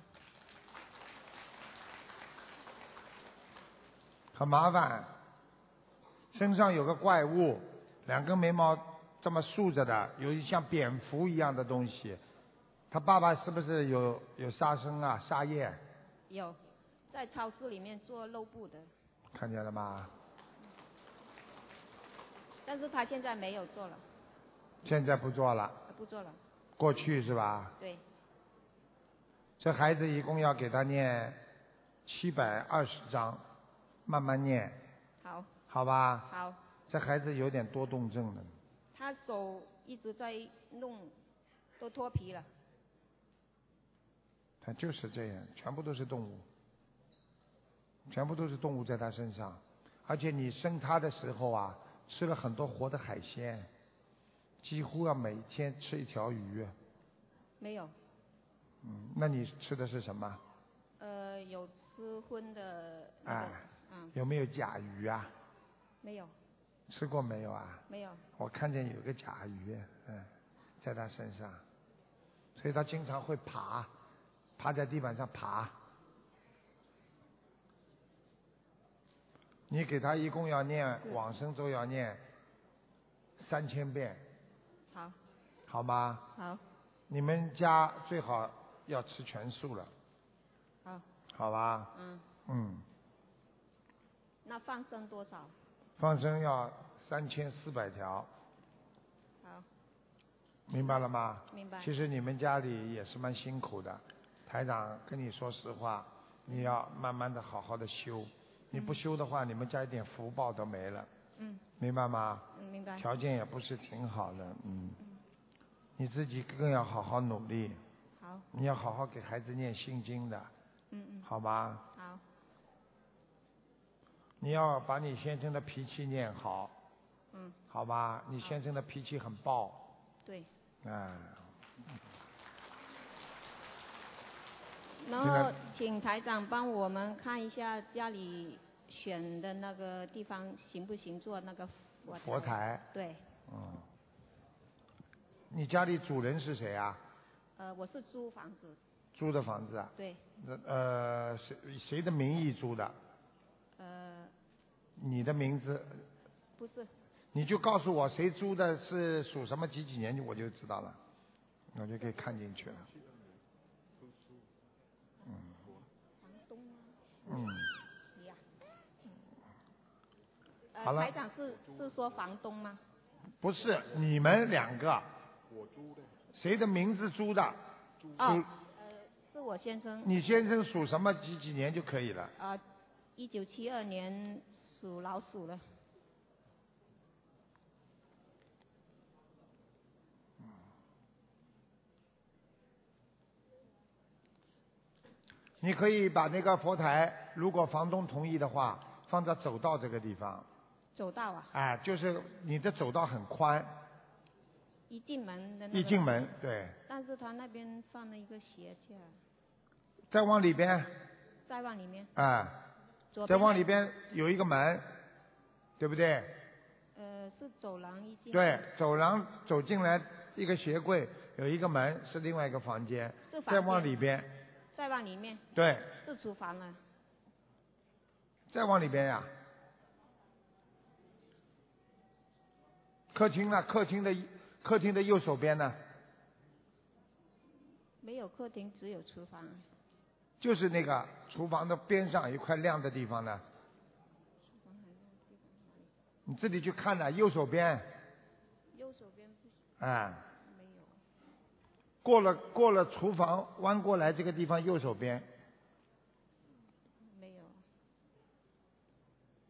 Speaker 3: 很麻烦。身上有个怪物，两根眉毛这么竖着的，有一像蝙蝠一样的东西。他爸爸是不是有有杀生啊？杀业，
Speaker 12: 有在超市里面做肉布的，
Speaker 3: 看见了吗？
Speaker 12: 但是她现在没有做了，
Speaker 3: 现在不做了，
Speaker 12: 不做了，
Speaker 3: 过去是吧？
Speaker 12: 对，
Speaker 3: 这孩子一共要给他念七百二十章，慢慢念，
Speaker 12: 好，
Speaker 3: 好吧？
Speaker 12: 好，
Speaker 3: 这孩子有点多动症的，
Speaker 12: 她手一直在弄，都脱皮了，
Speaker 3: 他就是这样，全部都是动物，全部都是动物在他身上。而且你生他的时候啊，吃了很多活的海鲜，几乎要每天吃一条鱼。
Speaker 12: 没有，
Speaker 3: 嗯，那你吃的是什么？
Speaker 12: 呃，有吃荤的那
Speaker 3: 哎
Speaker 12: 个，，嗯，
Speaker 3: 有没有甲鱼啊？
Speaker 12: 没有，
Speaker 3: 吃过没有啊？
Speaker 12: 没有，
Speaker 3: 我看见有个甲鱼，嗯，在他身上，所以他经常会爬，趴在地板上爬。你给他一共要念往生咒要念三千遍，
Speaker 12: 好，
Speaker 3: 好吗？
Speaker 12: 好，
Speaker 3: 你们家最好要吃全素了，
Speaker 12: 好，
Speaker 3: 好吧？
Speaker 12: 嗯，
Speaker 3: 嗯，
Speaker 12: 那放生多少？
Speaker 3: 放生要三千四百条，
Speaker 12: 好，
Speaker 3: 明白了吗？
Speaker 12: 明白
Speaker 3: 其实你们家里也是蛮辛苦的，台长跟你说实话，你要慢慢的好好的修，你不修的话，你们家一点福报都没了，
Speaker 12: 嗯，
Speaker 3: 明白吗？
Speaker 12: 嗯明白。
Speaker 3: 条件也不是挺好的，嗯，你自己更要好好努力，
Speaker 12: 好，
Speaker 3: 你要好好给孩子念心经的，
Speaker 12: 嗯嗯，
Speaker 3: 好吗？
Speaker 12: 好，
Speaker 3: 你要把你先生的脾气念好，
Speaker 12: 嗯，
Speaker 3: 好吧？你先生的脾气很暴，
Speaker 12: 对。
Speaker 3: 哎，
Speaker 12: 然
Speaker 3: 现在
Speaker 12: 后请台长帮我们看一下家里选的那个地方行不行做那个佛
Speaker 3: 佛台
Speaker 12: 对，
Speaker 3: 嗯，你家里主人是谁啊？
Speaker 12: 呃，我是租房子，
Speaker 3: 租的房子啊？
Speaker 12: 对，
Speaker 3: 那呃，谁谁的名义租的？
Speaker 12: 呃，
Speaker 3: 你的名字，
Speaker 12: 不是，
Speaker 3: 你就告诉我谁租的是属什么几几年，我就知道了，我就可以看进去了。嗯
Speaker 12: 房东啊，
Speaker 3: 嗯，
Speaker 12: 你呀、
Speaker 3: 好
Speaker 12: 嗯呃，
Speaker 3: 了
Speaker 12: 台长是是说房东吗？
Speaker 3: 不是你们两个，
Speaker 12: 我租的。
Speaker 3: 谁的名字租的？
Speaker 12: 哦
Speaker 3: 属，
Speaker 12: 呃，是我先生。
Speaker 3: 你先生属什么几几年就可以了。
Speaker 12: 啊，一九七二年属老鼠的。
Speaker 3: 嗯你可以把那个佛台，如果房东同意的话，放在走道这个地方。
Speaker 12: 走道啊，
Speaker 3: 哎，就是你的走道很宽，
Speaker 12: 一进门的、那个。
Speaker 3: 一进门，对，
Speaker 12: 但是他那边放了一个鞋架，
Speaker 3: 再往里边，
Speaker 12: 再往里面，
Speaker 3: 啊、
Speaker 12: 左边
Speaker 3: 再往
Speaker 12: 那
Speaker 3: 里边有一个门，对不对？
Speaker 12: 呃，是走廊一进。
Speaker 3: 对，，走廊走进来一个鞋柜，有一个门是另外一个房间
Speaker 12: 是，房
Speaker 3: 再
Speaker 12: 间
Speaker 3: 往里边，
Speaker 12: 再往里面
Speaker 3: 对，
Speaker 12: 是厨房啊了，
Speaker 3: 再往里边呀、客厅呢？啊客厅的客厅的右手边呢，
Speaker 12: 没有客厅，只有厨房。啊
Speaker 3: 就是那个厨房的边上有一块亮的地方呢，你自己去看呢，右手边，
Speaker 12: 右手边不行，
Speaker 3: 哎、
Speaker 12: 没有。
Speaker 3: 过了过了厨房弯过来这个地方右手边，
Speaker 12: 没有，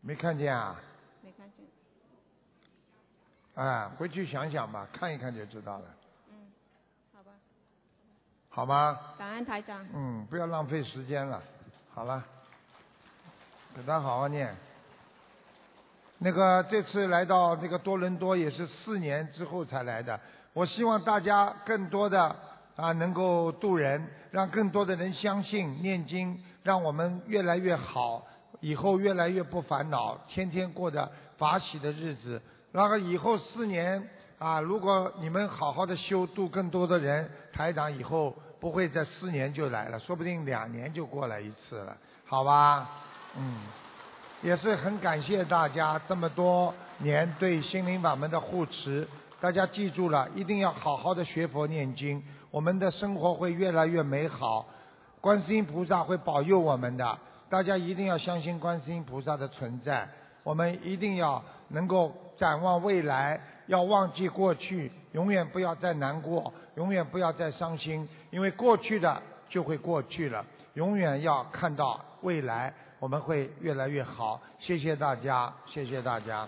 Speaker 3: 没看见啊？
Speaker 12: 没看见。
Speaker 3: 哎，回去想想吧，看一看就知道了，
Speaker 12: 嗯，好吧，
Speaker 3: 好吗？
Speaker 12: 感恩台长。
Speaker 3: 嗯，不要浪费时间了。好了，给他好好念。那个这次来到这个多伦多也是四年之后才来的，我希望大家更多的啊能够度人，让更多的人相信念经，让我们越来越好，以后越来越不烦恼，天天过着法喜的日子。那个以后四年啊，如果你们好好的修，度更多的人，台长以后不会在四年就来了，说不定两年就过来一次了，好吧？嗯，也是很感谢大家这么多年对心灵法门的护持。大家记住了，一定要好好的学佛念经，我们的生活会越来越美好。观世音菩萨会保佑我们的，大家一定要相信观世音菩萨的存在。我们一定要能够展望未来，要忘记过去，永远不要再难过，永远不要再伤心，因为过去的就会过去了。永远要看到未来，我们会越来越好。谢谢大家，谢谢大家。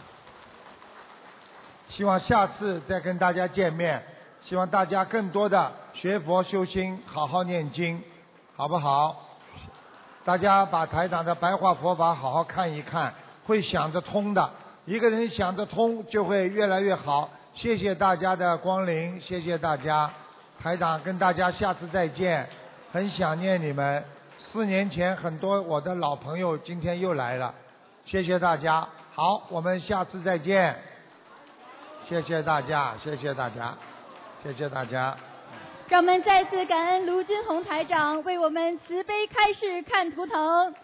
Speaker 3: 希望下次再跟大家见面，希望大家更多的学佛修心，好好念经，好不好？大家把台长的白话佛法好好看一看，会想得通的。一个人想得通，就会越来越好。谢谢大家的光临，谢谢大家，台长跟大家下次再见，很想念你们。四年前很多我的老朋友今天又来了，谢谢大家。好，我们下次再见。谢谢大家，谢谢大家，谢谢大家。
Speaker 14: 让我们再次感恩卢军红台长为我们慈悲开示看图腾，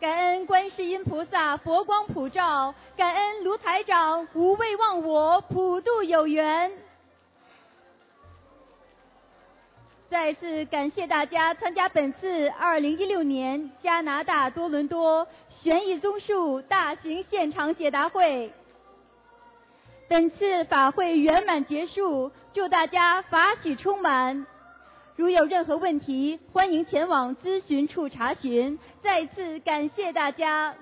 Speaker 14: 感恩观世音菩萨佛光普照，感恩卢台长无畏忘我，普渡有缘。再次感谢大家参加本次2016年加拿大多伦多悬疑综述大型现场解答会。本次法会圆满结束，祝大家法喜充满。如有任何问题，欢迎前往咨询处查询。再次感谢大家。